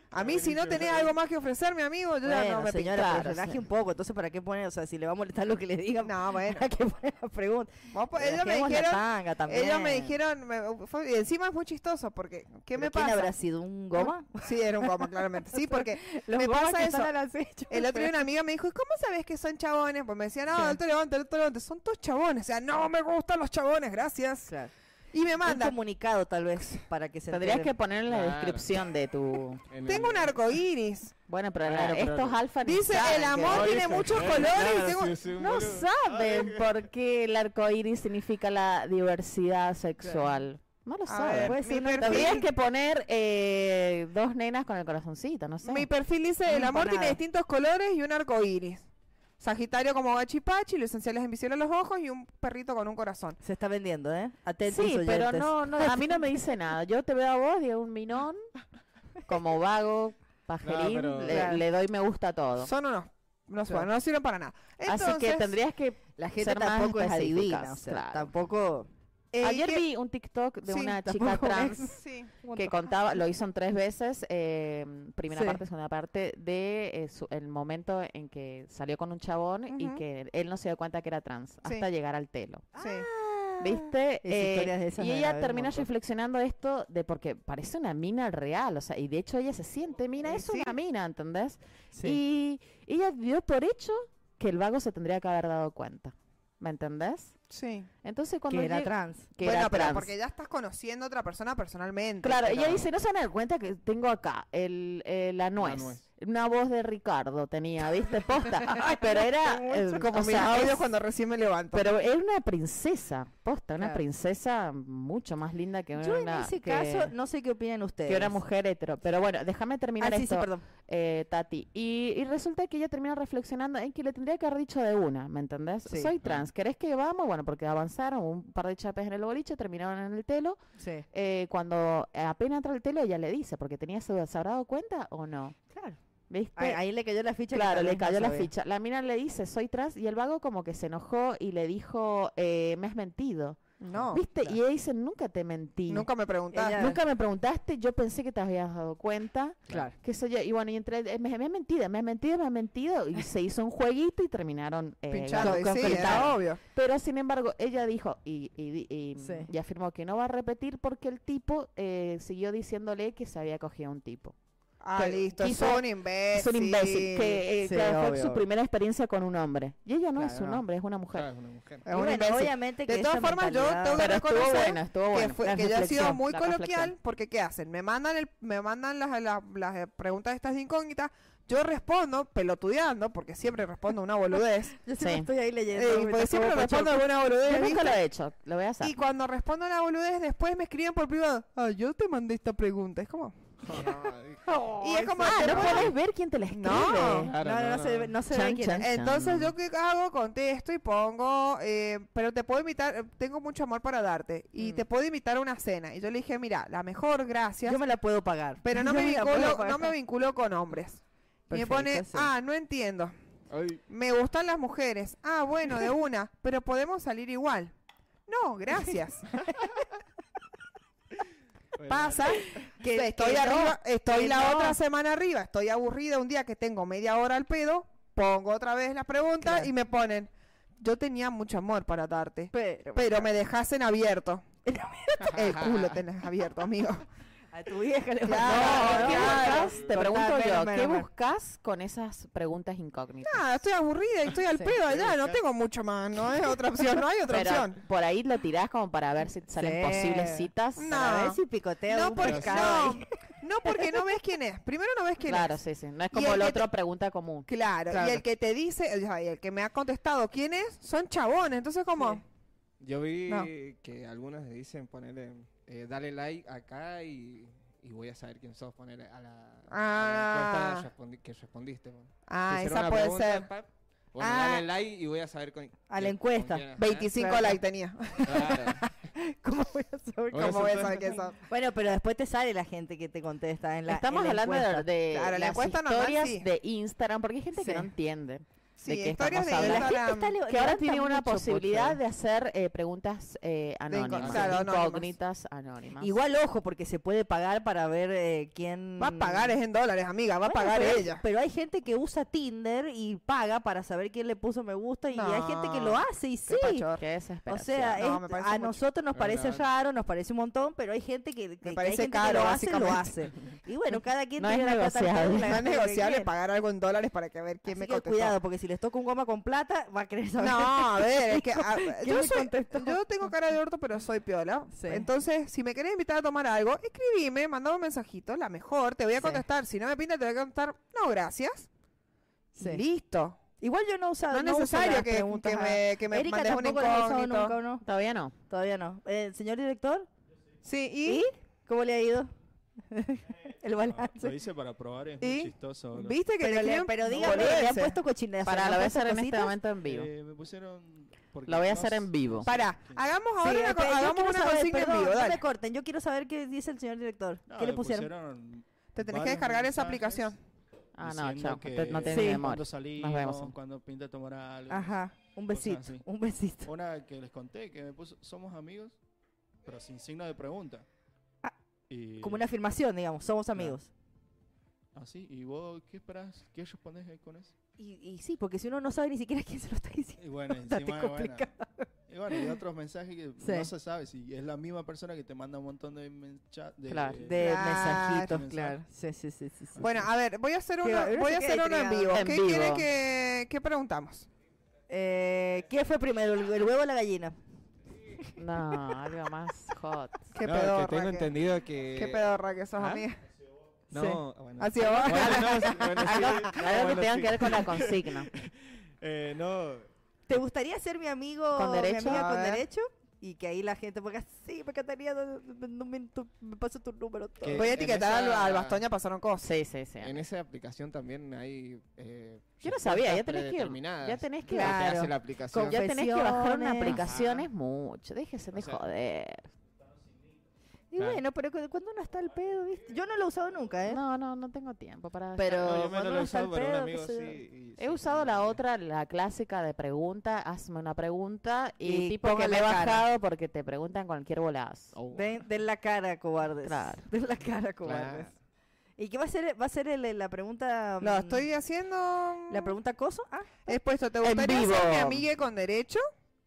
A mí si no tenés algo más que ofrecerme, amigo, yo ya
Bueno,
no me pinto.
señora, pero
claro,
relaje
sí.
un poco. Entonces, ¿para qué poner? O sea, si le va a molestar lo que le digan,
No, bueno.
¿para qué poner la pregunta?
Vos po- ellos me
Dejemos la
dijeron,
tanga también.
ellos me dijeron, me- fue- y encima es muy chistoso porque,
¿Pero
¿qué me
quién
pasa?
habrá sido un goma?
Sí, era un goma, claramente. Sí, porque
Los
me
gomas
pasa
que
eso.
están al acecho.
El otro día una amiga me dijo, ¿y cómo sabes que son chabones? Pues me decían, ah, el te levante, el otro levante. Son todos chabones. O sea, no me gustan los chabones, gracias.
Claro.
Y me
Un
manda,
comunicado, tal vez, para que se
Tendrías que
enteren.
poner en la
Claro.
descripción de tu...
En el-
tengo un arco iris.
Bueno, pero
Claro,
la-
pero-
estos alfa ni
Dice,
saben
el
que-
amor tiene muchos
Claro,
colores.
claro,
tengo-
sí, sí, un
No
boludo.
saben por qué el arco iris significa la diversidad sexual. No lo
A
saben.
ver,
Pues,
puede ser
mi,
una
perfil,
Tendrías que poner eh, dos nenas con el corazoncito, no sé.
mi perfil dice, el amor tiene
Empanada.
distintos colores y un arco iris. Sagitario como gachipachi, lo esencial es invisible a los ojos y un perrito con un corazón.
Se está vendiendo, ¿eh? Atentos,
Sí, pero
oyentes.
no, no, a mí no me dice nada. Yo te veo a vos, Diego, un minón, como vago, pajerín,
pero-
le,
Claro.
le doy me gusta a todo.
Son unos, no, son, no sirven para nada.
Así que
Entonces,
tendrías que...
La gente
ser más
tampoco es
específicas,
adivina, o sea,
claro.
tampoco...
eh,
Ayer
¿qué-
vi un TikTok de
Sí,
una chica
tampoco es-
trans
Sí.
que contaba, lo hizo en tres veces, eh, primera
Sí.
parte, segunda parte, de eh, su- el momento en que salió con un chabón y
Ujú.
que él no se dio cuenta que era trans, hasta llegar al telo.
Sí.
Ah,
Ah.
¿Viste?
Esa
Eh,
historia de esas
y
me la
ella
vi un
termina
montón.
reflexionando esto de porque parece una mina real, o sea, y de hecho ella se siente mina,
Y
es
Eh, sí.
una mina, ¿entendés?
Sí.
Y ella dio por hecho que el vago se tendría que haber dado cuenta, ¿me entendés?
Sí.
Entonces cuando
Que era
lleg-
trans.
que
bueno,
era
pero
trans.
porque ya estás conociendo a otra persona personalmente.
Claro,
pero-
ella dice, no se van a dar cuenta que tengo acá el, eh, la, nuez.
nuez.
Una voz de Ricardo tenía, ¿viste? Posta. pero era... eh,
como
o
mis
sea,
audios
es-
cuando recién me levanto.
Pero era una princesa, posta, una
Claro.
princesa mucho más linda que una...
Yo en ese
que-
caso no sé qué opinan ustedes.
que era mujer hetero. Pero bueno, déjame terminar
Ah, sí, sí,
esto,
perdón.
eh, Tati. Y, y resulta que ella termina reflexionando en que le tendría que haber dicho de una, ¿me entendés?
Sí.
Soy trans, ¿querés que vamos? Bueno, porque avanzaron un par de chapes en el boliche, terminaron en el telo.
Sí.
Eh, cuando apenas entra el telo, ella le dice, porque tenía su ¿se habrá dado cuenta o no?
Claro.
¿Viste?
Ahí, ahí le cayó la ficha. que ¿eh?
Claro,
tal
le
vez no
cayó la
sabía.
ficha. La mina le dice, soy trans, y el vago como que se enojó y le dijo, eh, me has mentido.
no,
¿Viste?
claro.
Y ella dice, nunca te mentí.
nunca me preguntaste.
Ella-
Nunca me preguntaste, yo pensé que te habías dado cuenta.
Claro.
qué sé yo, y bueno, y entre, eh, me, me han mentido, me han mentido, me han mentido, y se hizo un jueguito y terminaron eh,
Pinchando,
con-
y
con-
sí,
con-
era obvio.
Pero sin embargo, ella dijo y, y, y- y-
Sí.
y afirmó que no va a repetir porque el tipo eh, siguió diciéndole que se había cogido a un tipo.
Ah,
que
listo.
quiso-
son imbéciles.
Es un imbécil. Que, eh,
Sí,
claro, fue
obvio,
su
obvio.
primera experiencia con un hombre. Y ella no es
Claro,
un
no.
hombre, es una mujer.
Claro, es una mujer.
Es
Y
un
bueno,
imbécil.
obviamente
De
que
todas
esa
formas, yo
mentalidad-
tengo que
Pero estuvo
reconocer
buena, estuvo buena.
que, fue-
La
que yo he sido
reflexión,
muy
la
coloquial
reflexión.
porque ¿qué hacen? Me mandan el, me mandan las, las, las, eh, preguntas estas de incógnitas, yo respondo pelotudeando porque siempre respondo una boludez.
Yo siempre
Sí.
estoy ahí
eh,
leyendo.
porque
mientras
siempre
como
respondo alguna boludez.
Yo nunca
¿viste?
lo he hecho, lo voy a hacer.
Y cuando respondo la boludez después me escriben por privado, ah, yo te mandé esta pregunta, es como y es como
Ah,
te
no
ponen-
podés ver quién te la escribe.
No.
No,
Claro,
no, no, se, ve- no se ve
Chan,
quién es.
chan.
Entonces yo qué hago, contesto y pongo, eh, pero te puedo invitar, eh, tengo mucho amor para darte y
Mm.
te puedo invitar a una cena. Y yo le dije, mira, la mejor, gracias,
Yo me la puedo pagar.
pero no
Yo
me,
la
vinculo,
puedo
no
pagar.
me vinculo con hombres. Y me
Perfecto,
pone,
sí.
ah, no entiendo, me gustan las mujeres, ah, bueno, de una, pero podemos salir igual. No, gracias. Pasa que
Que-
estoy
que no,
arriba, estoy
que
la
no.
otra semana arriba, estoy aburrida un día que tengo media hora al pedo, pongo otra vez la pregunta
Claro.
y me ponen, yo tenía mucho amor para darte,
Pero,
pero me dejasen abierto. El culo tenés abierto, amigo.
a tu vieja le
Claro,
¿Qué
claro.
buscas? Te
Total,
pregunto
menos,
yo,
menos,
¿qué
menos.
buscas con esas preguntas incógnitas?
Nada, Ah, estoy aburrida y estoy al
Sí,
pedo allá, no
buscar.
tengo mucho más, no es otra opción, no hay otra
Pero
opción.
por ahí lo tirás como para ver si te salen
Sí.
posibles citas.
No.
A ver si picoteo
No,
un
porque,
pescado
no,
ahí.
no porque no ves quién es. Primero no ves quién
Claro,
es.
sí, sí. No es
Y
como
el
la
que te-
otra pregunta común.
Claro,
Claro.
y el que te dice, o sea, y el que me ha contestado quién es, son chabones, entonces como...
Sí.
Yo vi
No.
que algunas le dicen ponerle, eh, dale like acá y, y voy a saber quién sos, ponerle a la, a la
Ah.
encuesta respondi- que respondiste. po.
Ah,
Te hicieron
esa
una
puede
pregunta,
ser.
pap, bueno,
Ah.
dale like y voy a saber con
A la
quién-
encuesta.
con quién, ajá.
25
Claro.
likes tenía.
Claro.
¿Cómo voy a saber
Bueno,
¿Cómo
eso
voy a
fue-
saber qué son?
Bueno, pero después te sale la gente que te contesta en la
Estamos
en la
hablando
encuesta.
de, de
Claro, la
las
encuesta normal,
historias
sí.
de Instagram, porque hay gente
Sí.
que no entiende.
Sí,
qué
historias de
estamos hablando?
La gente
Instagram.
está le-
Que ahora
levanta
tiene una
mucho,
posibilidad
pocho.
de hacer eh, preguntas eh, anónimas,
claro,
anónimas.
incógnitas anónimas.
Igual ojo, porque se puede pagar para ver eh, quién...
Va a pagar es en dólares, amiga, va a pagar
pero,
ella.
Pero hay gente que usa Tinder y paga para saber quién le puso me gusta y hay gente que lo
No,
hace y sí.
Qué pachorra.
Qué
O
desesperación.
sea,
No,
es-
me parece
a
mucho.
nosotros nos parece
Verdad.
raro, nos parece un montón, pero hay gente que, que- que hay
parece
gente que
caro,
lo hace, lo hace.
básicamente.
Y bueno, cada quien
No
tiene
es
la plata al
negociable.
pedo, la
No es
gente que
negociable
quiere.
pagar algo en dólares para que ver quién
Así
me
que
contestó.
cuidado, porque si les toca un goma con plata, va a querer saber.
No, a ver, es que a- yo,
me
soy-
contestó?
yo tengo cara de orto, pero soy piola.
Sí.
Entonces, si me querés invitar a tomar algo, escribime, mandame un mensajito, la mejor, te voy a
Sí.
contestar. Si no me pinta, te voy a contestar, no, gracias.
Sí.
Y Listo.
Igual yo no he usado.
No es
uso las
necesario que,
preguntas
que
a-
me, que me
Erika
mandes un
tampoco lo ha usado
incógnito.
nunca, ¿o no?
Todavía no.
Todavía no. Eh, señor director,
Sí,
¿y?
y,
¿Cómo le ha ido? El
Lo
balance.
hice para probar, es
¿Y?
muy chistoso. lo-
viste que
Pero,
te
le,
escriben
pero dígame, le
boludeces?
han puesto cochinas.
Para, lo voy a hacer en este
cositas?
momento en vivo.
Eh, me pusieron... porque
Lo voy a
no
hacer
sé-
en vivo.
Pará, hagamos ahora
Sí,
una, co-
ok, yo
hagamos
quiero
una
saber,
consigna en
perdón,
vivo,
No
dale.
me corten, yo quiero saber qué dice el señor director.
No,
¿Qué le
me
pusieron?
Te tenés que
varios
descargar esa
mensajes
aplicación.
Ah, no,
diciendo
chao.
que
usted No tiene
Sí.
memoria.
Cuando salimos,
Nos vemos.
cuando pinta tomar algo.
Ajá, un
Cosas
besito,
así.
un besito.
Una que les conté que me puso, somos amigos, pero sin signo de pregunta.
Ah,
Y-
Como una afirmación, digamos, somos
Claro.
amigos.
Así, ¿y vos qué esperás? ¿Qué respondés ahí con eso?
Y, y sí, porque si uno no sabe ni siquiera quién se lo está diciendo.
Y bueno,
Bastante
encima, bueno.
complicado.
Y bueno, y otros mensajes que
Sí.
no se sabe si es la misma persona que te manda un montón de men- chat. De,
Claro.
De
Claro.
mensajitos,
Mensaje.
claro. Sí, sí, sí, sí. sí.
ah.
Bueno, a ver, voy a hacer
Que
uno,
uno
voy
se
a
quede
hacer uno en
intrigado.
vivo.
En
¿Qué
vivo.
quiere que, que preguntamos?
Eh, ¿Qué fue primero, el, el huevo o la gallina?
No, algo más hot.
Qué
No,
pedorra.
que tengo
que-
entendido que...
Qué pedorra que sos,
¿Ah?
amiga.
No, bueno.
Así va.
Bueno, no, bueno, sí, no,
Algo, algo
bueno,
que tenga
sí.
que ver con la consigna.
Eh, no,
¿Te gustaría ser mi amigo
¿Con derecho?
Mi amiga
A
con
ver.
derecho? Y que ahí la gente ponga, sí, me encantaría, no, no- no me, tu- me paso tu número. todo".
Que-
Voy a
Eh, en
etiquetar al,
esa-
al bastón, ya pasaron cosas.
Sí, sí, sí.
en esa aplicación también hay... eh,
Yo no sabía, ya
respuestas
tenés que ir.
predeterminadas.
Ya tenés que
Lo que
Claro.
hace la aplicación.
Ya tenés que bajar una
Confesiones.
aplicación,
Ajá.
es mucho. Déjese de
O sea,
joder.
Y
Claro.
bueno, pero cu- cuando uno está al pedo, ¿viste? Yo no lo he usado nunca, ¿eh?
No, no, no tengo tiempo para.
Pero
estar-
No, yo me
cuando
no
uno
lo he
está al
usado, pero un
pedo,
amigo
qué sé
sí.
yo.
y
He
sí,
usado la
me-
otra, la clásica de pregunta, hazme una pregunta y,
Y
tipo que
ponga
me he
la cara.
bajado porque te preguntan cualquier bolazo.
Oh.
Den, den la cara, cobardes.
Claro.
Den la cara, cobardes.
Claro.
¿Y qué va a ser, va a ser el- el- la pregunta?
Lo
mm,
estoy haciendo.
¿La pregunta acoso? Ah,
He puesto, ¿te
En
gustaría
vivo.
ser mi amiga con derecho?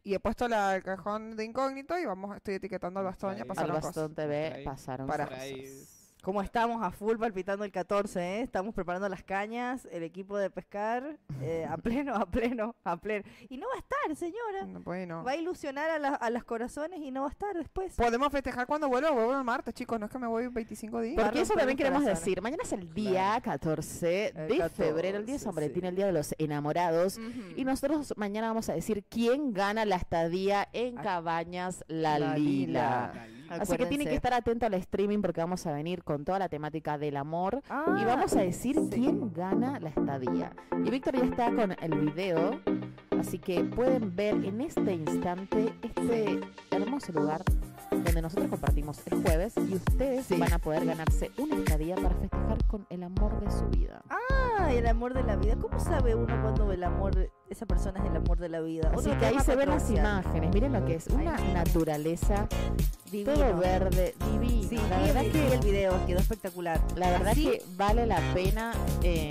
Y he puesto la, el cajón de incógnito y vamos, estoy etiquetando al bastón, ya
Ahí.
pasaron
pasaron
Al
cosas.
Bastón
cosas.
TV
Ahí.
pasaron
Para.
cosas.
Ahí.
Como estamos a full palpitando el 14, ¿eh? estamos preparando las cañas, el equipo de pescar, eh, a pleno, a pleno, a pleno. Y no va a estar, señora.
No, Mm, Bueno.
Va a ilusionar a, la- a los corazones y no va a estar después.
Podemos festejar cuando vuelvo, vuelvo el martes, chicos, no es que me voy 25 días.
Porque eso
romper
también
los
queremos
corazones.
decir. Mañana es el día 14 de febrero, el día de
14,
San Valentín,
sí. Mm.
el día de los enamorados.
Ujú.
Y nosotros mañana vamos a decir quién gana la estadía en
Ah.
Cabañas La,
La
Lila.
Lila.
Así que tienen que
Acuérdense.
estar atentos al streaming porque vamos a venir con toda la temática del amor y vamos a decir
Ah, sí.
quién gana la estadía. Y Víctor ya está con el video, así que pueden ver en este instante este hermoso lugar donde nosotros compartimos el jueves y ustedes
Sí.
van a poder ganarse una estadía para festejar con el amor de su vida.
Ah, el amor de la vida. ¿Cómo sabe uno cuando el amor, esa persona es el amor de la vida?
Así
Otro
que ahí
tema
se ven las
controversial.
imágenes, miren lo que es, una naturaleza, todo
Divino.
verde, divino.
Sí,
la
vi
verdad
el-
que
vi el video quedó espectacular.
La verdad
Así-
que vale la pena. eh,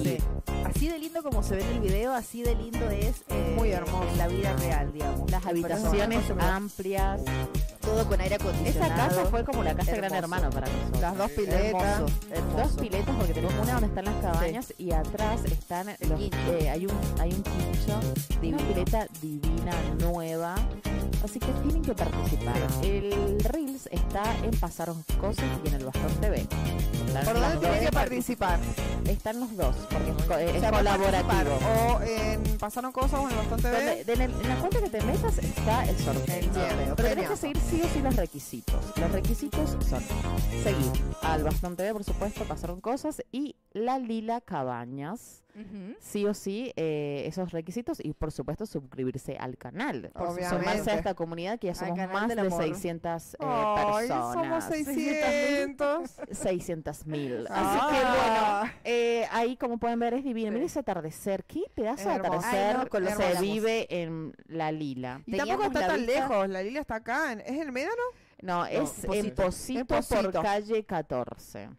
y
Sí. Así de lindo como se ve en el video, así de lindo es eh,
Muy hermoso.
en la vida real, digamos.
Las
En
habitaciones
persona.
amplias.
todo con aire acondicionado.
Esa casa fue como la casa de Gran
Hermoso.
Hermano para nosotros.
Las dos piletas.
hermoso, hermoso.
Dos piletas porque tenemos una donde están las cabañas y atrás están los,
quincho.
eh, hay un hay un quincho,
Divino.
una pileta divina nueva. Así que tienen que participar. El Reels está en Pasaron Cosas y en el Bastón TV. Están
¿Por
las
dónde tienen
dos-
que participar?
Están los dos, porque es, co- es
O sea, pueden participar
colaborativo.
O en Pasaron Cosas o en Bastante
Donde-
B.
de la- en la cuenta que te metas está el sorteo.
¿eh? El sorteo,
Pero tenés
premiazo.
que seguir sí o sí los requisitos. Los requisitos son seguir al Bastón TV, por supuesto, pasaron cosas, y la Lila Cabañas. Sí o sí, eh, esos requisitos y por supuesto suscribirse al canal. Por su- Sumarse a
Obviamente.
esta comunidad que ya
Al
somos
canal
más
del
de
amor.
600 eh,
Ay, somos
personas.
600.
600 mil.
Ah.
Eh, ahí, como pueden ver, es divino. Mira ese atardecer. Qué pedazo de
Hermoso.
atardecer
Ay, no,
con
con
lo
los
que se
árboles.
vive en La Lila.
Y tampoco
Teníamos
está
la
tan
vista-
lejos, la Lila está acá, en- ¿es en el Médano?
No, es en
Posito.
Posito
En
por
Posito.
calle 14.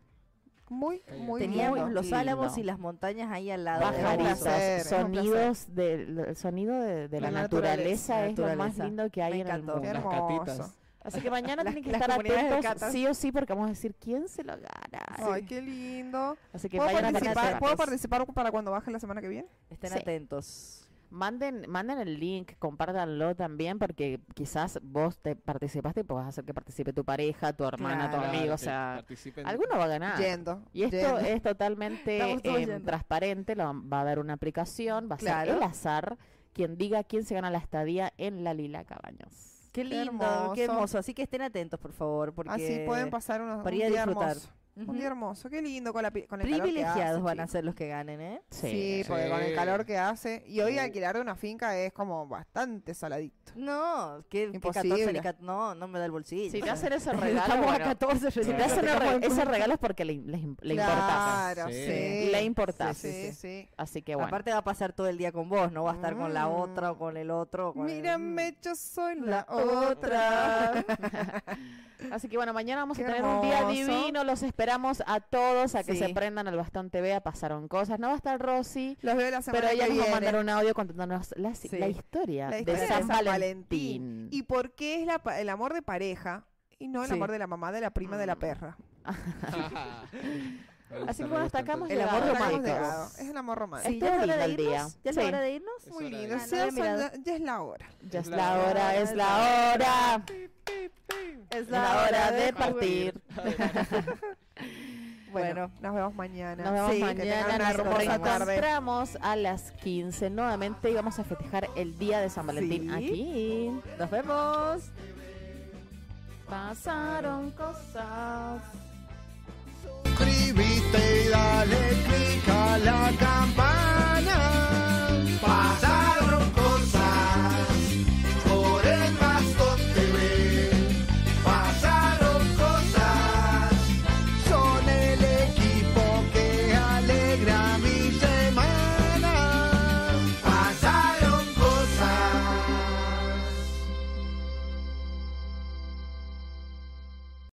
Muy, muy
Teníamos
lindo.
muy
los
lindo.
álamos y las montañas ahí al lado.
Baja un
Pajarizos,
placer, es un
sonidos del el sonido de, de la,
La
naturaleza,
naturaleza,
es lo más
naturaleza.
lindo que hay
Me
en el
encantó.
mundo.
Qué
Las
hermoso.
catitas.
Así que mañana
Las-
tienen que
las
estar
comunidades de
atentos,
catas.
sí o sí, porque vamos a decir quién se lo gana.
Ay, qué lindo.
Así que
¿Puedo
vayan a
participar,
participar.
¿Puedo participar para cuando baje la semana que viene?
Estén
Sí.
atentos.
Manden, manden el link, compártanlo también, porque quizás vos te participaste y podés hacer que participe tu pareja, tu hermana,
Claro.
tu amigo, o sea, alguno va a ganar.
Yendo.
Ah, Y esto
yendo.
es totalmente
Estamos todos
em,
yendo.
transparente, lo- va a haber una aplicación, va a
Claro.
ser el azar quien diga quién se gana la estadía en la Lila Cabañas.
Qué lindo,
hermoso.
qué hermoso. Así que estén atentos, por favor, porque
Así Ah, pueden pasar unos,
para
un
ir a
día
disfrutar.
hermoso. Un día hermoso, qué lindo con, la, pi- con el calor que
privilegiados
hace,
van a
chicos.
ser los que ganen, ¿eh?
Sí,
Sí.
porque con el calor que hace. Y hoy
Sí.
alquilar una finca es como bastante saladito.
No, que, que 14
Imposible.
ni cat- no, no me da el bolsillo.
Si te hacen ese regalo,
Estamos a
bueno,
14
si te
recién.
hacen el re- ese regalo es porque le, le, le importás.
Claro,
Sí.
sí.
Le importás.
Sí, sí, sí.
Así que bueno.
Aparte va a pasar todo el día con vos, no va a estar con la
Mm.
otra o con el otro. o con el-
Mírame, yo soy la
La
otra.
Así que bueno, mañana vamos a
Qué
tener un día
hermoso.
divino. Los esperamos a todos a que
Sí.
se prendan al Bastón TV. A pasaron cosas. No va a estar Rosy,
Los veo la semana
pero ella
que
nos va a
viene.
mandar un audio contándonos la, si-
Sí.
la historia,
La historia
de San, Valentín.
¿Y por qué es la pa- el amor de pareja y no el
Sí.
amor de la mamá, de la prima,
Mm.
de la perra?
Así que bueno, hasta acá hemos
El amor
llegado,
Hemos
chicos.
llegado. Es el amor romántico.
Sí,
Estuvo
ya es hora de
lindo el día.
irnos. Ya es
Sí.
hora de irnos.
Es hora
Muy
de
lindo.
irnos.
Sí,
Ah, no
o
había
sea,
mirado.
ya- ya es la hora.
Ya es la hora, es la hora.
Es
la hora de partir.
Bueno,
Bueno, nos vemos mañana.
Nos vemos
Sí, que tengan
mañana.
una
Nos
hermosa tarde.
reencontramos a las 15 nuevamente y vamos a festejar el día de San Valentín
Sí.
aquí.
nos vemos.
Pasaron cosas.
Suscríbete y dale click a la campana. Pasaron